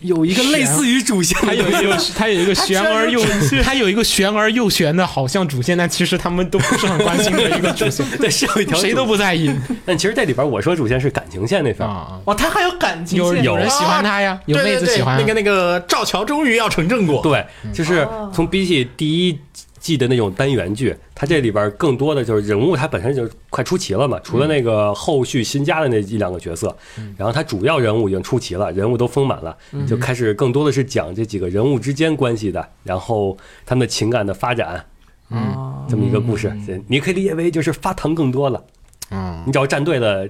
有一个类似于主线的，
还有一 个它有一个悬而又 它有一个悬而又悬的，好像主线，但其实他们都不是很关心的一个主线，
对是有一 条
谁都
主，
不在意
但其实这里边我说主线是感情线那
啊
方，
啊。
哇，他还有感情
有
线，
有
哎
人喜欢他呀，有
哦对
妹
对
子
对，
喜欢啊
那个那个赵乔终于要成正果，
对，
嗯
就是
哦
从比起第一季的那种单元剧，它这里边更多的就是人物，它本身就快出齐了嘛。除
嗯
了那个后续新加的那一两个角色，然后它主要人物已经出齐了，人物都丰满了，
嗯
就开始更多的是讲这几个人物之间关系的，然后他们的情感的发展，嗯
啊，
这么一个故事。这你可以理解为就是发糖更多了，
嗯，
哦
你只要站队了，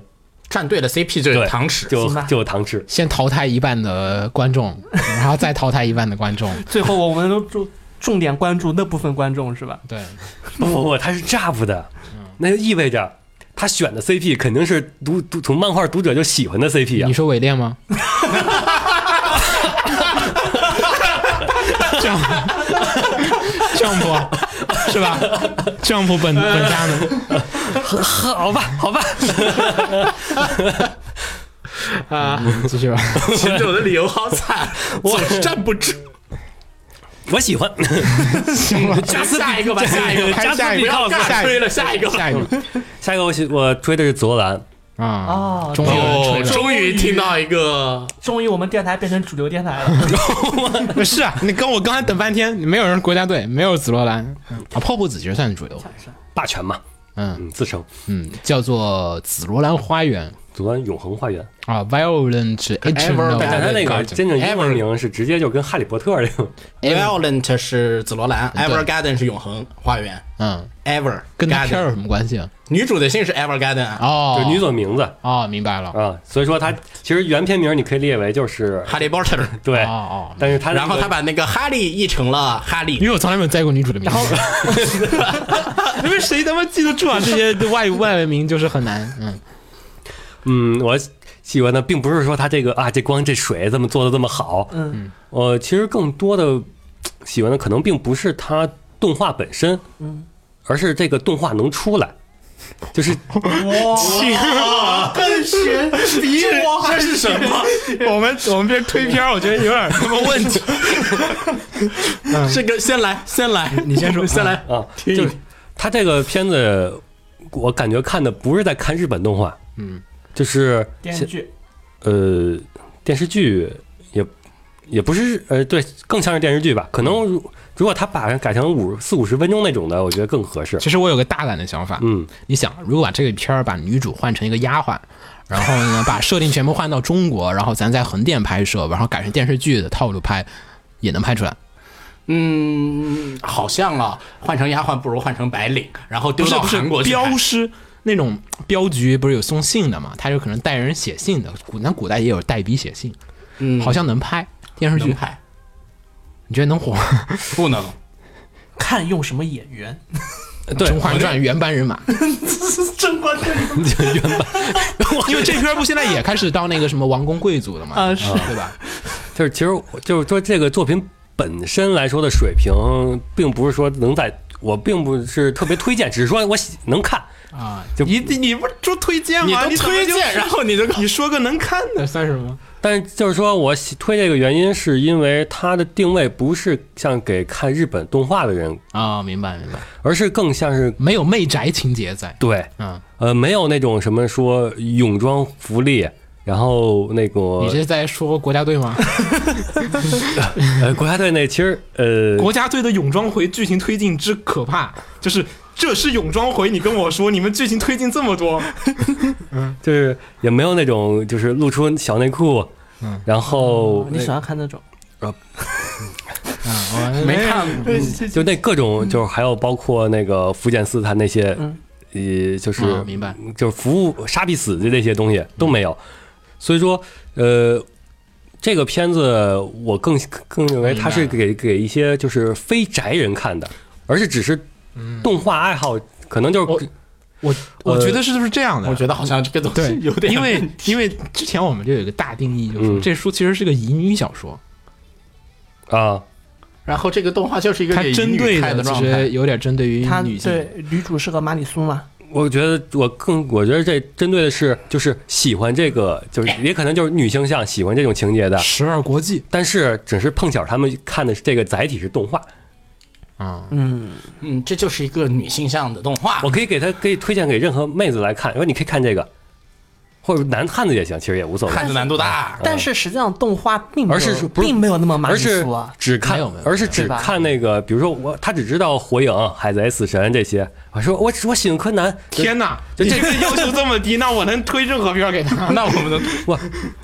站队的 CP 就有
对
糖吃，
就
行吧
就有糖吃。
先淘汰一半的观众，然后再淘汰一半的观众，
最后我们都重重点关注那部分观众是吧？
对，嗯
不不不，他是 JUMP 的，那就意味着。他选的 CP 肯定是读读从漫画读者就喜欢的 CP 啊
你，说伪恋 吗？这样，这样不是吧？这样不本本家呢？
好吧，好吧，
啊，继 续吧。
秦九的理由好 惨，我站不住。
我喜欢。
行了，
下下一个吧，下一个吧，
还下一个
不要再吹了，下一个吧。
下一个
下一个我喜我推的是泽兰，
啊
哦，
终于有
哦
人，吹
终于听到一个
终于我们电台变成主流电台了，
了。是啊，你跟我刚才等半天，没有人国家队，没有紫罗兰啊，泡泡子其实算是主流，
霸权嘛，
嗯
嗯，自称
嗯，叫做紫罗兰花园
泽兰永恒花园。
啊，Violent Eternal
但他那个
Garden
真正英
Ever-
文名是直接就跟哈利波特那种，
Violent 是紫罗兰
对
，Evergarden 是永恒花园
嗯，
，Ever
跟他片儿
Garden
有什么关系啊？
女主的姓是 Evergarden 啊，
哦，
就女总名字
哦，明白了。
啊。所以说他其实原片名你可以理解为就是
哈利波特。
对，
哦哦，
但是他
然后他
把
把那个哈利译成了哈利
因，为我从来没有在过女主的名字， 你们谁他妈记得住啊？这些外外文名就是很难。嗯，
嗯，我喜欢的并不是说他这个啊，这光这水这么做的这么好，
嗯，
我其实更多的喜欢的可能并不是他动画本身，嗯，而是这个动画能出来，就是
这这是什么？
我们我们这推 片，我觉得有点什么问题。嗯
这个先来，先来，你先说，先来。
啊，就是他这个片子，我感觉看的不是在看日本动画，嗯，就是
电视剧
呃电视剧也也不是呃，对，更像是电视剧吧。可能如如果他把它改成五四五十分钟那种的，我觉得更合适。
其实我有个大胆的想法，
嗯，
你想，如果把这个片儿把女主换成一个丫鬟，然后呢把设定全部换到中国，然后咱在横店拍摄，然后改成电视剧的套路拍，也能拍出来。
嗯，好像啊，换成丫鬟不如换成白领，然后丢
不是
到
不是
韩国去拍
镖师那种镖局不是有送信的嘛？他就可能带人写信的，古咱古代也有代笔写信，
嗯，
好像能拍电视
能
剧，
拍，
你觉得能火？
不能。
看用什么演员，
《甄嬛传》原班人马，
真关键
因为这片儿不现在也开始到那个什么王公贵族了嘛？
啊是
对吧？
就是其实我就是说这个作品本身来说的水平，并不是说能在我并不是特别推荐，只是说我喜能看。
啊，
就
你你不说推荐吗？
你都推
怎么
荐
就
然后你就
你说个能看的算什么？
但是就是说我喜推这个原因，是因为它的定位不是像给看日本动画的人，
啊、明白明白，
而是更像是
没有媚宅情节在，
对
嗯，
呃没有那种什么说泳装福利。然后那个
你这是在说国家队吗？
呃国家队那其实呃
国家队的泳装回剧情推进之可怕，就是这是泳装回，你跟我说你们剧情推进这么 多，
就是也没有那种就是露出小内裤，嗯，然后
你喜欢看那种？
嗯，
没看过，
就那各种，就是还有包括那个福建斯坦那些，呃，就是、
嗯明白，
就是服务杀必死的那些东西都没有。所以说，呃，这个片子我更更认为它是给给一些就是非宅人看的，而是只是动画爱好，可能就是
我嗯我我觉得是不是这样的？
我觉得好像这个东
对
西，有点
因为因为之前我们就有一个大定义，就是、
嗯
这书其实是个乙女小说，
啊，
然后这个动画就是一个
它
给
针
乙
对
女看
的
的
其
状
实
态，
有点针对于
他
女性。
对女主是个马里苏嘛？
我觉得我更，我觉得这针对的是就是喜欢这个，就是也可能就是女性向喜欢这种情节的，
十二国际
但是只是碰巧他们看的是这个载体是动画，
啊、
嗯，这就是一个女性向的动画
我。可以给他可以推荐给任何妹子来看，说你可以看这个，或者男汉子也行，其实也无所谓，
汉子难度大，
但是实际上动画并没
哦
有，
而是说不是
嗯并没有那么马
而
里
是
苏啊。
只看
没有没有，
而是只
对吧
看那个，比如说我，他只知道火影、海贼、死神这些，我说我我喜欢柯南，
天哪，这个要求这么低，那我能推任何片儿给他？
那我们能
我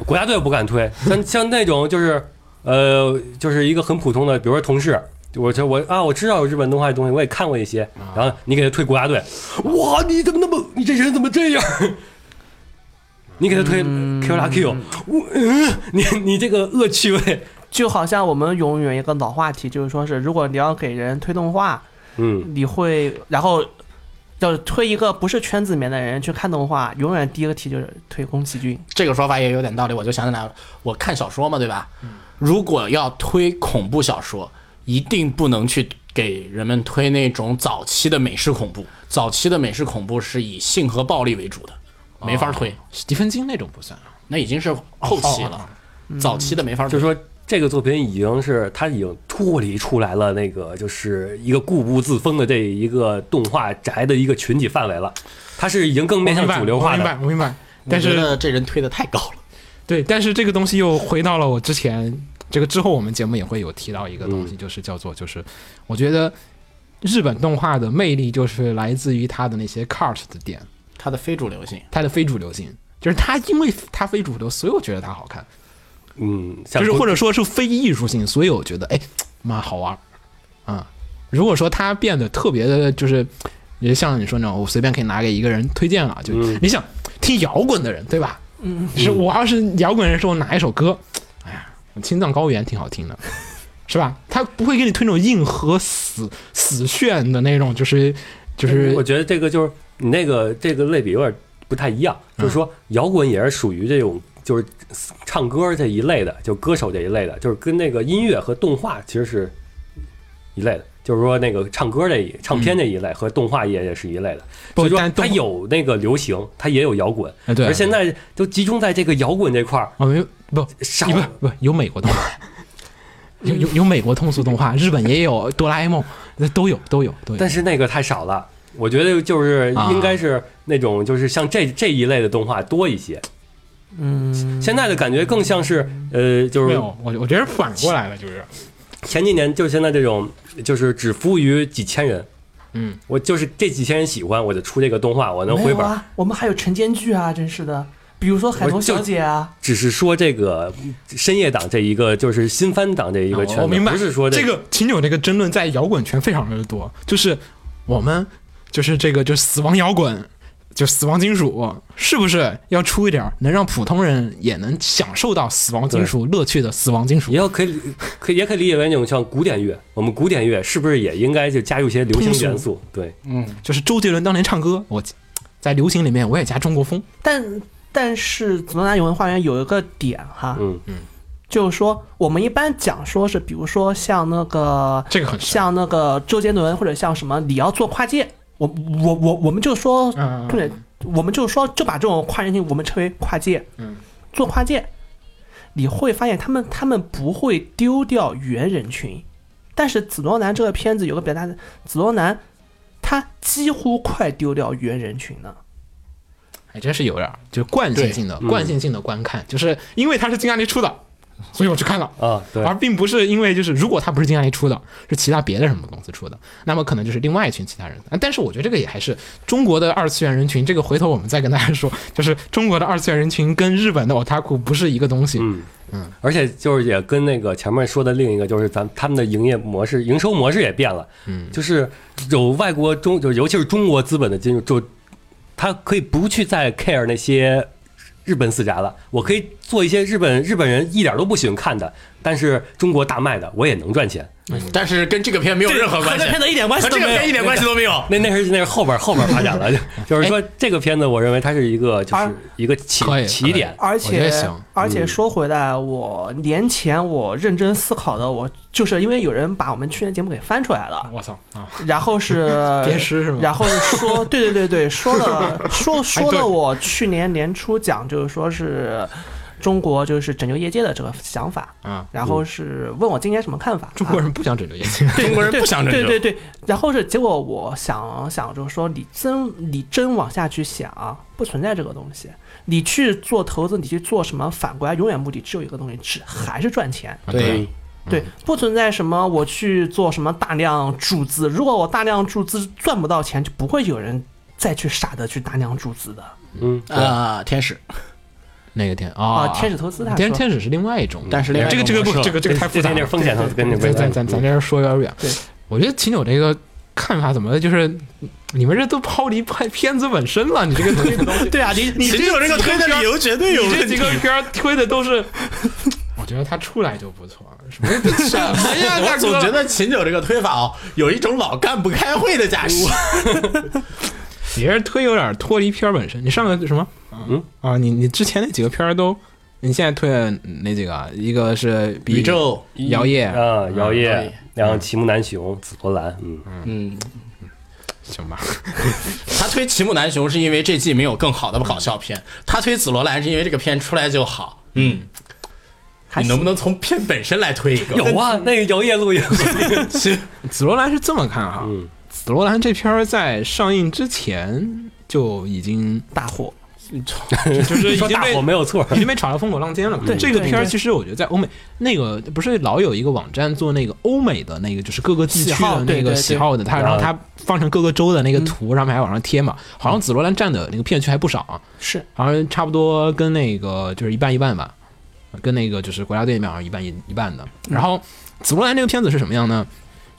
国家队不敢推，像 像那种就是呃，就是一个很普通的，比如说同事。我就我啊，我知道有日本动画的东西，我也看过一些。
啊
然后你给他推国家队，哇，你怎么那么，你这人怎么这样？ 你给他推
嗯
Q 拉 Q，我嗯，你你这个恶趣味，
就好像我们永远一个老话题，就是说是如果你要给人推动画，
嗯，
你会然后要推一个不是圈子里面的人去看动画，永远第一个题就是推宫崎骏。
这个说法也有点道理，我就想起来了，我看小说嘛，对吧？如果要推恐怖小说，一定不能去给人们推那种早期的美式恐怖，早期的美式恐怖是以性和暴力为主的，没法推，
史蒂芬金那种不算啊，
那已经是后期
哦
了，早期的没法推。
就是说这个作品已经是它已经脱离出来了那个就是一个固步自封的这一个动画宅的一个群体范围了，它是已经更面向主流化
我明
的。
白，我明白。
我
但
觉
是
得这人推的太高了。
对，但是这个东西又回到了我之前这个之后，我们节目也会有提到一个东西，就是叫做就是，我觉得日本动画的魅力就是来自于它的那些 cart 的点，
它的非主流性，
它的非主流性，就是它因为它非主流，所以我觉得它好看，
嗯，像
就是
国
或者说是非艺术性，所以我觉得哎妈好玩儿啊。如果说它变得特别的，就是也像你说那种，我随便可以拿给一个人推荐啊，就、
嗯
你想听摇滚的人对吧？嗯，是我要是摇滚人说我哪一首歌，哎呀，青藏高原挺好听的。是吧？他不会给你推那种硬核死死炫的那种，就是就是
哎我觉得这个就是你那个这个类比有点不太一样，
嗯
就是说摇滚也是属于这种就是唱歌这一类的，就歌手这一类的，就是跟那个音乐和动画其实是一类的。就是说，那个唱歌这一、唱片这一类和动画业也是一类的，
嗯不
所以说
但动
它有那个流行，它也有摇滚，
哎对啊
而现在都集中在这个摇滚这块儿，
我们不
少
你不不有美国动 画，有有有美国通俗动画，日本也有哆啦 A 梦，都有都有都有。
但是那个太少了。我觉得就是应该是那种就是像这这一类的动画多一些，嗯，现在的感觉更像是呃，就
没
是
有，我我觉得是反过来了，就是
前几年就现在这种，就是只服务于几千人。
嗯，
我就是这几千人喜欢，我就出这个动画，我能
没
回
有
本。
啊，我们还有晨间剧啊，真是的，比如说海
我
豚
就
小姐啊，
只是说这个深夜档这一个，就是新番档这一个圈子，
哦我明白，
不是说
这
个。
个秦九这个争论在摇滚圈非常的多，就是我们就是这个就是死亡摇滚，就死亡金属，是不是要出一点儿能让普通人也能享受到死亡金属乐趣的死亡金属
也？要可以，可以也可以理解为那种像古典乐，我们古典乐是不是也应该就加入一些流行元素？对，
就是周杰伦当年唱歌，我在流行里面我也加中国风，
但但是《紫罗兰永恒花园》有一个点哈，
嗯，
就是说我们一般讲说是，比如说像那个
这个很像。
像那个周杰伦或者像什么，你要做跨界，我我我我们就说
嗯嗯嗯
重点，我们就说就把这种跨人性我们称为跨界，
嗯，
做跨界，你会发现他们他们不会丢掉原人群，但是紫罗兰这个片子有个比较大的，紫罗兰它几乎快丢掉原人群了。
还真是有点儿，就是惯性性的、
对嗯
惯性性的观看，就是因为它是金安利出的，所以我去看了。
啊，对，
而并不是因为就是如果它不是金安利出的，是其他别的什么公司出的，那么可能就是另外一群其他人。啊但是我觉得这个也还是中国的二次元人群，这个回头我们再跟大家说，就是中国的二次元人群跟日本的 otaku 不是一个东西。
嗯嗯，而且就是也跟那个前面说的另一个，就是咱他们的营业模式、营收模式也变了，嗯，就是有外国中，就是尤其是中国资本的进入，就他可以不去再 care 那些日本死宅了，我可以做一些日本日本人一点都不喜欢看的，但是中国大卖的，我也能赚钱。
但是跟这个片没有任何关系，
片子一点关
和这个片一点关系都没有。
那那是那是后边后边 发展了，就就是说这个片子，我认为它是一个就
而
是一个起
哎可以
起点，
而
我觉得
且
行
而且说回来，我年前我认真思考的，我就是因为有人把我们去年节目给翻出来了，
我操啊！
然后 是
别失是吗
然后 是说，对对对对，说了说
哎
说
对
了，我去年年初讲就是说是中国就是拯救业界的这个想法，
啊，嗯
然后是问我今年什么看法，
中国人不想拯救业界，
中国人不想拯
对
救，
对对，然后是结果我想想就是说，你真你真往下去想啊，不存在这个东西。你去做投资，你去做什么，反过来永远目的只有一个东西，只还是赚钱。
啊
对，
对，
嗯
不存在什么我去做什么大量注资，如果我大量注资赚不到钱，就不会有人再去傻的去大量注资的
嗯，
啊，天 使，
那个天
啊
啊，。
天使投资他
天
说，
天使是另外一种，
但是另外一
这
种
个这个
模式
不
了
这个这个太复杂
这
了
点，风险上
嗯
跟你
咱咱咱咱在这儿说有点远。
对，
我觉得秦九这个看法怎么就是你们这都抛离拍片子本身了，你 这个
呃
推的东西，
对啊，你你
你
秦九这个推的理由绝对有
你这
问
几
题
个。片儿推的都 是，我觉得他出来就不错了，什么什么呀，大
我总
哥，
觉得秦九这个推法哦，有一种老干部开会的架势。
别人推有点脱离片儿本身。你上个什么？
嗯
啊，你你之前那几个片儿都，你现在推的哪几个啊？一个是比
宇宙，
摇曳
啊，摇
摇
曳
曳，
然后齐木楠雄、紫罗兰，嗯，
嗯，
行吧？
他推《骑木南雄》是因为这季没有更好的搞笑片，他推《紫罗兰》是因为这个片出来就好。嗯，
还
你能不
行
能从片本身来推一个？
有啊，那个摇曳露营，
紫罗兰是这么看哈，
嗯
紫罗兰这片儿在上映之前就已经
大火，
就是已
说
经
大
被
火没有错，
已经被炒到风口浪尖了嘛。
对
这个片儿
对对
其实我觉得在欧美那个不是老有一个网站做那个欧美的那个就是各个地
喜
区
好
的
对嗯
那个
对
喜
对
好的，它
啊
然后它放成各个州的那个图，然后还往上贴嘛。好像紫罗兰占的那个片区还不少啊，
是
好像差不多跟那个就是一半一半吧，跟那个就是国家队那边好像一半一一半的。
嗯
然后紫罗兰这个片子是什么样呢？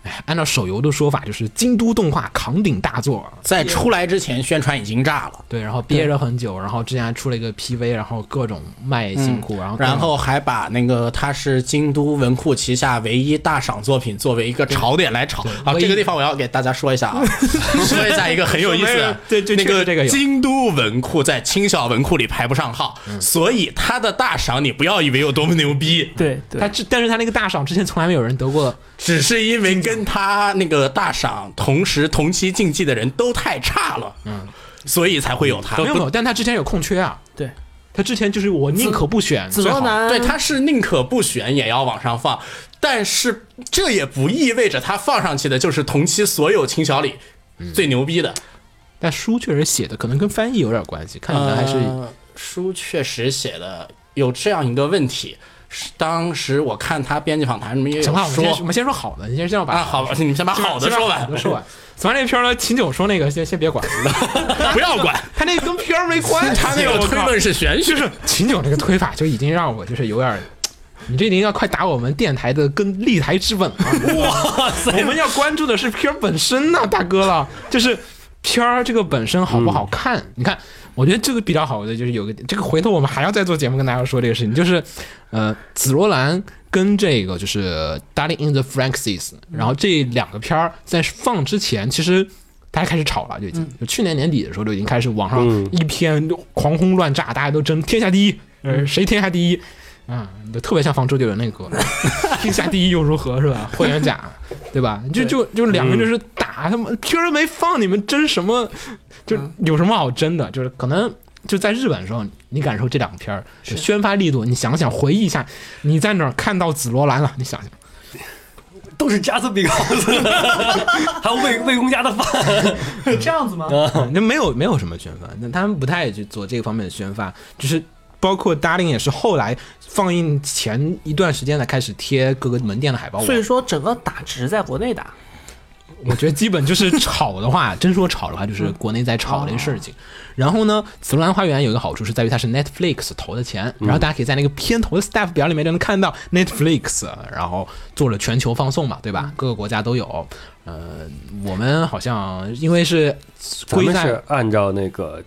哎，按照手游的说法，就是京都动画扛鼎大作啊，
在出来之前宣传已经炸了，
对，然后憋着很久，然后之前还出了一个 PV，然后各种卖辛
嗯
苦，然后各种
然后还把那个他是京都文库旗下唯一大赏作品作为一个槽点来炒。啊，
唯一
这个地方我要给大家说 一下啊，说一下一个很有意思的，
对对
那
确实
个
这个有
京都文库在轻小文库里排不上号，
嗯
所以他的大赏你不要以为有多么牛逼，
对对
他，之，但是他那个大赏之前从来没有人得过，
只是因为跟他那个大赏同时同期竞技的人都太差了，嗯，所以才会有他
没。有没有，但他之前有空缺啊。
对，
他之前就是我宁可不选，
紫罗
最好
兰
对，他是宁可不选也要往上放，但是这也不意味着他放上去的就是同期所有青小里最牛逼的。
嗯但书确实写的可能跟翻译有点关系，看起来还是
呃书确实写的有这样一个问题，是当时我看他编辑访谈什么也有
行吧，我们先我
说
们先说好的，你先先要把
啊，好吧，你们先把好的说完，
说完。从完这片儿呢，秦九说那个先先别管，
不要管
他那跟片儿没关系。
他那个
我
推
靠
论是玄学，
就是秦九那个推法就已经让我就是有点儿，你这已经要快打我们电台的跟立台之本了。
哇塞
我们要关注的是片儿本身呐、大哥了，就是片儿这个本身好不好看？你看，我觉得这个比较好的就是有个这个，回头我们还要再做节目跟大家说这个事情，就是呃，紫罗兰跟这个就是《Darling in the Franxis》，然后这两个片儿在放之前，其实。大家开始炒了，就已经就去年年底的时候就已经开始网上
嗯
一篇狂轰乱炸，大家都争天下第一，呃，谁天下第一？啊，就特别像放周杰伦那歌，天下第一又如何是吧？霍元甲，对吧？就就就两个就是打他们，片儿没放，你们争什么？就有什么好争的？就是可能就在日本的时候，你感受这两个片儿就宣发力度，你想想回忆一下，你在哪儿看到紫罗兰了？你想想，
都是夹子饼糕子， 还有魏魏公家的饭。
这样子吗？
嗯那没有没有什么宣发，那他们不太去做这方面的宣发，就是包括 Darling 也是后来放映前一段时间才开始贴各个门店的海报网啊
所以说整个打直在国内打，
我觉得基本就是炒的话，真说炒的话，就是国内在炒这个事情。然后呢，《紫罗兰花园》有一个好处是在于它是 Netflix 投的钱，然后大家可以在那个片头的 staff 表里面就能看到 Netflix，然后做了全球放送嘛，对
嗯
吧？各个国家都有。呃，我们好像因为是
咱
归
们
在
是按照那个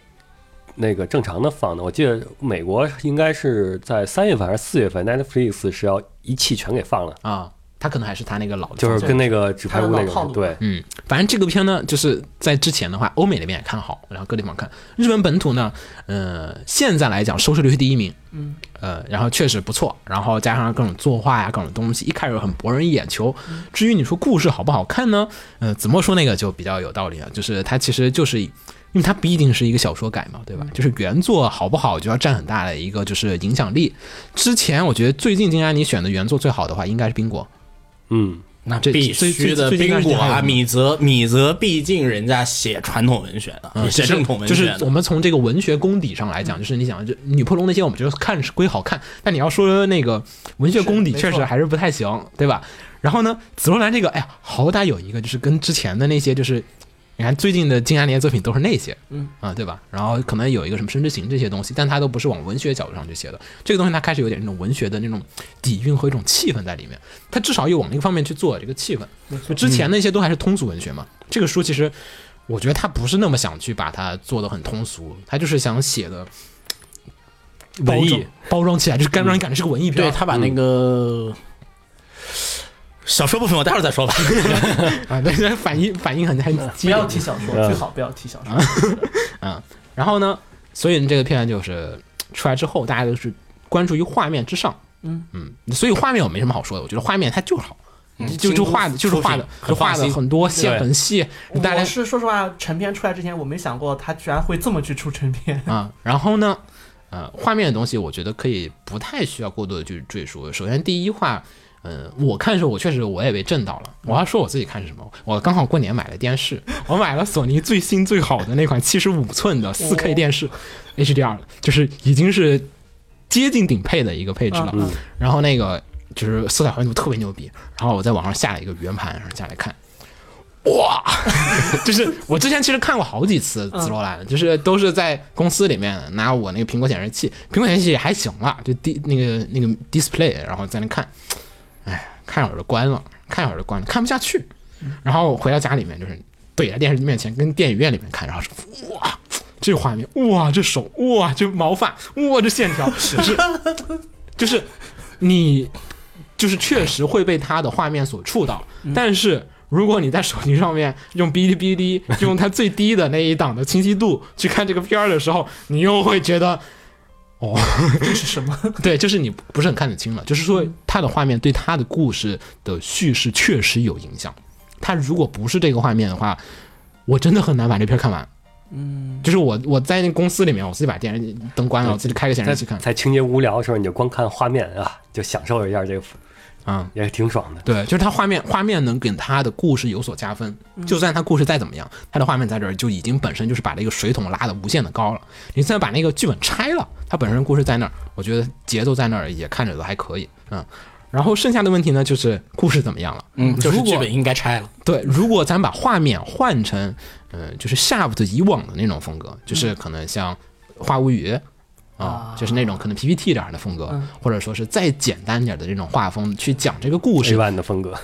那个正常的放的，我记得美国应该是在三月份还是四月份，Netflix 是要一气全给放了，
啊，它可能还是它那个老的
就是
方式
跟那个纸牌屋那
它的老套
种
路
对。
嗯，反正这个片呢，就是在之前的话，欧美那边也看好，然后各地方看。日本本土呢，呃，现在来讲收视率是第一名，嗯，呃，然后确实不错，然后加上各种作画呀、各种东西，一开始很博人眼球。至于你说故事好不好看呢，呃，子墨说那个就比较有道理啊，就是它其实就是以。因为它毕竟是一个小说改嘛，对吧？就是原作好不好，就要占很大的一个就是影响力。之前我觉得最近金安你选的原作最好的话，应该是冰果，
嗯，
那
这
必
最
须
最
的
最近
冰
段时
果
间还有
啊，
什么
米泽米泽，毕竟人家写传统文学的，
嗯，
写正统文
就是
学
就是
的
我，们从这个文学功底上来讲，就是你想，就女仆龙那些，我们觉得看是归好看，但你要说那个文学功底，
是没
确
错
实还是不太行，对吧？然后呢，紫罗兰这个，哎呀，好歹有一个就是跟之前的那些，就是你看最近的金安莲作品都是那些，嗯啊，对吧？然后可能有一个什么《深之行》这些东西，但它都不是往文学角度上去写的。这个东西它开始有点那种文学的那种底蕴和一种气氛在里面，它至少有往那个方面去做这个气氛。就之前那些都还是通俗文学嘛，这个书其实我觉得他不是那么想去把它做的很通俗，他就是想写的包装
文艺
包装起来，就是干让你感觉是个文艺片
对
儿。
他把那个。小说部分我待会儿再说吧。
啊，对，对 反应反应很很
不
激烈
要。提小说，
嗯
最好不要提小说。
然后呢，所以这个片就是出来之后，大家都是关注于画面之上。
嗯
所以画面我没什么好说的，我觉得画面它就是好，就
京
就
都
画的就是
出品
画的就
很放
画的
心
很多线
对
很细，大家
我是说实话，成片出来之前，我没想过他居然会这么去出成片。
啊，然后呢，呃，画面的东西我觉得可以不太需要过多的去赘述。首先第一话，嗯，我看的时候我确实我也被震到了。我要说我自己看是什么，我刚好过年买了电视， 我买了索尼最新最好的那款七十五寸的四
哦
K 电视、h d r 就是已经是接近顶配的一个配置了。
嗯
然后那个就是色彩还原度特别牛逼，然后我在网上下了一个圆盘，然后下来看。哇， 就是我之前其实看过好几次紫罗兰，就是都是在公司里面拿我那个苹果显示器，苹果显示器还行啦，就 D 那个那个 display，然后在那看，哎，看一会儿就关了，看一会儿就关了，看不下去，然后回到家里面就是怼在电视面前，跟电影院里面看，然后说哇，这画面，哇，这手，哇，这毛发，哇，这线条，就是就是你就是确实会被它的画面所触到，但是。如果你在手机上面用哔哩哔哩，用它最低的那一档的清晰度去看这个片儿的时候，你又会觉得，哦，
这是什么？
对，就是你不是很看得清了。就是说，它的画面对它的故事的叙事确实有影响。它如果不是这个画面的话，我真的很难把这片儿看完。嗯，就是我我在那公司里面，我自己把电视灯关了，我自己开个显
在
示器看
在情节无聊的时候，你就光看画面啊，就享受一下这个，
啊。
也挺爽的。
对，就是它画面画面能给它的故事有所加分，就算它故事再怎么样，它的画面在这儿就已经本身就是把这个水桶拉的无限的高了。你再把那个剧本拆了，它本身故事在那儿，我觉得节奏在那儿也看着的还可以，嗯。然后剩下的问题呢，就是故事怎么样了？
嗯，就是
如果
剧本应该拆了。
对，如果咱把画面换成，呃，就是 Shaft 以往的那种风格，就是可能像《花无语》啊，就是那种可能 PPT 这样的风格，或者说是再简单点的这种画风去讲这个故
十
事，
万的风格，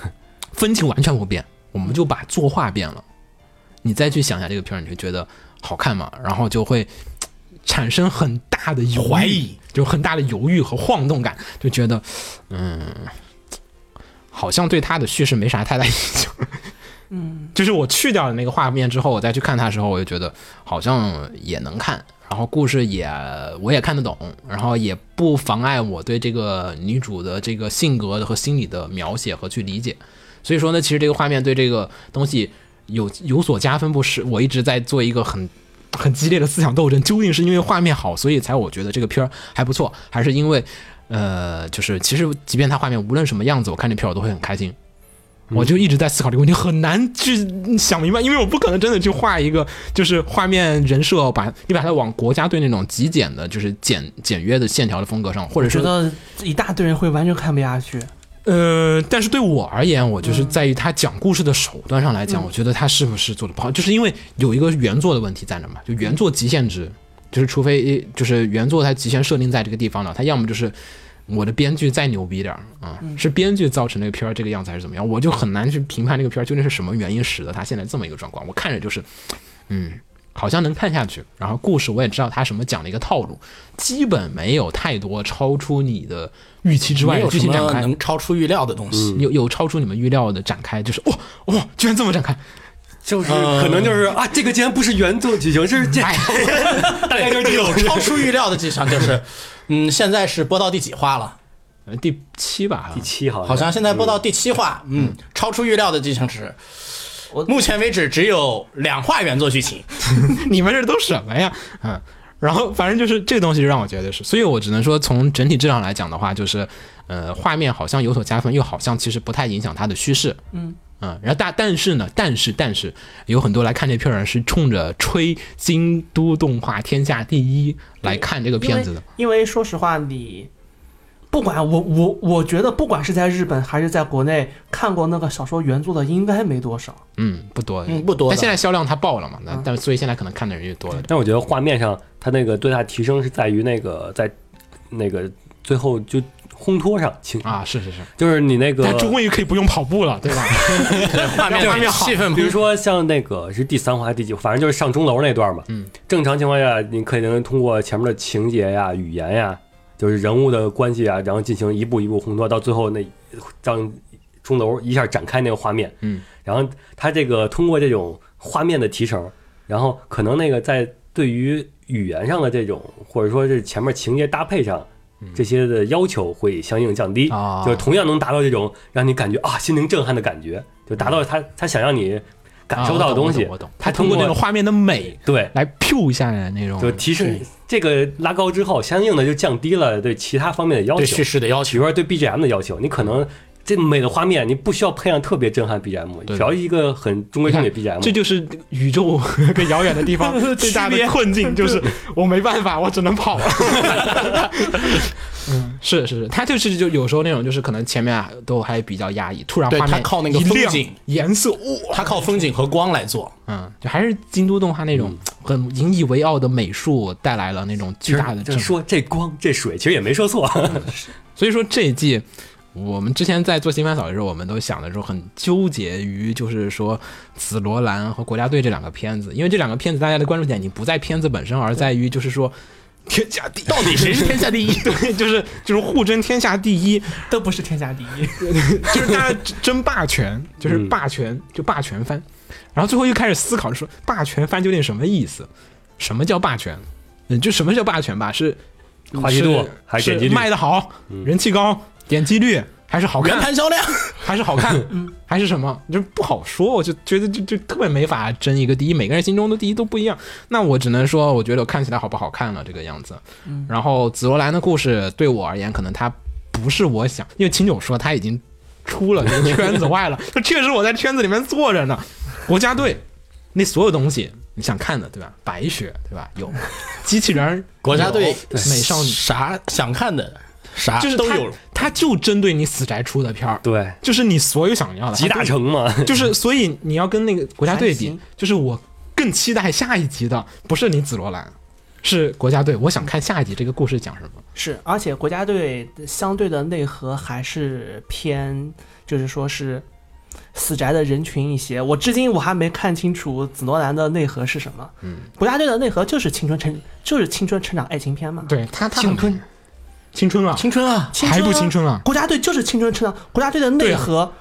风情完全不变，我们就把作画变了。你再去想一下这个片儿，你就觉得好看吗？然后就会嘖产生很大的犹豫
怀疑，
就很大的犹豫和晃动感，就觉得，嗯，好像对它的叙事没啥太大影响。嗯，就是我去掉了那个画面之后，我再去看它的时候，我就觉得好像也能看，然后故事也我也看得懂，然后也不妨碍我对这个女主的这个性格和心理的描写和去理解。所以说呢，其实这个画面对这个东西有有所加分，不是？我一直在做一个很很激烈的思想斗争，究竟是因为画面好，所以才我觉得这个片儿还不错，还是因为呃，就是其实即便它画面无论什么样子，我看这片儿我都会很开心。
嗯
我就一直在思考这个问题，很难去想明白，因为我不可能真的去画一个，就是画面人设把你把它往国家队那种极简的，就是简简约的线条的风格上，或者
觉
是
得一大堆人会完全看不下去。
呃，但是对我而言，我
嗯
就是在于他讲故事的手段上来讲，我觉得他是不是做的不好，就是因为有一个原作的问题在那嘛，就原作极限值，就是除非呃就是原作它极限设定在这个地方了，它要么就是我的编剧再牛逼点儿啊，
嗯
是编剧造成这个片儿这个样子还是怎么样，我就很难去评判这个片儿究竟是什么原因使得它现在这么一个状况。我看着就是，嗯，好像能看下去，然后故事我也知道它什么讲的一个套路，基本没有太多超出你的预期之外
没
的
有
剧
什
情展
么
开。
能超出预料的东西。
有有超出你们预料的展开，就是哇哇、居然这么展开，
就是可能就是啊，这个竟然不是原作剧情，这是这，
哎
大概就是这种
超出预料的迹象就是，嗯，现在是播到第几话了？
呃第七吧，
第七好像
好像现在播到第七话，嗯，超出预料的迹象是
我，
目前为止只有两话原作剧情，
你们这都什么呀？嗯，然后反正就是这个东西让我觉得是，所以我只能说从整体质量来讲的话，就是呃，画面好像有所加分，又好像其实不太影响它的叙事。嗯嗯，然后但但是呢，但是但是有很多来看这片儿人是冲着吹京都动画天下第一来看这个片子的。
因为说实话，你不管我我我觉得，不管是在日本还是在国内，看过那个小说原作的应该没多少。
嗯，不多，
嗯，不多的。
但现在销量它爆了嘛，
嗯
那但所以现在可能看的人越多了。
但我觉得画面上它那个最大提升是在于那个在那个最后就烘托上，情
啊，是是是，
就是你那个
他终于可以不用跑步了，对吧？
画面
画面好
气氛
比如说像那个是第三话还是第几话，反正就是上钟楼那段嘛。
嗯，
正常情况下，你可以能通过前面的情节呀、语言呀，就是人物的关系啊，然后进行一步一步烘托，到最后那让钟楼一下展开那个画面。
嗯，
然后他这个通过这种画面的提升，然后可能那个在对于语言上的这种，或者说是前面情节搭配上。这些的要求会相应降低，
啊
就是同样能达到这种让你感觉啊心灵震撼的感觉，就达到他、他想让你感受到的东西。
嗯啊我懂我懂我懂他通过那个
种
画面的美
对，
来 Q 一下来那种，
哦
就提升这个拉高之后，相应的就降低了对其他方面的要
对叙
求，
事的要
比
求
如，说对 BGM 的要求，你可能。这么美的画面，你不需要配上特别震撼 BGM，
对
只要一个很中规中矩的 BGM，
这就是宇宙 跟遥远的地方最大的困境，就是我没办法，我只能跑了。嗯，是是是，他就是就有时候那种就是可能前面啊都还比较压抑，突然
对
画面
它靠那个
一亮
风景
颜色，哇，
它靠风景和光来做。
嗯，就还是京都动画那种很引以为傲的美术带来了那种巨大的
就
震撼。
是说这光这水，其实也没说错，
嗯
所以说这一季，我们之前在做新番扫的时候，我们都想的时候很纠结于，就是说《紫罗兰》和《国家队》这两个片子，因为这两个片子大家的关注点已经不在片子本身，而在于就是说。天下第 到底谁是天下第一？对， 就是就是互争天下第一，
都不是天下第一，
就是大家争霸权，就是霸权，就霸权番。然后最后又开始思考说，霸权番究竟什么意思？什么叫霸权？嗯，就什么叫霸权吧？是
话题度
是
还是
是
点击率
卖的好，人气高，点击率还是好
圆
看，
盘销量，
还是好看，还是什么，就是不好说。我就觉得就就特别没法争一个第一，每个人心中的第一都不一样。那我只能说，我觉得我看起来好不好看了这个样子。然后紫罗兰的故事对我而言，可能它不是我想，因为秦九说他已经出了这个圈子外了，就确实我在圈子里面坐着呢。国家队那所有东西你想看的对吧？白雪对吧？有机器人儿，
国家队
有美少女，
啥想看的啥
就是
都
它
有，，
它就针对你死宅出的片儿，
对，
啊
就是你所有想要的
集大
它都
成嘛，
就是所以你要跟那个国家队比
还行，
就是我更期待下一集的不是你紫罗兰，是国家队，我想看下一集这个故事讲什么。
是，而且国家队相对的内核还是偏，就是说是死宅的人群一些。我至今我还没看清楚紫罗兰的内核是什么。嗯，国家队的内核就是青春成，就是青春成长爱情片嘛。，
对他，他
青春，
青春了，
青春啊，
青
还
春
不
啊
青春了？
国家队就是青春成长，国家队的
对
内
啊
核，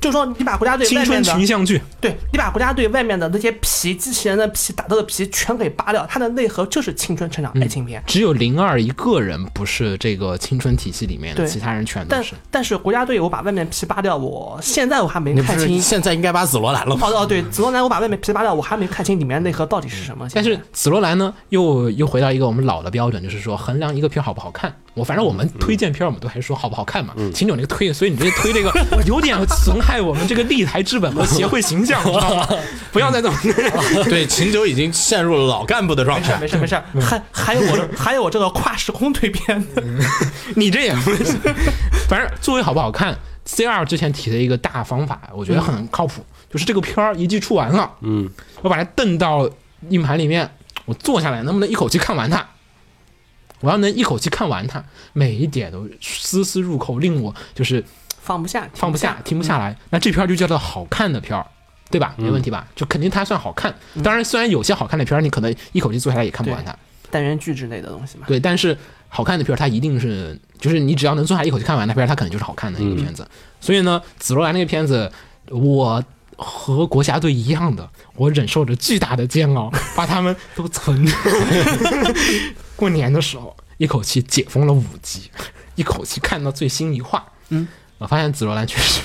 就是说你把国家队
青
外
春
面的
群像剧，
对你把国家队外面的那些皮、机器人的皮、打斗的皮全给扒掉，它的内核就是青春成
嗯
长爱情片。
只有零二一个人不是这个青春体系里面的，
对
其他人全都
但
是。
但是国家队我把外面皮扒掉，我现在我还没
你不
看
是
清。
现在应该把紫罗兰了吗？
哦哦，对，紫罗兰我把外面皮扒掉，我还没看清里面内核到底是什么。
但是
现在
紫罗兰呢，又又回到一个我们老的标准，就是说衡量一个片儿好不好看。我反正我们推荐片儿，我们都还说好不好看嘛。秦九那个推，所以你这推这个有点损害我们这个立台之本和协会形象，你知道吗？不要再这么。
对，秦九已经陷入了老干部的状态
没。事没事，
嗯
还还有我还有我这个跨时空蜕变，
你这也不是， 反正作为好不好看，C R 之前提的一个大方法，我觉得很靠谱，就是这个片儿一季出完了，
嗯，
我把它瞪到硬盘里面，我坐下来能不能一口气看完它？我要能一口气看完它，每一点都丝丝入扣，令我就是
放不下，
放不下、嗯停不下来。那这片儿就叫做好看的片儿，对吧？没问题吧？就肯定它算好看。当然，虽然有些好看的片儿，你可能一口气坐下来也看不完它。
嗯单元剧之类的东西嘛。
对，但是好看的片儿，它一定是就是你只要能坐下一口气看完那片儿，它可能就是好看的一个片子。嗯所以呢，紫罗兰那个片子，我和国家队一样的，我忍受着巨大的煎熬，把他们都存着。 过年的时候，一口气解封了五集，一口气看到最新一话。
嗯。
我发现紫罗兰确实，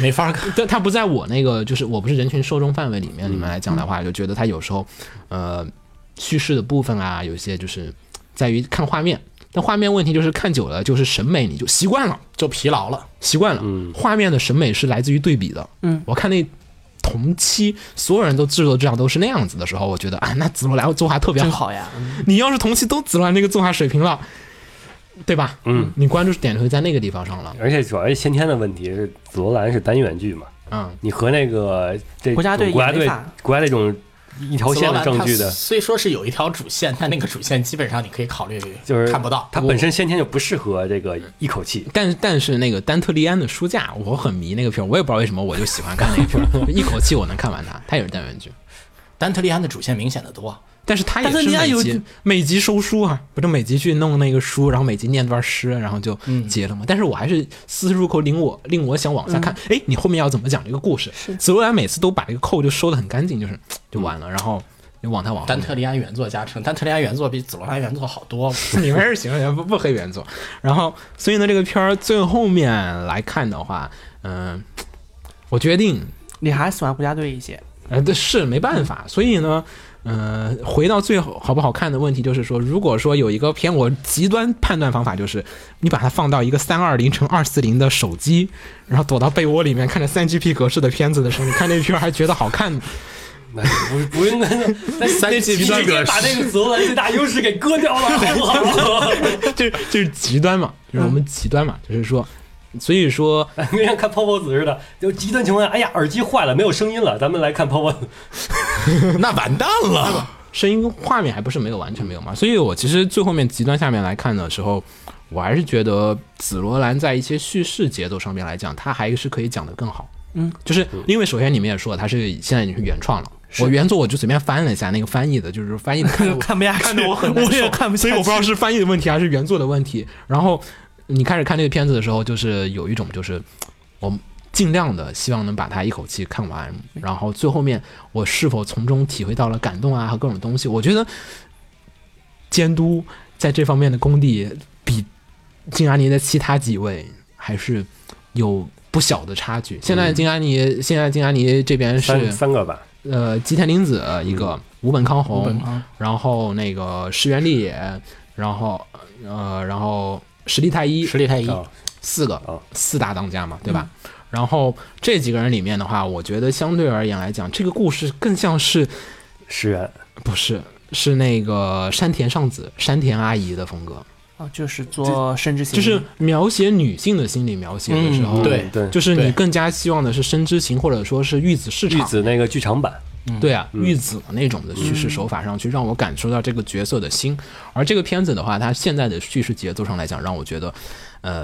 没法看。
但它不在我那个，就是我不是人群受众范围里面，里面来讲的话，就觉得它有时候，呃，叙事的部分啊，有些就是在于看画面，但画面问题就是看久了就是审美你就习惯了，
就疲劳了，
习惯了，画面的审美是来自于对比的，
嗯，
我看那。同期所有人都制作质量都是那样子的时候，我觉得啊，那紫罗兰作画特别
真
好。
好呀，嗯
你要是同期都紫罗兰那个作画水平了，对吧？
嗯，
你关注点会在那个地方上了。
而且主要是先天的问题是紫罗兰是单元剧嘛，
嗯，
你和那个这
国家队
国家
也没
队
法
国家队这种一条线的
紫罗
证
兰
据的
它，虽说是有一条主线，但那个主线基本上你可以考虑
就是
看不到。
它本身先天就不适合这个一口气。
但是但是那个丹特利安的书架，我很迷那个片儿，我也不知道为什么，我就喜欢看那个片儿，一口气我能看完它。它也是单元剧，
丹特利安的主线明显的多，
但是它也
但
是
是你要
每
有
集每集收书啊，不就每集去弄那个书，然后每集念段诗，然后就结了嘛。但是我还是丝丝入扣，令我令我想往下看。哎、你后面要怎么讲这个故事？紫罗兰每次都把这个扣就收的很干净，就是就完了，然后就往它往后
丹特利安原作加成，丹特利安原作比紫罗兰原作好多。
你们还是喜欢原不不黑原作。然后，所以呢，这个片儿最后面来看的话，嗯、我决定，
你还喜欢国家队一些？
呃，这是没办法。所以呢，嗯、回到最后好不好看的问题，就是说，如果说有一个片，我极端判断方法就是，你把它放到一个三二零乘二四零的手机，然后躲到被窝里面看着三 GP 格式的片子的时候，你看那片儿还觉得好 看。
那不是不用那 那
三
那
级
直
逼格
接把那个紫罗兰最大优势给割掉了，好不 好？
这这是极端嘛？就是我们极端嘛，就是说，所以说，
跟像看泡泡子似的，就极端情况下，哎呀，耳机坏了，没有声音了，咱们来看泡泡子。
那完蛋了，
声音跟画面还不是没有完全没有嘛。所以我其实最后面极端下面来看的时候，我还是觉得紫罗兰在一些叙事节奏上面来讲，它还是可以讲得更好。嗯，就是因为首先你们也说了，它是现在已经是原创了。我原作我就随便翻了一下那个翻译的，就是翻译 的看得我
看不下去
看得我很难受
我也看不下去
所以我不知道是翻译的问题还是原作的问题。然后你开始看这个片子的时候，就是有一种就是我尽量的希望能把它一口气看完，然后最后面我是否从中体会到了感动啊和各种东西，我觉得监督在这方面的功力比金阿尼的其他几位还是有不小的差距。现在金阿尼，现在金阿尼这边
三
是
三个吧，
呃吉田绫子一个，武本康弘，
嗯康
然后那个石原丽也，然后呃然后石力太一，
实力太一。
啊
四个
哦
四大当家嘛，对吧？
嗯
然后这几个人里面的话，我觉得相对而言来讲，这个故事更像是
石原，
不是，是那个山田尚子、山田阿姨的风
嗯
格，
啊，就是做生殖
就
行为，
是描写女性的心理描写的时候，
嗯对
对，
就是你
对
更加希望的是深之情，或者说是玉子市
玉
场，
子那个剧场版，
对啊，玉子那种的叙事手法上去，让我感受到这个角色的心。而这个片子的话，它现在的叙事节奏上来讲，让我觉得，呃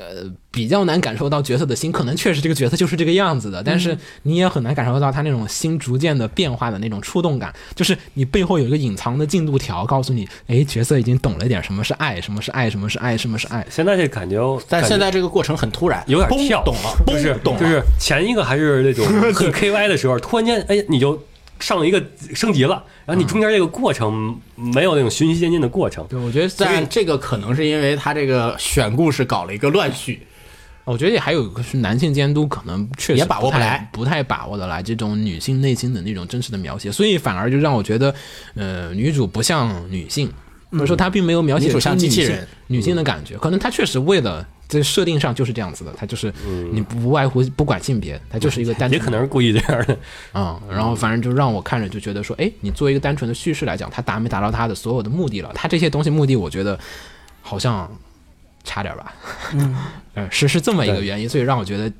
呃，比较难感受到角色的心。可能确实这个角色就是这个样子的，但是你也很难感受到他那种心逐渐的变化的那种触动感。就是你背后有一个隐藏的进度条，告诉你，哎，角色已经懂了一点什么是爱，什么是爱，什么是爱，什么是爱。
现在这感觉，
但
感觉
现在这个过程很突然，
有点
嘣
跳，
懂了，嘣
就是
懂了，
就是前一个还是 那种很 K Y 的时候，突然间哎你就上了一个升级了，然后
嗯
你中间这个过程没有那种循序渐进的过程，
对，我觉得
但这个可能是因为他这个选故事搞了一个乱序，
我觉得也还有一个是男性监督可能确实
也把握
不
不
太
来，
不太把握得来这种女性内心的那种真实的描写，所以反而就让我觉得，呃，女主不像女性，或者说她并没有描写
嗯女主
出
像
女
机器
性
人嗯
女性的感觉，可能她确实为了在设定上就是这样子的，她就是
嗯
你不外乎不管性别，她就是一个单
也
纯
可能是故意这样的。
啊、然后反正就让我看着就觉得说，哎，你作为一个单纯的叙事来讲，她达没达到她的所有的目的了？她这些东西目的，我觉得好像差点吧。嗯， 是是这么一个
对
原因，所以让我觉得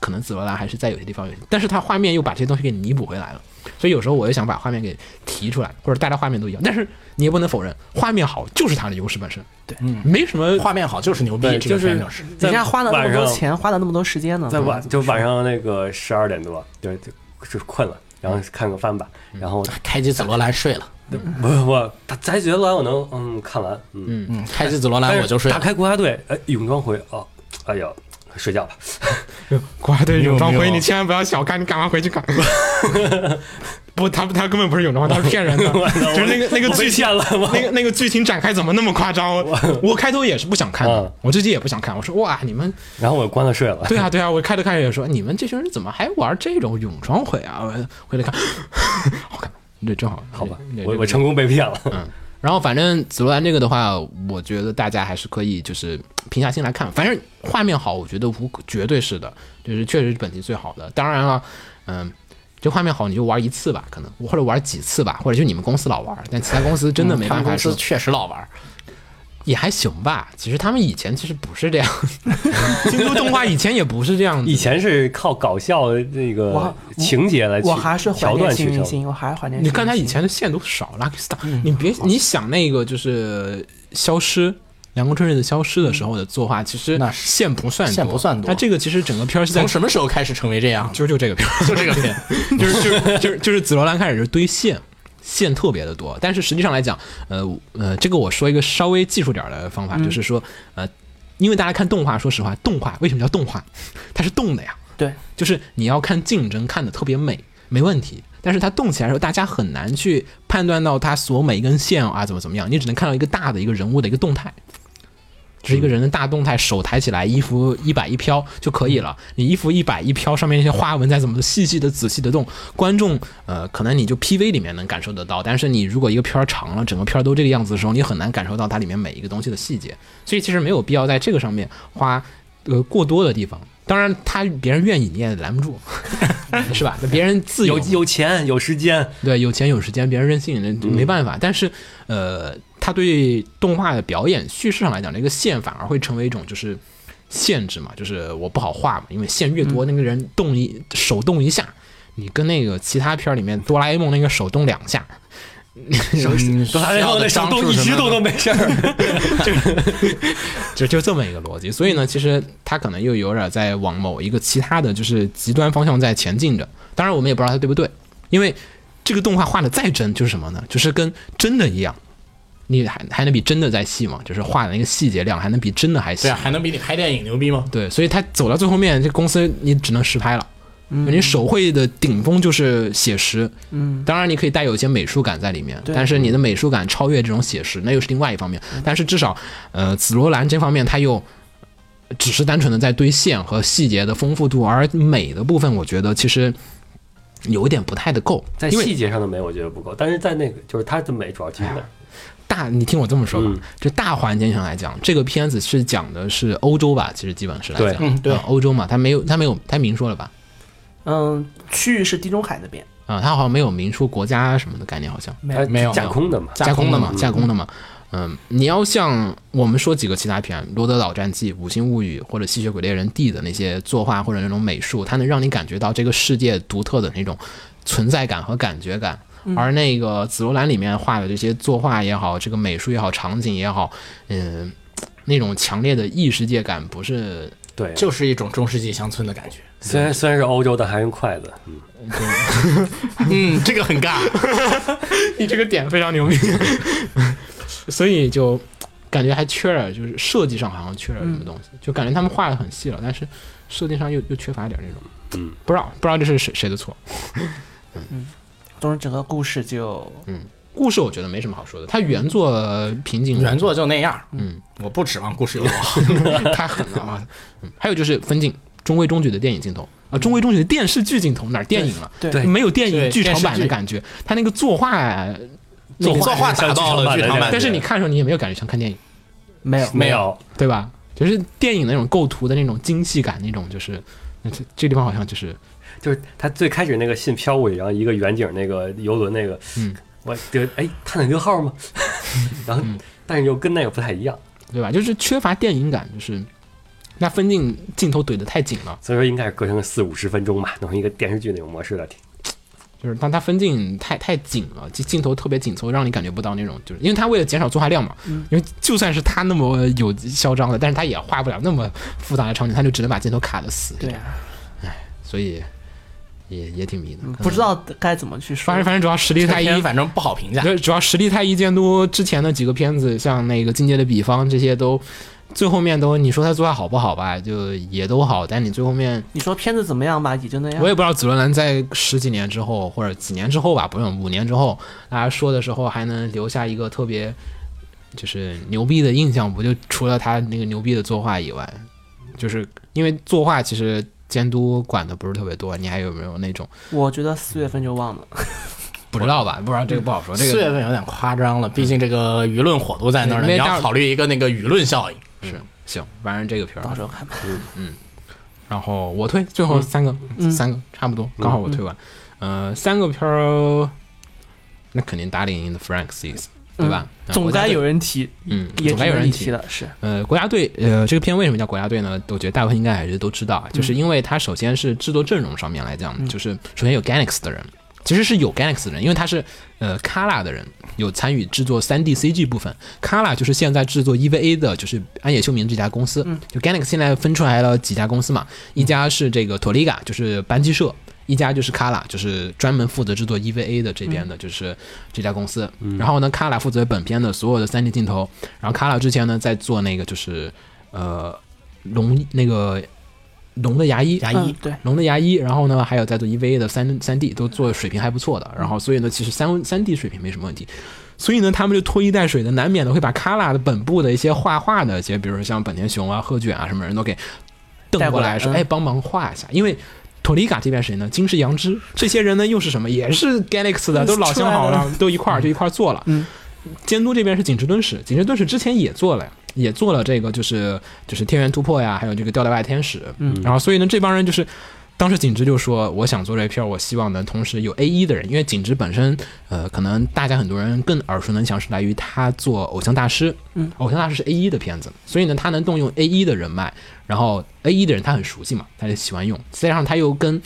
可能紫罗兰还是在有些地方有，但是它画面又把这些东西给弥补回来了。所以有时候我也想把画面给提出来，或者大家画面都一样，但是你也不能否认，画面好就是它的优势本身。对，没什么
画面好就是牛逼
对，
这个
就是
片就是
人家花了那么
晚
多
上
钱，花了那么多时间呢，
在
啊
对吧
晚就晚上那个十二点多，对，就就困了，然后看个番吧，
嗯
然后
开启紫罗兰睡了，
不不，他《宅决罗兰》我能嗯看完，嗯，
嗯，开启紫罗
但
兰
是
我就睡
打
了，
开国家队，哎，泳装回哦，哎呀，睡觉吧，
国家队
有
泳装
没有
回，你千万不要小看，你赶快回去 看。不，他他根本不是泳装， 他是骗人的， 就是那个那个
我被
剧情
骗了吗
那个那个剧情展开怎么那么夸张？我我开头也是不想看的
嗯，
我自己也不想看。我说哇，你们
然后我关了睡了。
对啊对啊，我开着看着也说你们这群人怎么还玩这种泳装回啊？我回来看，好看，对，正好
好吧
对，
我
对
我
对
成功被骗了。
嗯然后反正紫罗兰这个的话，我觉得大家还是可以就是平下心来看，反正画面好，我觉得无绝对是的，就是确实是本季最好的。当然了，嗯。这画面好，你就玩一次吧，可能或者玩几次吧，或者就你们公司老玩，但其他公司真的没
嗯他
办
们
法
公
说
司确实老玩，
也还行吧。其实他们以前其实不是这样， 京都动画以前也不是这样子。
以前是靠搞笑的那个
我
情节来去
我还是怀
桥
念
段
新
取
明
胜。
星，我还是怀念。
你看他以，前的线都少，Lucky Star，、你
嗯
别你想那个就是消失。阳光春日的消失的时候的作画，其实
那是
线不算
线不算多
那这个其实整个片儿是在
从什么时候开始成为这样？
就就这个片 儿，
就这个片，
就是就是 就是就是紫罗兰开始是堆线，线特别的多。但是实际上来讲，呃呃，这个我说一个稍微技术点儿的方法，
嗯
就是说呃，因为大家看动画，说实话，动画为什么叫动画？它是动的呀，
对，
就是你要看竞争看的特别美，没问题。但是它动起来的时候，大家很难去判断到它所每一根线啊怎么怎么样，你只能看到一个大的一个人物的一个动态，就是一个人的大动态，手抬起来，衣服一摆一飘就可以了。你衣服一摆一飘，上面一些花纹在怎么细细的、仔细的动，观众呃，可能你就 PV 里面能感受得到，但是你如果一个片儿长了，整个片儿都这个样子的时候，你很难感受到它里面每一个东西的细节。所以其实没有必要在这个上面花呃过多的地方。当然，他别人愿意你也拦不住， 是吧？那别人自由
有
嘛
有钱有时间，
对，有钱有时间，别人任性，那没办法。但是，呃，他对动画的表演叙事上来讲，这个线反而会成为一种就是限制嘛，就是我不好画嘛，因为线越多，那个人动一手动一下，你跟那个其他片儿里面哆啦 A 梦那个手动两下，
哆啦 A 梦那手动一直动都没事儿。
就就这么一个逻辑。所以呢，其实他可能又有点在往某一个其他的就是极端方向在前进着。当然，我们也不知道他对不对，因为这个动画画的再真，就是什么呢？就是跟真的一样。你还还能比真的再细吗？就是画的那个细节量还能比真的还细
对啊，？还能比你拍电影牛逼吗？
对，所以他走到最后面，这公司你只能实拍了。你手绘的顶峰就是写实，嗯，当然你可以带有一些美术感在里面，但是你的美术感超越这种写实，那又是另外一方面。但是至少，呃，紫罗兰这方面它又只是单纯的在堆线和细节的丰富度，而美的部分，我觉得其实有一点不太的够，
在
因为
细节上的美我觉得不够，但是在那个就是它的美主要体现在
大，你听我这么说吧，
嗯
就大环境上来讲，这个片子是讲的是欧洲吧，其实基本是来
对
讲，
嗯对
呃欧洲嘛，它没有，它没有，它明说了吧？
嗯，区域是地中海那边，
啊、它好像没有明说国家什么的概念，好像
没
它
有
没有
架空的嘛，
架空
的
的
嘛
嘛，
架空的嘛。嗯，你要像我们说几个其他片，《罗德岛战记》《五星物语》或者《吸血鬼猎人 D》的那些作画或者那种美术，它能让你感觉到这个世界独特的那种存在感和感觉感。
嗯
而那个《紫罗兰》里面画的这些作画也好，这个美术也好，场景也好，嗯，那种强烈的异世界感不是
对，啊
就是一种中世纪乡村的感觉。
虽然虽然是欧洲，但还用筷子，嗯
嗯，这个很尬。
你这个点非常牛逼，所以就感觉还缺了，就是设计上好像缺了什
嗯
么东西，就感觉他们画的很细了，但是设计上又又缺乏一点那种，
嗯，
不知道不知道这是谁谁的错。
总之整个故事就
故事我觉得没什么好说的，它原作瓶颈，
原作就那样，嗯，我不指望故事有多 好。
太狠了啊！嗯还有就是分镜，中规中矩的电影镜头啊，中规中矩的电视剧镜头，哪儿电影了？
对
对
没有电影
对
剧场版
电视
的
剧
感觉，它那个作画，
作画打到了剧
剧
场
场版的
版的感觉
但是你看的时候你也没有感觉像看电影。
没有
没有，
对吧？就是电影的那种构图的那种精细感，那种就是，那这这地方好像就是
就是他最开始那个信飘过去，然后一个远景那个游轮那个，
嗯，
我就哎探探六号吗？然后但是又跟那个不太一样，
对吧？就是缺乏电影感，就是那分镜镜头怼得太紧了，
所以说应该是隔成个四五十分钟吧，弄成一个电视剧那种模式的。
就是它它分镜太太紧了，镜镜头特别紧凑，让你感觉不到那种就是，因为它为了减少作画量嘛，因为就算是它那么有嚣张的，但是它也画不了那么复杂的场景，它就只能把镜头卡得死，
对啊，
所以也也挺迷的，
不知道该怎么去说
反。正反正主要实力太一，
片反正不好评价。
对，主要实力太一监督之前的几个片子，像那个《境界的比方》这些都，最后面都你说他做的好不好吧，就也都好，但你最后面
你说片子怎么样吧，也就那样
我。也不知道紫罗兰在十几年之后或者几年之后吧，不用五年之后，大家说的时候还能留下一个特别就是牛逼的印象，不就除了他那个牛逼的作画以外，就是因为作画其实监督管的不是特别多，你还有没有那种
我觉得四月份就忘了。
不知道吧？不知道这个不好说，这
四
个
月份有点夸张了，毕竟这个舆论火都在那儿了，
没
你
大
要考虑一个那个舆论效应。
是行，反正这个片儿
到时候看吧。
然后我推最后三个，
嗯
三个差不多，刚好我推完。呃，三个片儿，那肯定打脸赢的 Frank Seas，对吧？那
嗯总
国家
该
队
有人提，
嗯，
也
总该有人
提
提。
了，是
呃，国家队，呃，这个片为什么叫国家队呢？我觉得大部分应该还是都知道啊，就是因为它首先是制作阵容上面来讲，
嗯
就是首先有 Ganex 的人，其实是有 Ganex 的人，因为他是呃 Kala 的人，有参与制作 3D CG 部分。Kala 就是现在制作 EVA 的，就是安野秀明这家公司。
嗯
就 Ganex 现在分出来了几家公司嘛，一家是这个 Toliga，就是班机社。一家就是 Kala，就是专门负责制作 EVA 的这边
嗯
的，就是这家公司。然后呢，Kala 负责本片的所有的 3D 镜头。然后 Kala 之前呢，在做那个就是呃龙那个龙的牙医，
牙
嗯
医，
对，
龙的牙医，然后呢，还有在做 EVA 的三三 D 都做得水平还不错的，
嗯
然后所以呢，其实三三 D 水平没什么问题，所以呢，他们就拖泥带水的，难免的会把 Kala 的本部的一些画画的一些，比如说像本田雄啊、贺卷啊什么人都给瞪
带
过
过
来
来
说，
嗯
哎，帮忙画一下，因为。托里卡这边谁呢？金氏杨之这些人呢，又是什么？也是 Galaxy 的，都老相好了，都一块儿就一块儿做了。
嗯，
监督这边是景池敦史，景池敦史之前也做了呀，也做了这个就是就是天元突破呀，还有这个吊带外天使。
嗯
然后所以呢，这帮人就是当时景芝就说，我想做这片儿，我希望能同时有 A 一的人，因为景芝本身，呃，可能大家很多人更耳熟能详是来于他做《偶像大师》，
嗯，
《偶像大师》是 A 一的片子，所以呢，他能动用 A 一的人脉，然后 A 一的人他很熟悉嘛，他就喜欢用，再加上他又跟。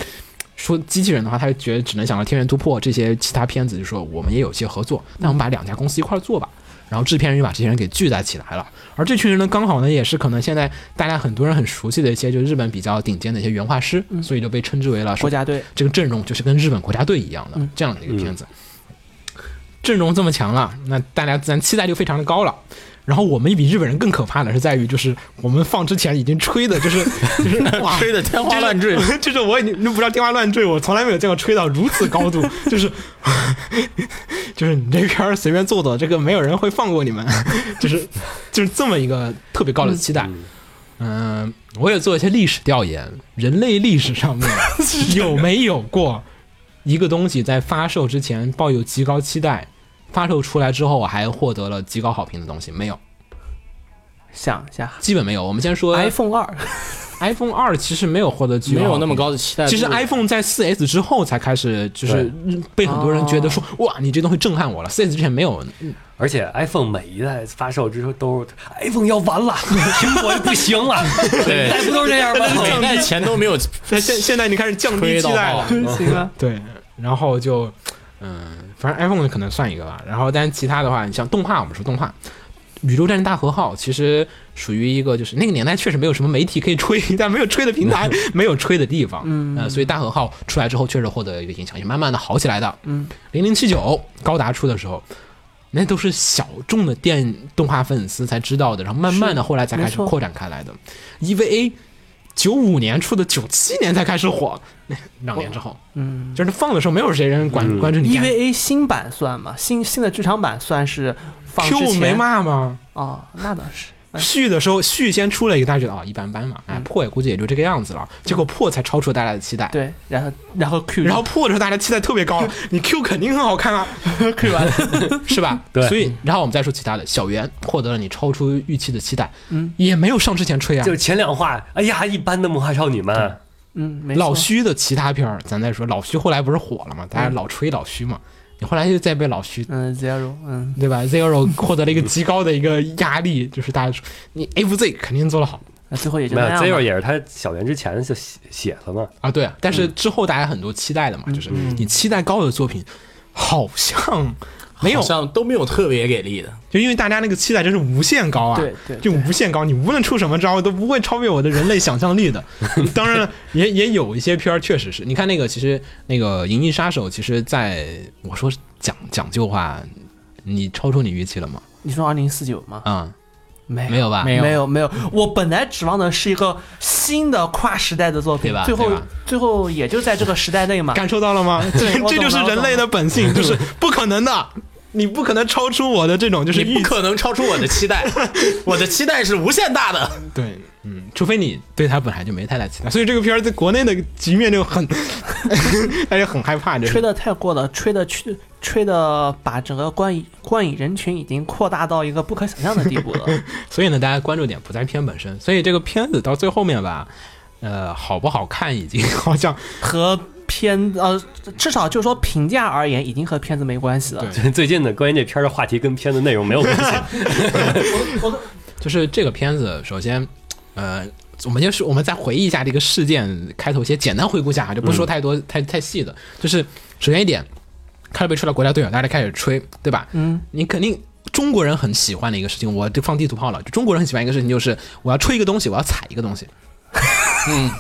说机器人的话，他就觉得只能想到《天元突破》这些其他片子，就说我们也有些合作，那我们把两家公司一块儿做吧。然后制片人就把这些人给聚在起来了。而这群人呢，刚好呢也是可能现在大家很多人很熟悉的一些，就是日本比较顶尖的一些原画师，所以就被称之为了
嗯国家队
这个阵容就是跟日本国家队一样的、这样的一个片子。阵容这么强了，那大家自然期待就非常的高了。然后我们比日本人更可怕的是在于，就是我们放之前已经吹的，就是 就是哇，
吹得天花乱坠，
就是我已经都不知道天花乱坠，我从来没有见过吹到如此高度， 就是就是你这片儿随便做做，这个没有人会放过你们， 就是就是这么一个特别高的期待。嗯、我也做一些历史调研，人类历史上 面有没有过一个东西在发售之前抱有极高期待，发售出来之后还获得了极高好评的东西？没有，
想一下
基本没有。我们先说
，iPhone 二
iPhone 二其实没有获得巨
哎没有
好
那么高的期待度。
其实 iPhone 在 4S 之后才开始，就是被很多人觉得说，哇，你这东西震撼我了。4S 之前没有，
而且 iPhone 每一代发售之后都是 iPhone 要 完了，苹果不行 了，每
对
代不都是这 样吗？
每代前都没有
但现现在你开始降低
推
期
到
待
爆
了。，
行啊，
对，然后就，嗯、反正 iPhone 可能算一个吧。然后，但是其他的话，你像动画，我们说动画，《宇宙战争大和号》其实属于一个，就是那个年代确实没有什么媒体可以吹， 但没有吹的平台，没有吹的地方。嗯，呃，所以大和号出来之后，确实获得一个影响，也慢慢的好起来的。嗯，零零七九高达出的时候。那都是小众的电动画粉丝才知道的，然后慢慢的后来才开
没
始
错
扩展开来的。EVA 九五年出的，九七年才开始火，两年之后，嗯，就是放的时候没有谁人管关注你。
EVA ，E 新版算吗？新新的剧场版算是放之
Q
前
没骂吗？
哦，那倒 是。哎
续的时候，续先出了一个，大家觉得啊、一般般嘛，哎，破也估计也就这个样子了。结果破才超出了大家的期待，
对，然后然后 Q，
然后破的时候大家期待特别高了，你 Q 肯定很好看啊，Q 完 是吧？
对
所以然后我们再说其他的，小圆获得了你超出预期的期待，嗯，也没有上之前吹啊
就。是前两话，哎呀，一般的魔法少女们，
嗯，没
老
错，
徐的其他片儿，咱再说，老徐后来不是火了嘛，大家老吹老徐嘛，你后来又再被老徐
嗯，Zero，嗯，
对吧？Zero 获得了一个极高的一个压力，就是大家说你 AVZ 肯定做得好
那最后也就
没有
那样吧。
Zero 也是他小圆之前就写写了嘛，
啊，对啊。但
嗯
是之后大家很多期待的嘛，就是你期待高的作品，好像没有
好，像都没有特别给力的。
就因为大家那个期待真是无限高啊，
对对
就无限高，你无论出什么招都不会超越我的人类想象力的。当然了，也也有一些片儿确实是，你看那个其实那个《银翼杀手》，其实在我说讲讲究话，你超出你预期了吗？
你说二零四九吗？
啊、
没
没有吧
没有，没有，没有。我本来指望的是一个新的跨时代的作品
对吧，
最后
对吧
最后也就在这个时代内嘛。
感受到了吗？
啊对我懂 了
这就是人类的本性，就是不可能的，你不可能超出我的这种就是
你不
预
可能超出我的期 待，我的期待是无限大的。
对，嗯，除非你对他本来就没太大期待，所以这个片儿在国内的局面就 很，大家很害怕，这
吹
是
的太过了，吹的去，吹的把整个观影观影人群已经扩大到一个不可想象的地步 了。
所以呢，大家关注点不在片本身，所以这个片子到最后面吧，呃，好不好看已经 好像
和片呃，至少就说评价而言，已经和片子没关系了。
对
最近的关于这片儿的话题跟片子内容没有关系，
就是这个片子，首先，呃，我们就是我们再回忆一下这个事件开头，先简单回顾一下啊，就不说太多、太太细的。就是首先一点，开始被吹到国家队了，大家开始吹，对吧？嗯，你肯定中国人很喜欢的一个事情，我就放地图炮了。就中国人很喜欢一个事情，就是我要吹一个东西，我要踩一个东西。嗯，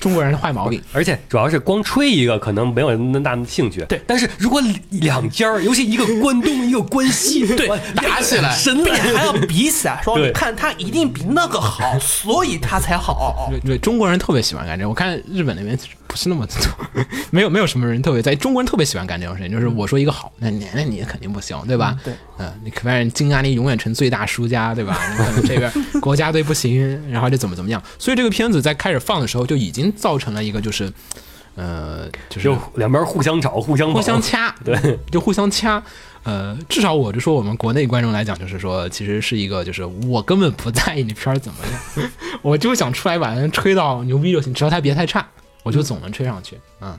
中国人的坏毛病。
而且主要是光吹一个可能没有那么大兴趣。对，但是如果两家儿，尤其一个关东一个关西，对，
打起来
神
并
了
且。还要比 起来说，
对
你看他一定比那个好，所以他才好。
对对，中国人特别喜欢干这，我看日本那边其实不是那么多， 没有没有什么人特别在意，中国人特别喜欢干这种事情，就是我说一个好，那你那你肯定不行，对吧？
对，
嗯、你可能金阿尼永远成最大输家，对吧？你可能这边国家队不行，然后就怎么怎么样，所以这个片子在开始放的时候就已经造成了一个就是，呃，就是
就两边互相吵，互相哦
互相
捧
掐，对，就互相掐。呃，至少我就说我们国内观众来讲，就是说，其实是一个，就是我根本不在意你片儿怎么样， 我就想出来把人吹到牛逼就行，只要他别太差，我就总能吹上去嗯。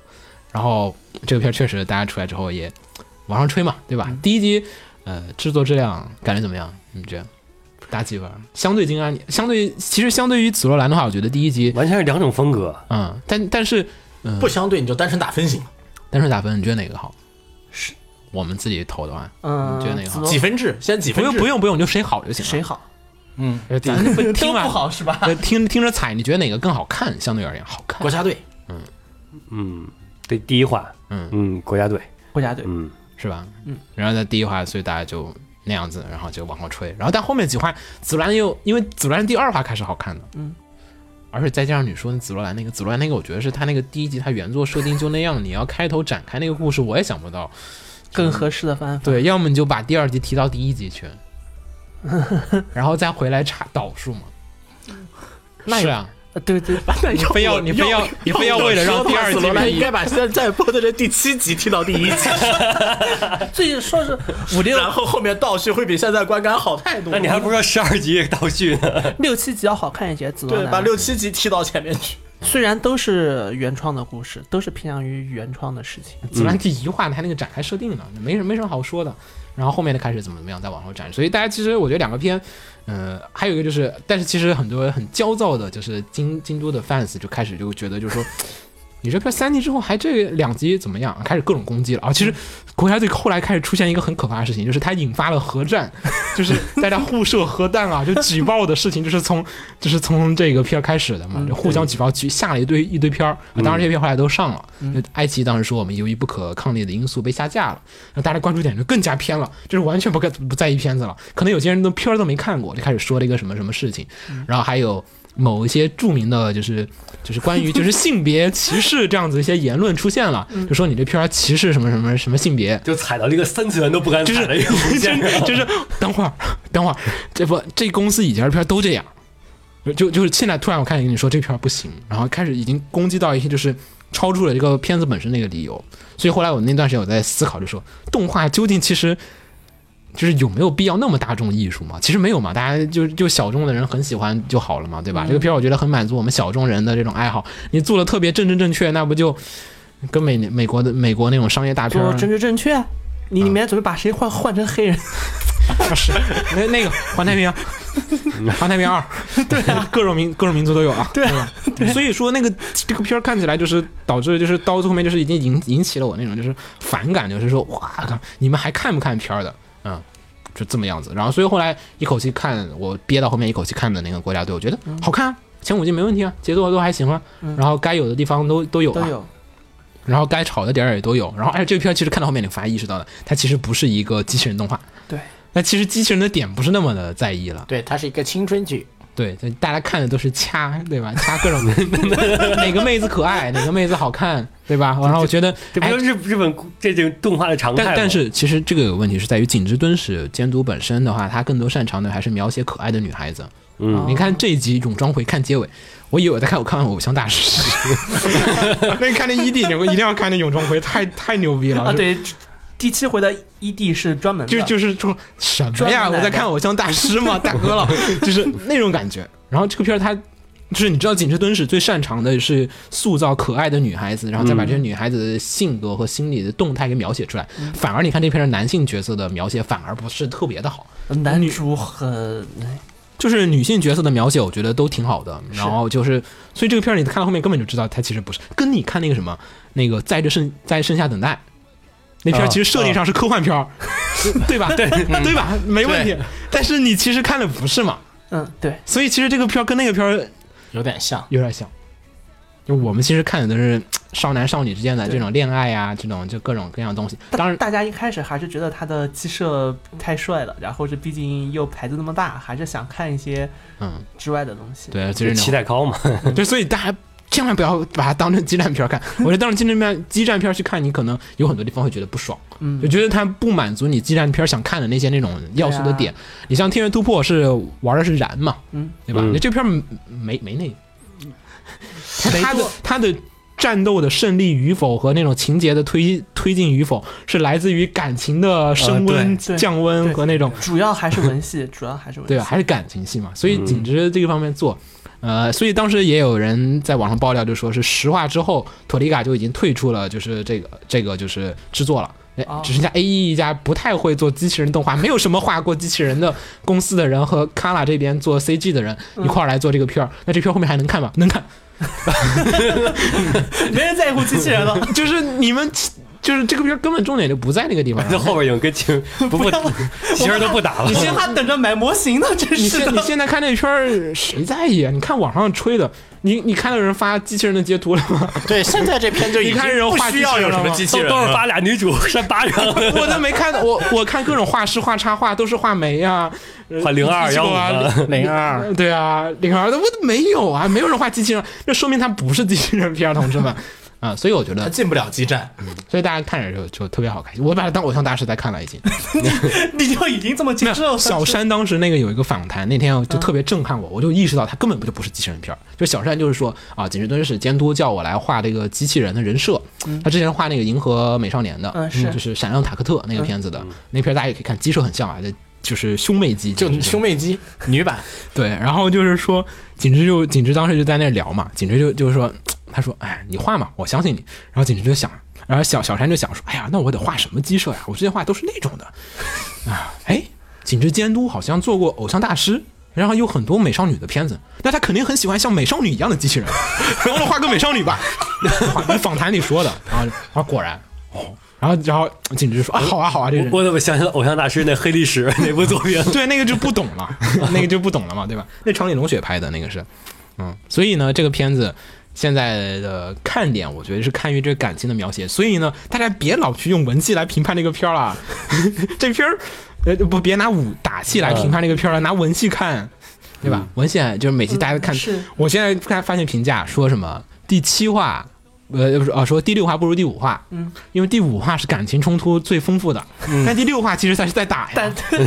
然后这个片儿确实大家出来之后也往上吹嘛，对吧？第一集呃制作质量感觉怎么样？你们觉得打几分？相对金安，相对其实相对于紫罗兰的话，我觉得第一集
完全是两种风格。
嗯，但但是
不相对，你就单纯打分行，
单纯打分，你觉得哪个好？是我们自己投的话，
嗯
你觉得哪个好
紫？罗
几分制，先几
不
分制，
用不用不用，就谁好就行了。
谁好？
呃？咱就不听完
都不好是吧？
呃听听着踩，你觉得哪个更好看？相对而言，好看
国。家队，
嗯，对，第一话，
嗯
嗯，国家队，
国家队
嗯，
是吧？嗯。然后在第一话，所以大家就那样子，然后就往后吹。然后但后面几话，紫罗兰又因为紫罗兰第二话开始好看的，嗯。而且再加上你说紫罗兰那个，紫罗兰那个，我觉得是他那个第一集他原作设定就那样，你要开头展开那个故事，我也想不到。
更合适的方法。
对，要么你就把第二集提到第一集去，然后再回来查导数嘛。
那也
是啊，
呃对 对，
你非要你非要你非要为了让第二季
罗兰
变
应该把现哎在播的这第七集听到第一集，
最近说是五六
然后后面倒叙会比现在观感好太多。
那你还不如说十二集倒叙呢？
六七集要好看一些，紫罗
对，把
兰
六七集踢到前面去。
虽然都是原创的故事，都是偏向于原创的事情，
紫兰第一话它那个展开设定呢，没什没什么好说的。然后后面的开始怎么怎么样再往后展，所以大家其实我觉得两个片，呃，还有一个就是，但是其实很多很焦躁的，就是京京都的 fans 就开始就觉得就是说。你这片三集之后还这两集怎么样？开始各种攻击了啊！其实《国家队》后来开始出现一个很可怕的事情，就是它引发了核战，就是大家互射核弹啊，就举报的事情，就是从就是从这个片儿开始的嘛，就互相举报，举下了一堆一堆片儿。啊当然，这些片儿后来都上了。就爱奇艺当时说我们由于不可抗力的因素被下架了，那大家关注点就更加偏了，就是完全不看不在意片子了。可能有些人都片儿都没看过，就开始说了一个什么什么事情，然后还有。某一些著名的，就是就是关于就是性别歧视这样子一些言论出现了，就说你这片儿歧视什么什么什么性别，
就踩到了一个三次元都不敢
就是
踩的一个红线上，
就是等会儿，等会儿，这不这公司以前的片儿都这样，就就是现在突然我看见你说这片儿不行，然后开始已经攻击到一些就是超出了这个片子本身那个理由，所以后来我那段时间我在思考，就说动画究竟其实。就是有没有必要那么大众艺术嘛？其实没有嘛，大家就就小众的人很喜欢就好了嘛，对吧？这个片儿我觉得很满足我们小众人的这种爱好。你做的特别正正正确，那不就跟美美国的美国那种商业大片
做
儿
政治正确。啊你里面准备把谁换换成黑人？
啊是，那那个《环太平洋》，《环太平洋二》， 对、各种民各种民族都有啊，对吧？所以说那个这个片儿看起来就是导致就是到最后面就是已经引引起了我那种就是反感，就是说哇靠，你们还看不看片儿的？嗯，就这么样子。然后所以后来一口气看，我憋到后面一口气看的那个国家队，我觉得好看、啊，前五集没问题啊，节奏都还行啊，然后该有的地方都都有
都
啊，
有，
然后该吵的点儿也都有。然后而且这个片儿其实看到后面你反而意识到了，它其实不是一个机器人动画。
对，
那其实机器人的点不是那么的在意了，
对，它是一个青春剧，
对，就大家看的都是掐，对吧？掐各种 哪个妹子可爱，哪个妹子好看，对吧？然后我觉得，
这不
哎
就，日日本这种动画的常态吗
但但是其实这个有问题是在于井之敦史监督本身的话，他更多擅长的还是描写可爱的女孩子。
嗯，
你看这一集《泳装回看》结尾，我以为我在看我看完《偶像大师》，那你看那 ED，你们一定要看那《泳装回》，太太牛逼了
啊，对，第七回的 ED 是专门的
就就是说什么
专门
呀？
来
我在
的
看偶像大师 吗？大哥了，就是那种感觉。然后这个片儿它就是你知道，景之敦史最擅长的是塑造可爱的女孩子，然后再把这些女孩子的性格和心理的动态给描写出来。反而你看这片儿男性角色的描写反而不是特别的好，
男主很
就是女性角色的描写，我觉得都挺好的。然后就是，所以这个片儿你看到后面根本就知道，它其实不是跟你看那个什么那个在这盛在盛夏等待。那片儿
啊
其实设定上是科幻片儿， 对吧？啊对 嗯对吧？没问题。但是你其实看的不是嘛，
嗯，对，
所以其实这个片儿跟那个片儿
有点像。
有点像。就我们其实看的都是少男少女之间的这种恋爱呀、这种就各种各样的东西。
大
当然，
大家一开始还是觉得他的鸡舍太帅了，然后这毕竟又牌子那么大，还是想看一些
嗯，
之外的东西。
对，就
就是
那
期
种
待高嘛，
对，所以大家千万不要把它当成激战片儿看。我觉得当成激战片激战片儿去看，你可能有很多地方会觉得不爽，
嗯
就觉得它不满足你激战片儿想看的那些那种要素的点。你像《天元突破》是玩的是燃嘛，
啊嗯，
对吧？
嗯
你这片儿没没那个，
没
它的
做
它的。战斗的胜利与否和那种情节的推推进与否，是来自于感情的升温、
啊对对
降温
对
和那种
主要还是文戏，主要还是文戏。
对吧？啊还是感情戏嘛，所以紧直这个方面做，呃，所以当时也有人在网上爆料，就说是实话之后，托利嘎就已经退出了，就是这个这个就是制作了。哎
哦
只剩下 A E 一家不太会做机器人动画，没有什么画过机器人的公司的人和 Kala 这边做 C G 的人一块儿来做这个片儿，那这片儿后面还能看吗？能看，
没人在乎机器人 了。
就是你们就是这个片儿根本重点就不在那个地方。
这后边有个情不不
要了，
其实都不打了
你。先还等着买模型呢，真
你
是
现你
的。
现在看这片儿，谁在意啊？你看网上吹的，你你看到有人发机器人的截图了吗？
对，现在这片就已
你
经
看人
不
画
需要有什么机器
都
人
都是
了。
发俩女主扇巴掌，
我都没看到，我我看各种画师画插画都是画梅呀、呃
画 02
机器狗啊，
零二，
呃对啊，零二的我没有啊，没有人画机器人，这说明它不是机器人片儿，同志们。啊，所以我觉
他
得，
进不了基站，
所以大家看着就就特别好开心。我把它当偶像大师在看了已经。
你就已经这么接受了。
小山当时那个有一个访谈，那天
嗯
就特别震撼我，我就意识到他根本不就不是机器人片儿。就小山就是说啊，景石敦史监督叫我来画这个机器人的人设，他之前画那个《银河美少年》的，
嗯是嗯
就是《闪亮塔克特》那个片子的，那片儿大家也可以看，鸡舍很像啊，就就是兄妹机，
就
简直是
兄妹机女版，
对，然后就是说，景芝就景芝当时就在那聊嘛，景芝就就是说，他说，哎，你画嘛，我相信你。然后景芝就想，然后小小山就想说，哎呀，那我得画什么鸡舍呀？我之前画都是那种的，啊，哎，景芝监督好像做过《偶像大师》。然后有很多美少女的片子，那他肯定很喜欢像美少女一样的机器人， 然后画个美少女吧， 那访谈里说的，然后啊果然，哦，然后然后景芝就说啊好啊好啊， 这人
我我怎么想起了《偶像大师》那黑历史那部作品？
对，那个就不懂了，那个就不懂了嘛，对吧？那长岭龙雪拍的那个是，嗯，所以呢，这个片子现在的看点，我觉得是看于这个感情的描写。所以呢，大家别老去用文戏来评判这个片儿了， 这片儿，呃，不，别拿武打戏来评判这个片儿了，拿文戏看，对吧？文戏就是每期大家看，
是
我现在看发现评价说什么第七话。呃，不是啊，说第六话不如第五话，嗯，因为第五话是感情冲突最丰富的，
嗯
但第六话其实才是在打呀，
但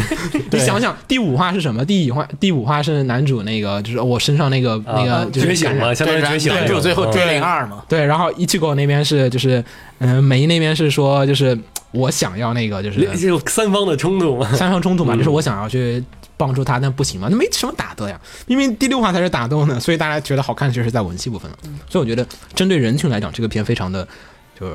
你想想，第五话是什么？第五话，第五话是男主那个，就是我身上那个、那
啊
个，就是
觉醒
感染
嘛，相当于觉醒。嗯
男主最后追零二嘛，
对，然后一七狗那边是就是，嗯、梅那边是说就是我想要那个就是
这有三方的冲 突嘛？
三方冲突嘛，就是我想要去帮助他，但不行嘛，那没什么打斗呀。因为第六话才是打斗呢，所以大家觉得好看就是在文戏部分了。所以我觉得针对人群来讲，这个片非常的就是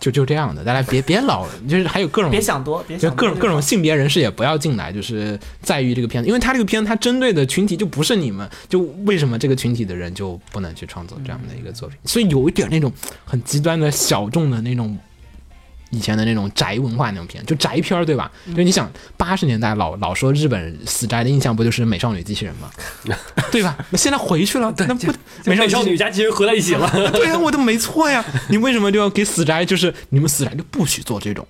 就就这样的，大家别别老就是还有各种
别想多，别
就
想多
各种各种性别人士也不要进来，就是在于这个片子，因为他这个片子他针对的群体就不是你们，就为什么这个群体的人就不能去创作这样的一个作品？所以有一点那种很极端的小众的那种。以前的那种宅文化那种片，就宅片儿，对吧？
嗯
就你想八十年代老老说日本死宅的印象，不就是美少女机器人 吗？对吧？那现在回去了，那不美
美
少
少
女
女加其实合在一起了，
对啊，我的没错呀。你为什么就要给死宅？就是你们死宅就不许做这种，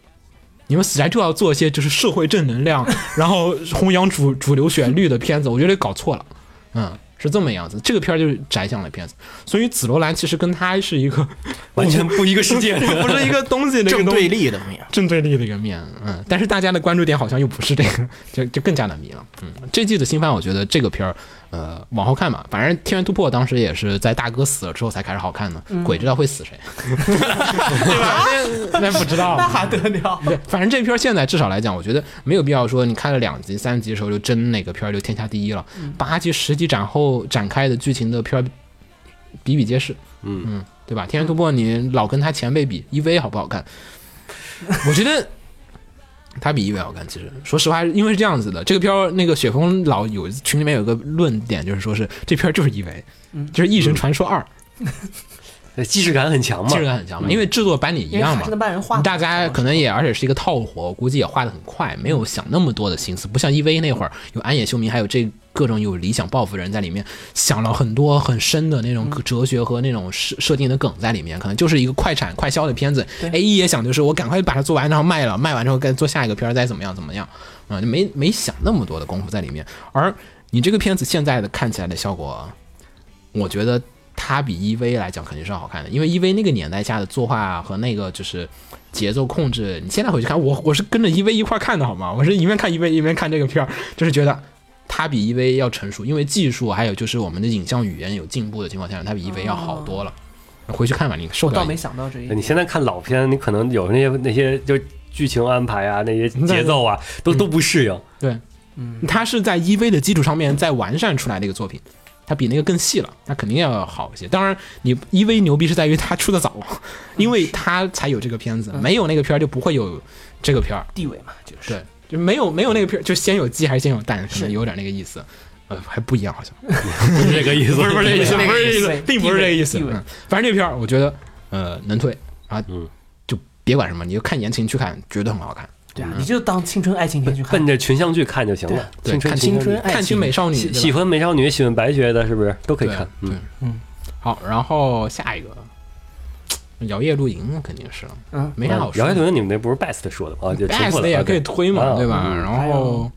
你们死宅就要做一些就是社会正能量，然后弘扬主主流旋律的片子。我觉得搞错了，嗯，是这么样子。这个片儿就是宅向的片子，所以紫罗兰其实跟他是一个
完全不一个世 界。
不是一个东西的一个
正
东
对
西。
立的啊没有。
正对立的一个面，嗯，但是大家的关注点好像又不是这个，就就更加的迷了，嗯，这季的新番我觉得这个片儿，呃，往后看吧，反正《天元突破》当时也是在大哥死了之后才开始好看呢，鬼知道会死谁， 对吧？那那不知道，啊
那还得了？
对，反正这片儿现在至少来讲，我觉得没有必要说你看了两集、三集的时候就争哪个片儿就天下第一了。八集、十集展后展开的剧情的片儿比比皆是，
嗯
对吧？《天元突破》你老跟他前辈比，EVA 好不好看？我觉得他比 EVA 好看。其实说实话，因为是这样子的，这个片儿那个雪峰老有群里面有个论点，就是说是这片儿就是 EVA，、就是《异神传说二》，
既视感很强嘛嗯
技，术感很强嘛，因为制作版你一
因为
样
还
嘛
是。能把人画。
大家可能也，而且是一个套活，估计也画的很快，没有想那么多的心思，不像 EV 那会儿有安野秀明，还有这各种有理想抱负的人在里面，想了很多很深的那种
嗯
哲学和那种设设定的梗在里面，可能就是一个快产快销的片子。A E 也想就是我赶快把它做完，然后卖了，卖完之后该做下一个片儿，再怎么样怎么样，啊、就没没想那么多的功夫在里面。而你这个片子现在的看起来的效果，我觉得它比 EV 来讲肯定是好看的，因为 EV 那个年代下的作画和那个就是节奏控制，你现在回去看，我我是跟着 EV 一块儿看的好吗？我是一面看 EV 一面看这个片儿，就是觉得它比 EV 要成熟，因为技术还有就是我们的影像语言有进步的情况下，它比 EV 要好多了。回去看吧，你受
我
不了
倒没想到这一
你现在看老片，你可能有那些那些就剧情安排啊，那些节奏啊，都
嗯
都不适应。
对，嗯，它是在 EV 的基础上面再完善出来的一个作品，它比那个更细了，它肯定要好一些。当然，你 EV 牛逼是在于它出的早，因为它才有这个片子，没有那个片儿就不会有这个片儿。
地位嘛，就是
对，就没有没有那个片儿，就先有鸡还是先有蛋，可能有点那个意思。呃，还不一样，好像
不是这个意思，
不是不是这个意思，不是这个意
对
思，并不是这个意思。
地位地位
嗯，反正这片儿我觉得呃能推啊
嗯，
就别管什么，你就看言情去看，绝对很好看。
对啊，你就当青春爱情片去看
奔。着群像剧看就行了。
对
青春
看
青
春爱
看去美少女
喜
对吧
喜欢美少女、喜欢白雪的，是不是都可以
对
看？
对
嗯，，
嗯，好，然后下一个，呃摇曳露营肯定是了，
嗯，
没啥好说
姚
的。
一彤，你们那不是 Best 说的吗？啊就重复
best
了
也
啊
可以
对
推嘛，
啊
对吧？
嗯
然后，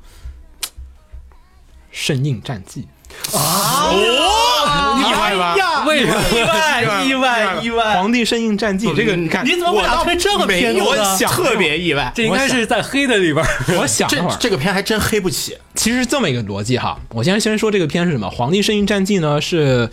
圣印战记
哦，你还
对吧？
为什么意外意 外意外？
皇帝圣印战记这个，嗯你看，
你怎么会
我
打
倒
推这个
没啊
片子
有
呢？
想
特别意外，
这应该是在黑 的里边儿。
我想
这
了会儿，
这个片还真黑不起。
其实这么一个逻辑哈，我先先说这个片是什么，《皇帝圣印战记》呢是，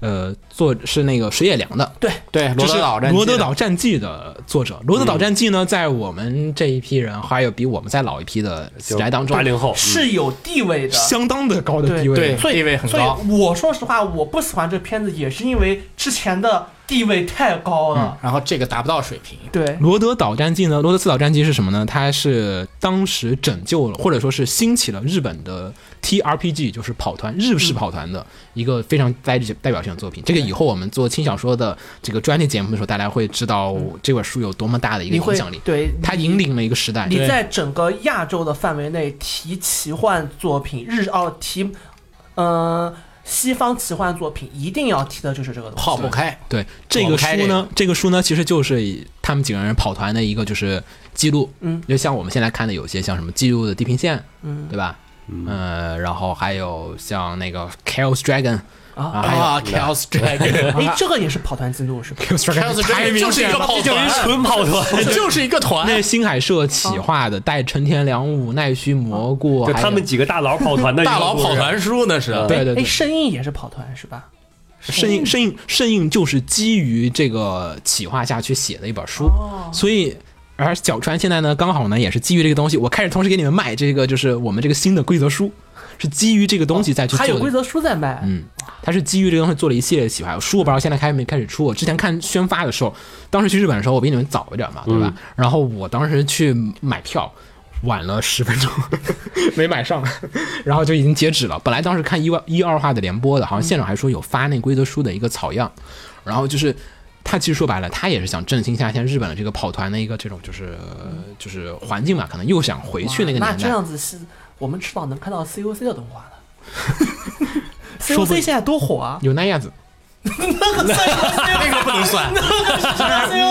呃，作是那个水野良的，
对，
对，
这
罗
是
德岛
《
战，
罗德岛，战记》的作者。《罗德岛战记》呢，在我们这一批人，还有比我们再老一批的来当中，
八零后，
是有地位的。
相当的高的地位。
对，
所以
地位很
所以
高。
我说实话，我不喜欢这片子，也是因为之前的地位太高了。
然后这个达不到水平，
对，
罗德岛战记呢？罗德斯岛战记是什么呢？它是当时拯救了，或者说是兴起了日本的 TRPG，就是跑团日式跑团的一个非常代代表性的作品。这个以后我们做轻小说的这个专题节目的时候，大家会知道这本书有多么大的一个
你会
影响力。
对
它引领了一个时代。
你在整个亚洲的范围内提奇幻作品，日哦提，呃，西方奇幻作品一定要提的就是这个东西。
跑不开。
对这个书
这
呢
个，
这个书呢，其实就是以他们几个人跑团的一个就是记录，
嗯，
就像我们现在看的有些像什么记录的地平线，嗯，对吧？嗯、然后还有像那个 Chaos Dragon 啊，还有
啊，Chaos Dragon，
哎，这个也是跑团记录是吧？
Chaos
Chaos Dragon
太明
就是一
显
个
了，
跑
就一
团，
纯跑团，
就是一个
那
团
是，新海社企划的，带成田良武、奈须蘑
啊
菇，
就
还有
他们几个大佬跑团的一个
大佬
故事
跑，团书那是。
对对
哎，
对，
圣印也是跑团是吧？
圣印圣印圣印就是基于这个企划下去写的一本书，
哦
所以。而小川现在呢，刚好呢也是基于这个东西，我开始同时给你们卖这个，就是我们这个新的规则书，是基于这个东西再去
还
做
有规
的。
则书在卖。
哎嗯，它是基于这个东西做了一系列的企划。书我不知道现在开没开始出，我之前看宣发的时候，当时去日本的时候我比你们早一点嘛，
嗯
对吧？然后我当时去买票。晚了十分钟， 没买上， 然后就已经截止了。本来当时看一万一二话的联播的，好像现场还说有发那规则书的一个草样，然后就是他其实说白了，他也是想振兴一下现在日本的这个跑团的一个这种就是就是环境嘛，可能又想回去那个年代。
那这样子是我们迟早能看到 COC 的动画 了。
说不
COC 现在多火啊！
有那样子，
那个不能算，
那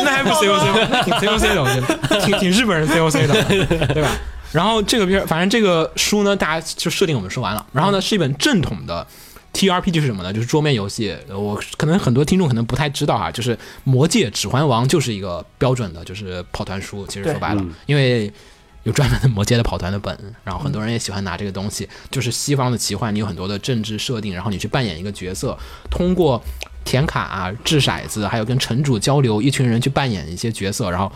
还不 COC 吗？那挺 COC 的，我觉得挺挺日本人 COC 的，对吧？然后这个片儿，反正这个书呢，大家就设定我们说完了。然后呢，是一本正统的 TRPG 是什么呢？就是桌面游戏。呃我可能很多听众可能不太知道啊，就是《魔界》《指环王》就是一个标准的，就是跑团书。其实说白了，因为有专门的魔界的跑团的本，然后很多人也喜欢拿这个东西，就是西方的奇幻，你有很多的政治设定，然后你去扮演一个角色，通过填卡、啊、掷骰子，还有跟城主交流，一群人去扮演一些角色，然后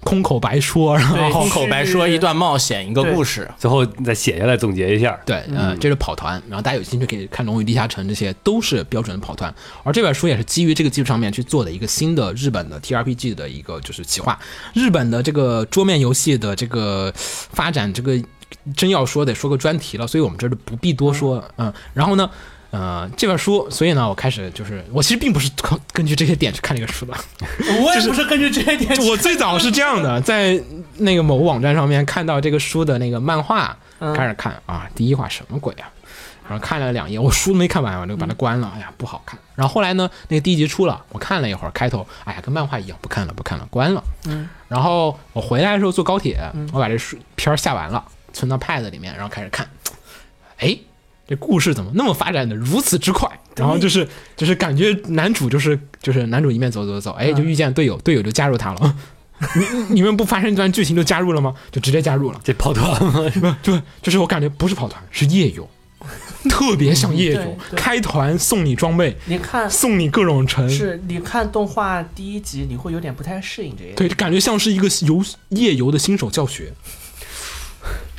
空口白说，然后
空口白说一段冒险，一个故事。
最后再写下来总结一下。
对，呃，这是跑团，然后大家有兴趣可以看《龙与地下城》，这些都是标准的跑团。而这本书也是基于这个基础上面去做的一个新的日本的 TRPG 的一个就是企划。日本的这个桌面游戏的这个发展，这个真要说得说个专题了，所以我们这儿就不必多说。嗯，然后呢？呃，这本书，所以呢，我开始就是，我其实并不是靠根据这些点去看这个书的，
我也不是根据这一点
我最早是这样的，在那个某网站上面看到这个书的那个漫画，开始看啊，第一话什么鬼啊？然后看了两页，我书没看完，我就把它关了。哎呀，不好看。然后后来呢，那个第一集出了，我看了一会儿，开头，哎呀，跟漫画一样，不看了，不看了，关了。嗯。然后我回来的时候坐高铁，我把这书片儿下完了，存到 Pad 里面，然后开始看。哎，这故事怎么那么发展的如此之快？然后就是就是感觉男主就是就是男主一面走走走，哎，就遇见队友，队友就加入他了。你你们不发生一段剧情就加入了吗？就直接加入了，
这跑团
嗯
对，就是我感觉不是跑团，是夜 游，特别像夜游
嗯，对对
开团送你装备，
你看
送你各种城，
是，你看动画第一集，你会有点不太适应这一点。
对，感觉像是一个游夜游的新手教学，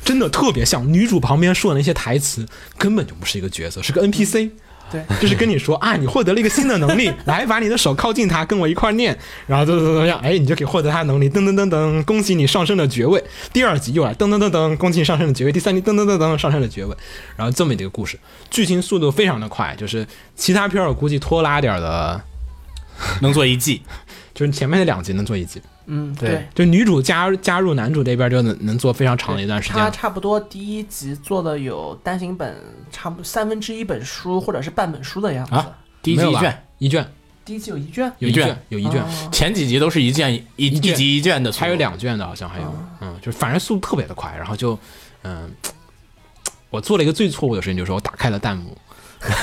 真的特别像。女主旁边说的那些台词根本就不是一个角色，是个 NPC。
对，
就是跟你说啊，你获得了一个新的能力，来把你的手靠近它，跟我一块儿念，然后怎么怎么样，哎，你就可以获得它的能力，噔噔噔噔，恭喜你上升了爵位。第二集又来，噔噔噔噔，恭喜你上升了爵位。第三集噔噔噔噔，上升了爵位。然后这么一个故事，剧情速度非常的快，就是其他片儿我估计拖拉点儿的，
能做一季，
就是前面那两集能做一集，
嗯，
对
对，
就女主加入加入男主这边就能能做非常长的一段时
他
间。
差不多第一集做的有单行本，差不多三分之一本书或者是半本书的样子。
啊第一
没有
季一
吧
卷，，
一卷
第一集有一卷，
有
一卷
卷有一卷，
前几集都是一卷一一
卷
集一卷的，
还有。两卷的，好像还有，嗯，就是反正速度特别的快，然后就，嗯，我做了一个最错误的事情，就是我打开了弹幕，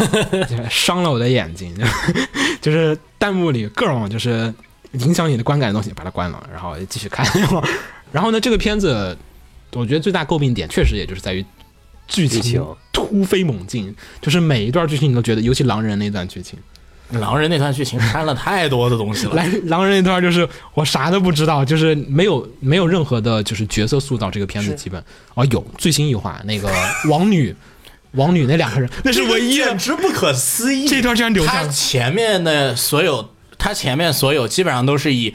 伤了我的眼睛， 就是弹幕里各种就是影响你的观感的东西，把它关了，然后继续看。 然后呢，这个片子我觉得最大诟病点确实也就是在于剧
剧情
情突飞猛进，就是每一段剧情你都觉得，尤其狼人那段剧情，
狼人那段剧情掺了太多的东西了，
来狼人那段就是我啥都不知道，就是没有没有任何的就是角色塑造，这个片子基本哦有最新一话那个王女王女那两个人，那是唯一的
简直不可思议。
这段居然留下
他
了。
前面的所有，他前面所有基本上都是以，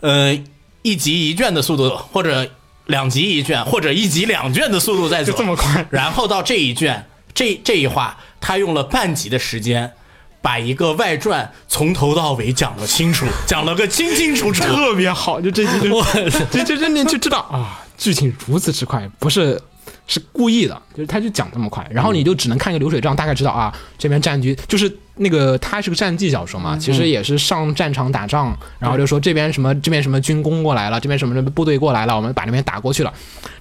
呃，一集一卷的速度，或者两集一卷，或者一集两卷的速度在走，
就这么快
然后到这一卷，这这一话，他用了半集的时间。把一个外传从头到尾讲了清楚，讲了个清清楚楚。
特别好，就这集就
我
就就就你就知道啊，剧情如此之快，不是是故意的，就是他就讲这么快，然后你就只能看一个流水账，大概知道啊这边战局就是那个他是个战绩小说
嗯
嘛，其实也是上战场打仗，然后就说这边什么这边什么军工过来了，这边什么什么部队过来了，我们把那边打过去了，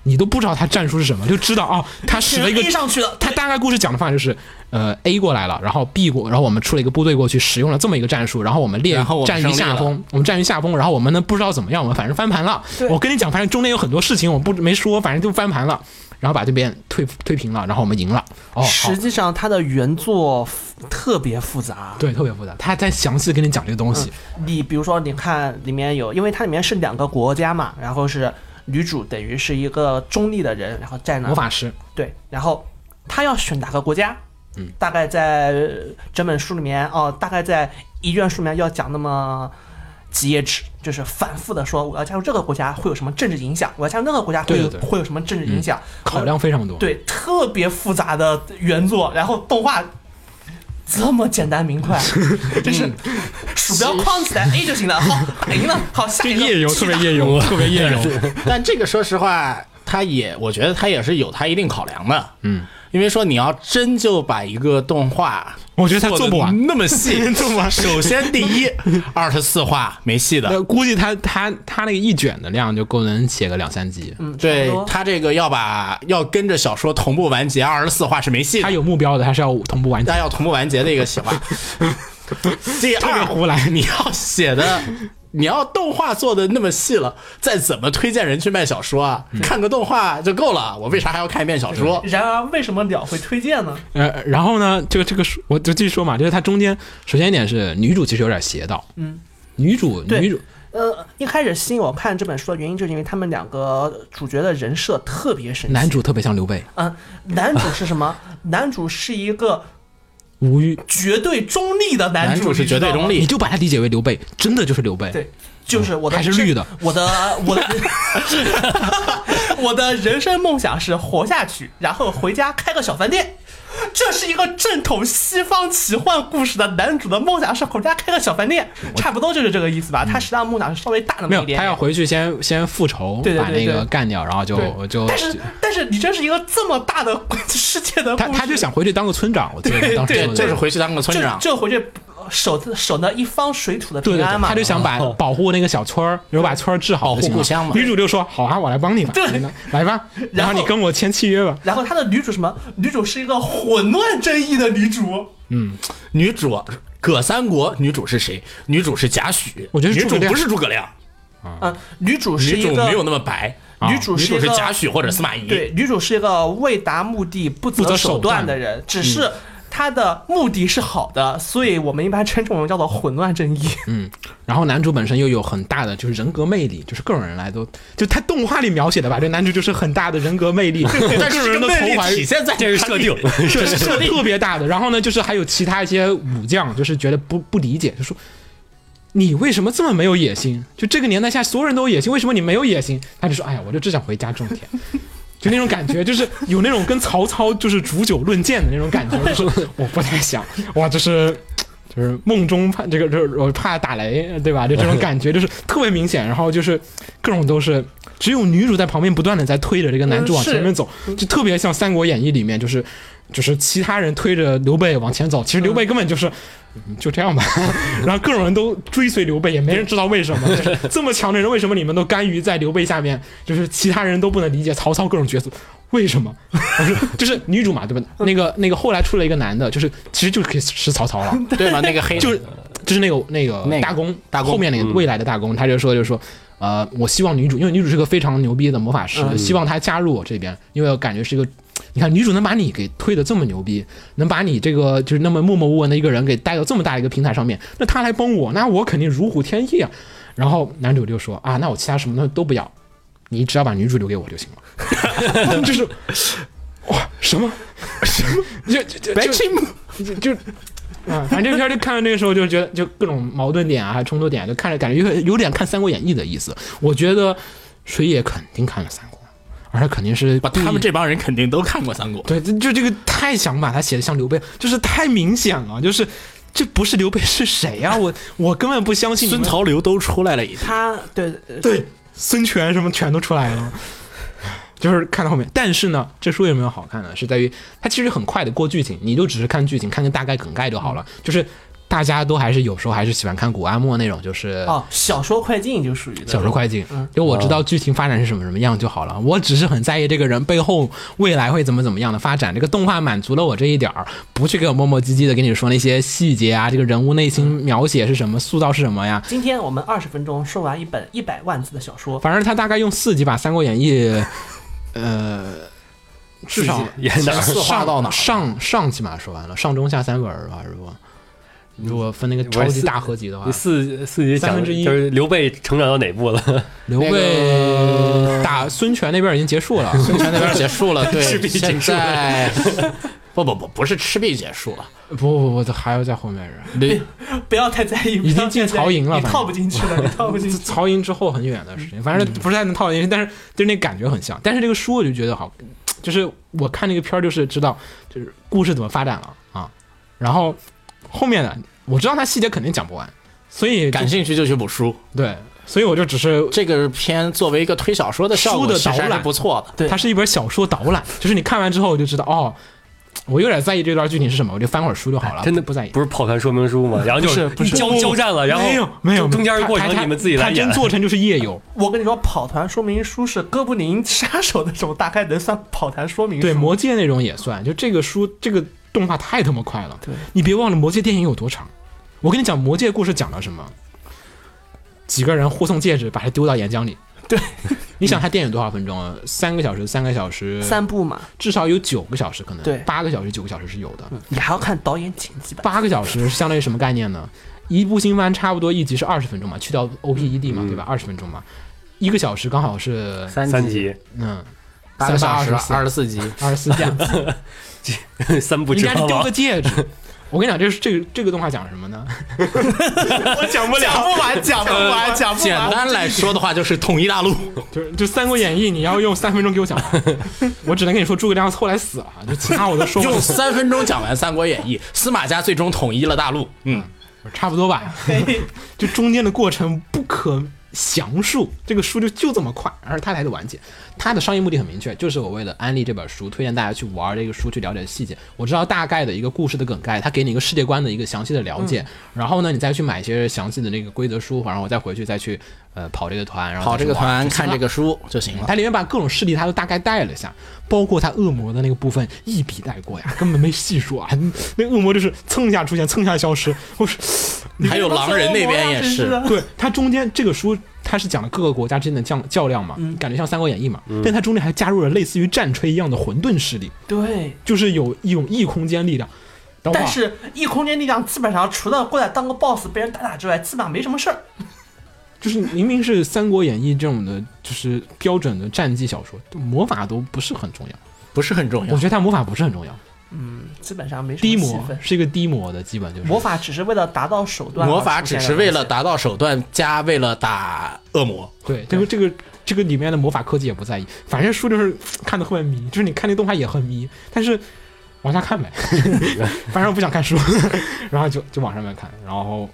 你都不知道他战术是什么，就知道啊他使了一个
贴上去了，
他大概故事讲的方法就是，呃，A 过来了，然后 B 过，然后我们出了一个部队过去，使用了这么一个战术，然后我们列
然后我们
占
胜
于
利
下
了
风，我们占于下风，然后我们呢不知道怎么样，我们反正翻盘了。我跟你讲，反正中间有很多事情我不没说，反正就翻盘了，然后把这边推推平了，然后我们赢了。哦，好
实，际上它的原作特别复杂。
对，特别复杂，他在详细地跟你讲这个东西，
你比如说，你看里面有，因为它里面是两个国家嘛，然后是女主等于是一个中立的人，然后在那
魔法师，
对，然后她要选哪个国家，嗯，大概在呃整本书里面哦，大概在一卷书里面要讲那么几页纸，就是反复的说我要加入这个国家会有什么政治影响，我要加入那个国家会有
对对对嗯
会有什么政治影响，呃
考量非常多。
对，特别复杂的原作，然后动画这么简单 明快，就是
嗯
鼠标框起来 A 就行了，好打赢了，好下
这
一个
夜游
去
特别
打
夜游，特别夜游，
但这个说实话，他也我觉得他也是有他一定考量的。
嗯，
因为说你要真就把一个动画
我觉得他做不完
得。那么细，做不完。首先第一，二十四话没戏的。
那呃估计他他他那个一卷的量就够能写个两三集，
嗯，
对
差不多
他这个要把要跟着小说同步完结，二十四话是没戏
他
的。
有目标的，他是要同步完结
大。家要同步完结的一个 企划。第
特别
二，
胡来，
你要写的，你要动画做的那么细了，再怎么推荐人去卖小说啊？
嗯
看个动画就够了，我为啥还要看一遍小说？
然而，为什么鸟会推荐呢？
呃，然后呢，这个这个书我就继续说嘛，就是它中间首先一点是女主其实有点邪道，嗯，女主
对
女主
呃，一开始吸引我看这本书的原因，就是因为他们两个主角的人设特别神奇。
男，主特别像刘备，
嗯、男主是 什么？男主是一个
无欲，
绝对中立的男主，
男主是
你知
绝对
道吗
中立
你，就把它理解为刘备，真的就是刘备，
对，就是我的
还是
人
绿的
我的我的 我的人生梦想是活下去，然后回家开个小饭店。这是一个正统西方奇幻故事的男主的梦想是回家开个小饭店，差不多就是这个意思吧。他实际上梦想是稍微大那
嗯没
么
有
一，点
他要
点。
回去先先复仇，
对对
把那
对对
个干掉，然后就
对
就
但是但是你这是一个这么大的 世界的故
他
事，
他就想回去当个村长，我记得当时
对
说的
就是回去当个村
就
长。
就回去守守那一方水土的
对
平
对
安
对，
嘛。哦
他就想 把保护那个小村儿，然后把村儿治好
保护
就行了
故乡嘛
女主就说：“好啊，我来帮你吧，
对
你呢来吧，然
然
后
后
你跟我签契约吧。
然后他的女主什么？女主是一个混乱正义的女主，
女主葛三国，女主是谁？女主是贾诩，
我觉得是
女
诸葛
主
亮
不是诸葛亮，
嗯，女主是
女
一
主
个
没有那么白，
啊
女主
女
是
主
一
是
个
贾诩或者司马懿。
对，女主是一个为达目的不
不择
择
手
手
段嗯
段的人，只是她的目的是好的，所以我们一般称这种人叫做混乱正义。
嗯 然后男主本身又有很大的就是人格魅力，就是各种人来都就他动画里描写的吧，这男主就是很大的人格魅 力，
但是
各
这
人
个
的
魅
投
力
怀
体现在
这是设定，
对是特别大的。然后呢，就是还有其他一些武将，就是觉得不不理解，就说你为什么这么没有野心？就这个年代下，所有人都有野心，为什么你没有野心？他就说：“哎呀，我就只想回家种田。” 就那种感觉，就是有那种跟曹操就是煮酒论剑的那种感觉，就是我不太想，哇，就是就是梦中怕这个，就是我怕打雷，对吧？就这种感觉，就是特别明显。然后就是各种都是，只有女主在旁边不断的在推着这个男主往
嗯是
前面走，就特别像《三国演义》里面就是。就是其他人推着刘备往前走，其实刘备根本就是、嗯就这样吧， 然后各种人都追随刘备，也没人知道为 什么。就是这么强的人，为什么你们都甘于在刘备下面？就是其他人都不能理解曹操各种角色，为什么？ 我说就是女主嘛，对吧？
嗯
那个那个后来出了一个男的，就是其实就可以是曹操了，
对吗？那个黑
就是就是那个那
那
个
个
大公
大公
后面那个
嗯
未来的大公，他就说就是说。呃，我希望女主，因为女主是个非常牛逼的魔法师，
嗯
希望她加入我这边，因为我感觉是一个，你看女主能把你给推的这么牛逼，能把你这个就是那么默默无闻的一个人给带到这么大一个平台上面，那她来帮我，那我肯定如虎添翼啊。然后男主就说啊，那我其他什么东西都不要，你只要把女主留给我就行了。 就是哇，什么什么，就就就就就啊，反正这片儿就看到那个时候就觉得就各种矛盾点啊，还有冲突点啊，就看着感觉有点有点看《三国演义》的意思。我觉得水野肯定看了《三国》，而他肯定是
把
故意
他们这帮人肯定都看过《三国》，
对，就就这个太想把他写的像刘备，就是太明显了，就是这不是刘备是谁呀、我我根本不相信你
孙
们
曹刘都出来了已经。
他对
对，孙权什么全都出来了，就是看到后面。但是呢，这书为什么要好看呢？是在于它其实很快的过剧情，你就只是看剧情，看个大概梗概就好了。就是大家都还是有时候还是喜欢看古阿莫那种，就是
哦，小说快进就属于
小说快进，就我知道剧情发展是什么什么样就好了。我只是很在意这个人背后未来会怎么怎么样的发展。这个动画满足了我这一点儿，不去给我磨磨唧唧的跟你说那些细节啊，这个人物内心描写是什么，塑造是什么呀。
今天我们二十分钟说完一本一百万字的小说，
反正他大概用四集把《三国演义》，呃，至少
演哪儿？
四话到哪儿
上上起码说完了，上中下三本儿吧，如果如果分那个超级大合集的话
你， 四四集讲
三分之一
就是刘备成长到哪步了？
刘
那
备打孙权那边已经结束了，
啊 孙权那边结束了，对，
赤壁结
现
束
在 不不不不是赤壁结束了，
不不不，还要在后面是
对，
不要太在意，
已经
不要太在
进
意
曹营了
你
反正
套不进去了，你套不进 去。
曹营之后很远的
嗯
事情，反正不是太能套进去，但是就是那感觉很像。但是这个书我就觉得好，就是我看那个片儿就是知道就是故事怎么发展了啊，然后后面的我知道它细节肯定讲不完，所以
感兴趣就去补书。
对，所以我就只是
这个片作为一个推小说的效
书
果，
的
其实还
导览
是不错的。
对
它是一本小说导览，就是你看完之后就知道哦，我有点在意这段剧情是什么，我就翻会儿书就好了，
哎真的
不在意。
不是跑团说明书吗？然后就交交战了，然后
哦没有没有，
中间
他
过程
他
你们自己来
他
演
真。做成就是夜游，
我跟你说，跑团说明书是哥布林杀手那种，大概能算跑团说明书。
对《魔戒》那种也算。就这个书，这个动画太他妈快了。
对，
你别忘了《魔戒》电影有多长。我跟你讲，《魔戒》故事讲了什么？几个人互送戒指，把它丢到岩浆里。
对，
你想它电影多少分钟啊？三个小时，三个小时，
三部嘛，
至少有九个小时，可能
对
八个小时、九个小时是有的。
你还要看导演剪 辑版。
八个小时是相当于什么概念呢？一部新番差不多一集是二十分钟嘛，去掉 O P E D 嘛，对吧？二十分钟嘛，一个小时刚好是
三
三集，
集，
嗯，
八个小时，
三
二十 四集，
二十四这样子，
三不
人
知
家是
道
丢
吧
个？戒指。我跟你讲，这是这个这个动画讲什么呢？我讲不了，
不完，讲不完，讲不
简
完。
单来说的话就是统一大 陆。
就是就《三国演义》，你要用三分钟给我讲完，我只能跟你说诸葛亮后来死了，啊就其他我都说不
用
了，
三分钟讲完《三国演义》，司马家最终统一了大陆。嗯，
差不多吧。就中间的过程不可详述，这个书就就这么快，而它来的完结。它的商业目的很明确，就是我为了安利这本书，推荐大家去玩这个书，去了解细节。我知道大概的一个故事的梗概，它给你一个世界观的一个详细的了解，
嗯
然后呢，你再去买一些详细的那个规则书，然后我再回去再去呃跑这个团，然后
啊跑
再
这
去
个
玩就
团
行
看这
了
个书就哎行了。
它里面把各种势力它都大概带了一下，包括它恶魔的那个部分一笔带过呀，根本没细说啊。 那恶魔就是蹭一下出现，蹭一下消失。我说，
还有狼人那边也是，
对它中间这个书，它是讲了各个国家之间的较较量嘛，
嗯
感觉像《三国演义》嘛，但它中间还加入了类似于战锤一样的混沌势力，
对，
就是有一种异空间力量。等会儿
但
啊
是异空间力量基本上除了过来当个 boss 被人打打之外，基本上没什么事儿。
就是明明是《三国演义》这种的，就是标准的战绩小说，魔法都不是很重要。
不是很重
我
要
觉。得它魔法不是很重要，
基本上没什
低
么气
魔
氛。
是一个低魔的，基本就是
魔法只是为了达到手段而出现的东西，
魔法只是为了达到手段，加为了打恶魔。
对，这个这个这个里面的魔法科技也不在意，反正书就是看的会很迷，就是你看那动画也很迷，但是往下看呗， 反正我不想看书，然后就就往上面看，然后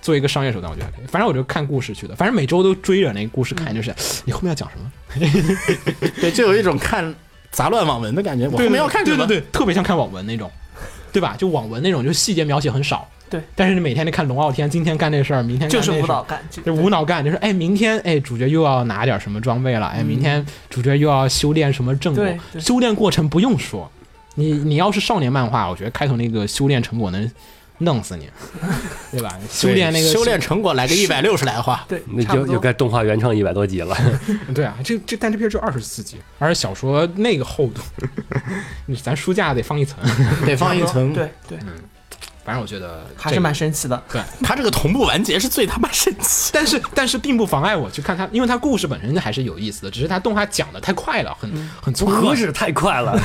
做一个商业手段，我觉得还可以。反正我就看故事去的，反正每周都追着那个故事看，就是、你后面要讲什么，
对，就有一种看杂乱网文的感觉。我后
对
面要看什
对
么？
对对，特别像看网文那种，对吧？就网文那种，就细节描写很少，
对，
但是你每天就看龙傲天，今天干这事儿，明天干
就是
那
舞
事儿
蹈干，就
就无脑干，就是哎，明天哎，主角又要拿点什么装备了，哎，明天主角又要修炼什么正果
对，对
修炼过程不用说，你你要是少年漫画，我觉得开头那个修炼成果能弄死你，对吧？修炼那个
修炼成果来个一百六十来话，
对，
那
差不
就
多
就该动画原创一百多集 了。
对啊，这这但这篇就二十四集，而且小说那个厚度， 你咱书架得放一层，
得放一层。，
对对，
反正我觉得
还
这
是
个
蛮神奇的。
他这个同步完结是最他妈神奇。
但是但是并不妨碍我去看它，因为它故事本身还是有意思的，只是它动画讲的太快了，很、很粗
何
犷，
止太快了，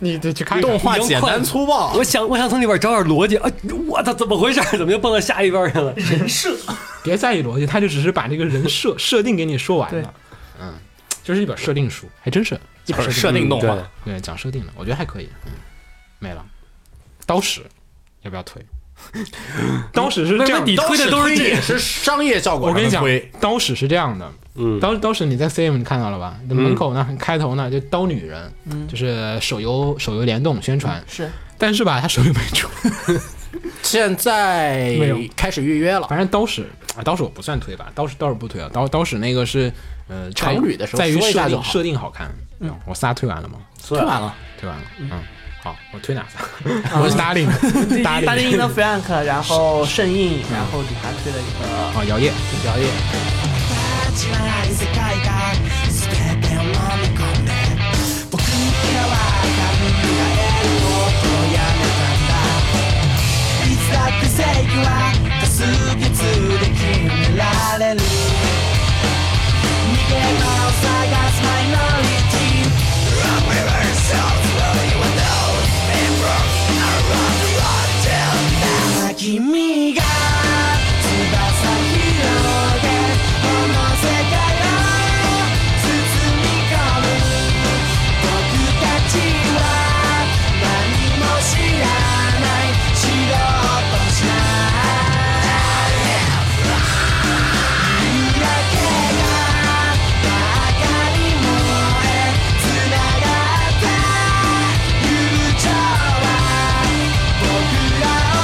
你得去看一看
动画简单粗暴，
我想我想从里边找点逻辑啊！我操，怎么回事？怎么又蹦到下一边去了？
别在意逻辑，他就只是把这个人设设定给你说完了。嗯，就是一本设定书，还真是一本
设定动画
对，
对，讲设定的，我觉得还可以。嗯，没了，刀使要不要 推？刀使是这样，
你推的都是这
也是商业效果
我
上
跟你
的
讲
推。，
刀使是这样的，
嗯
当当时你在 CM 你看到了吧？门口呢，开头呢就刀女人，就是手游手游联动宣传，
是
但是吧，他手游没出，
现在
没有
开始预约了，
反正刀使啊，刀使我不算推吧，刀使刀使不推啊，刀刀使那个是呃在于
常旅的时候
在于
说一
设
下就
定
好
设定好看，嗯，我仨推完了吗？
推
推完了。
推完了，嗯，好，我推哪仨？
啊
我是 Darling，
大大
，Darling
英的 Frank，然后圣印，然后李涵推了一个。
啊，摇曳，摇曳。
立ちはない世界が全てを飲み込んで僕に嫌われた考えることをやめたんだいつだって正義は多数決で決められる逃げ場を探すマイノリティ Rock with ourselves, will you know? And rock around the world till now 君が翼広げこの世界を包み込む僕たちは何も知らない知ろうとしない夕焼けがばかり燃え繋がった友情は僕らをヒーローにしていく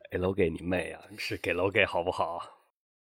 哎给楼给你妹啊！是给楼给好不好？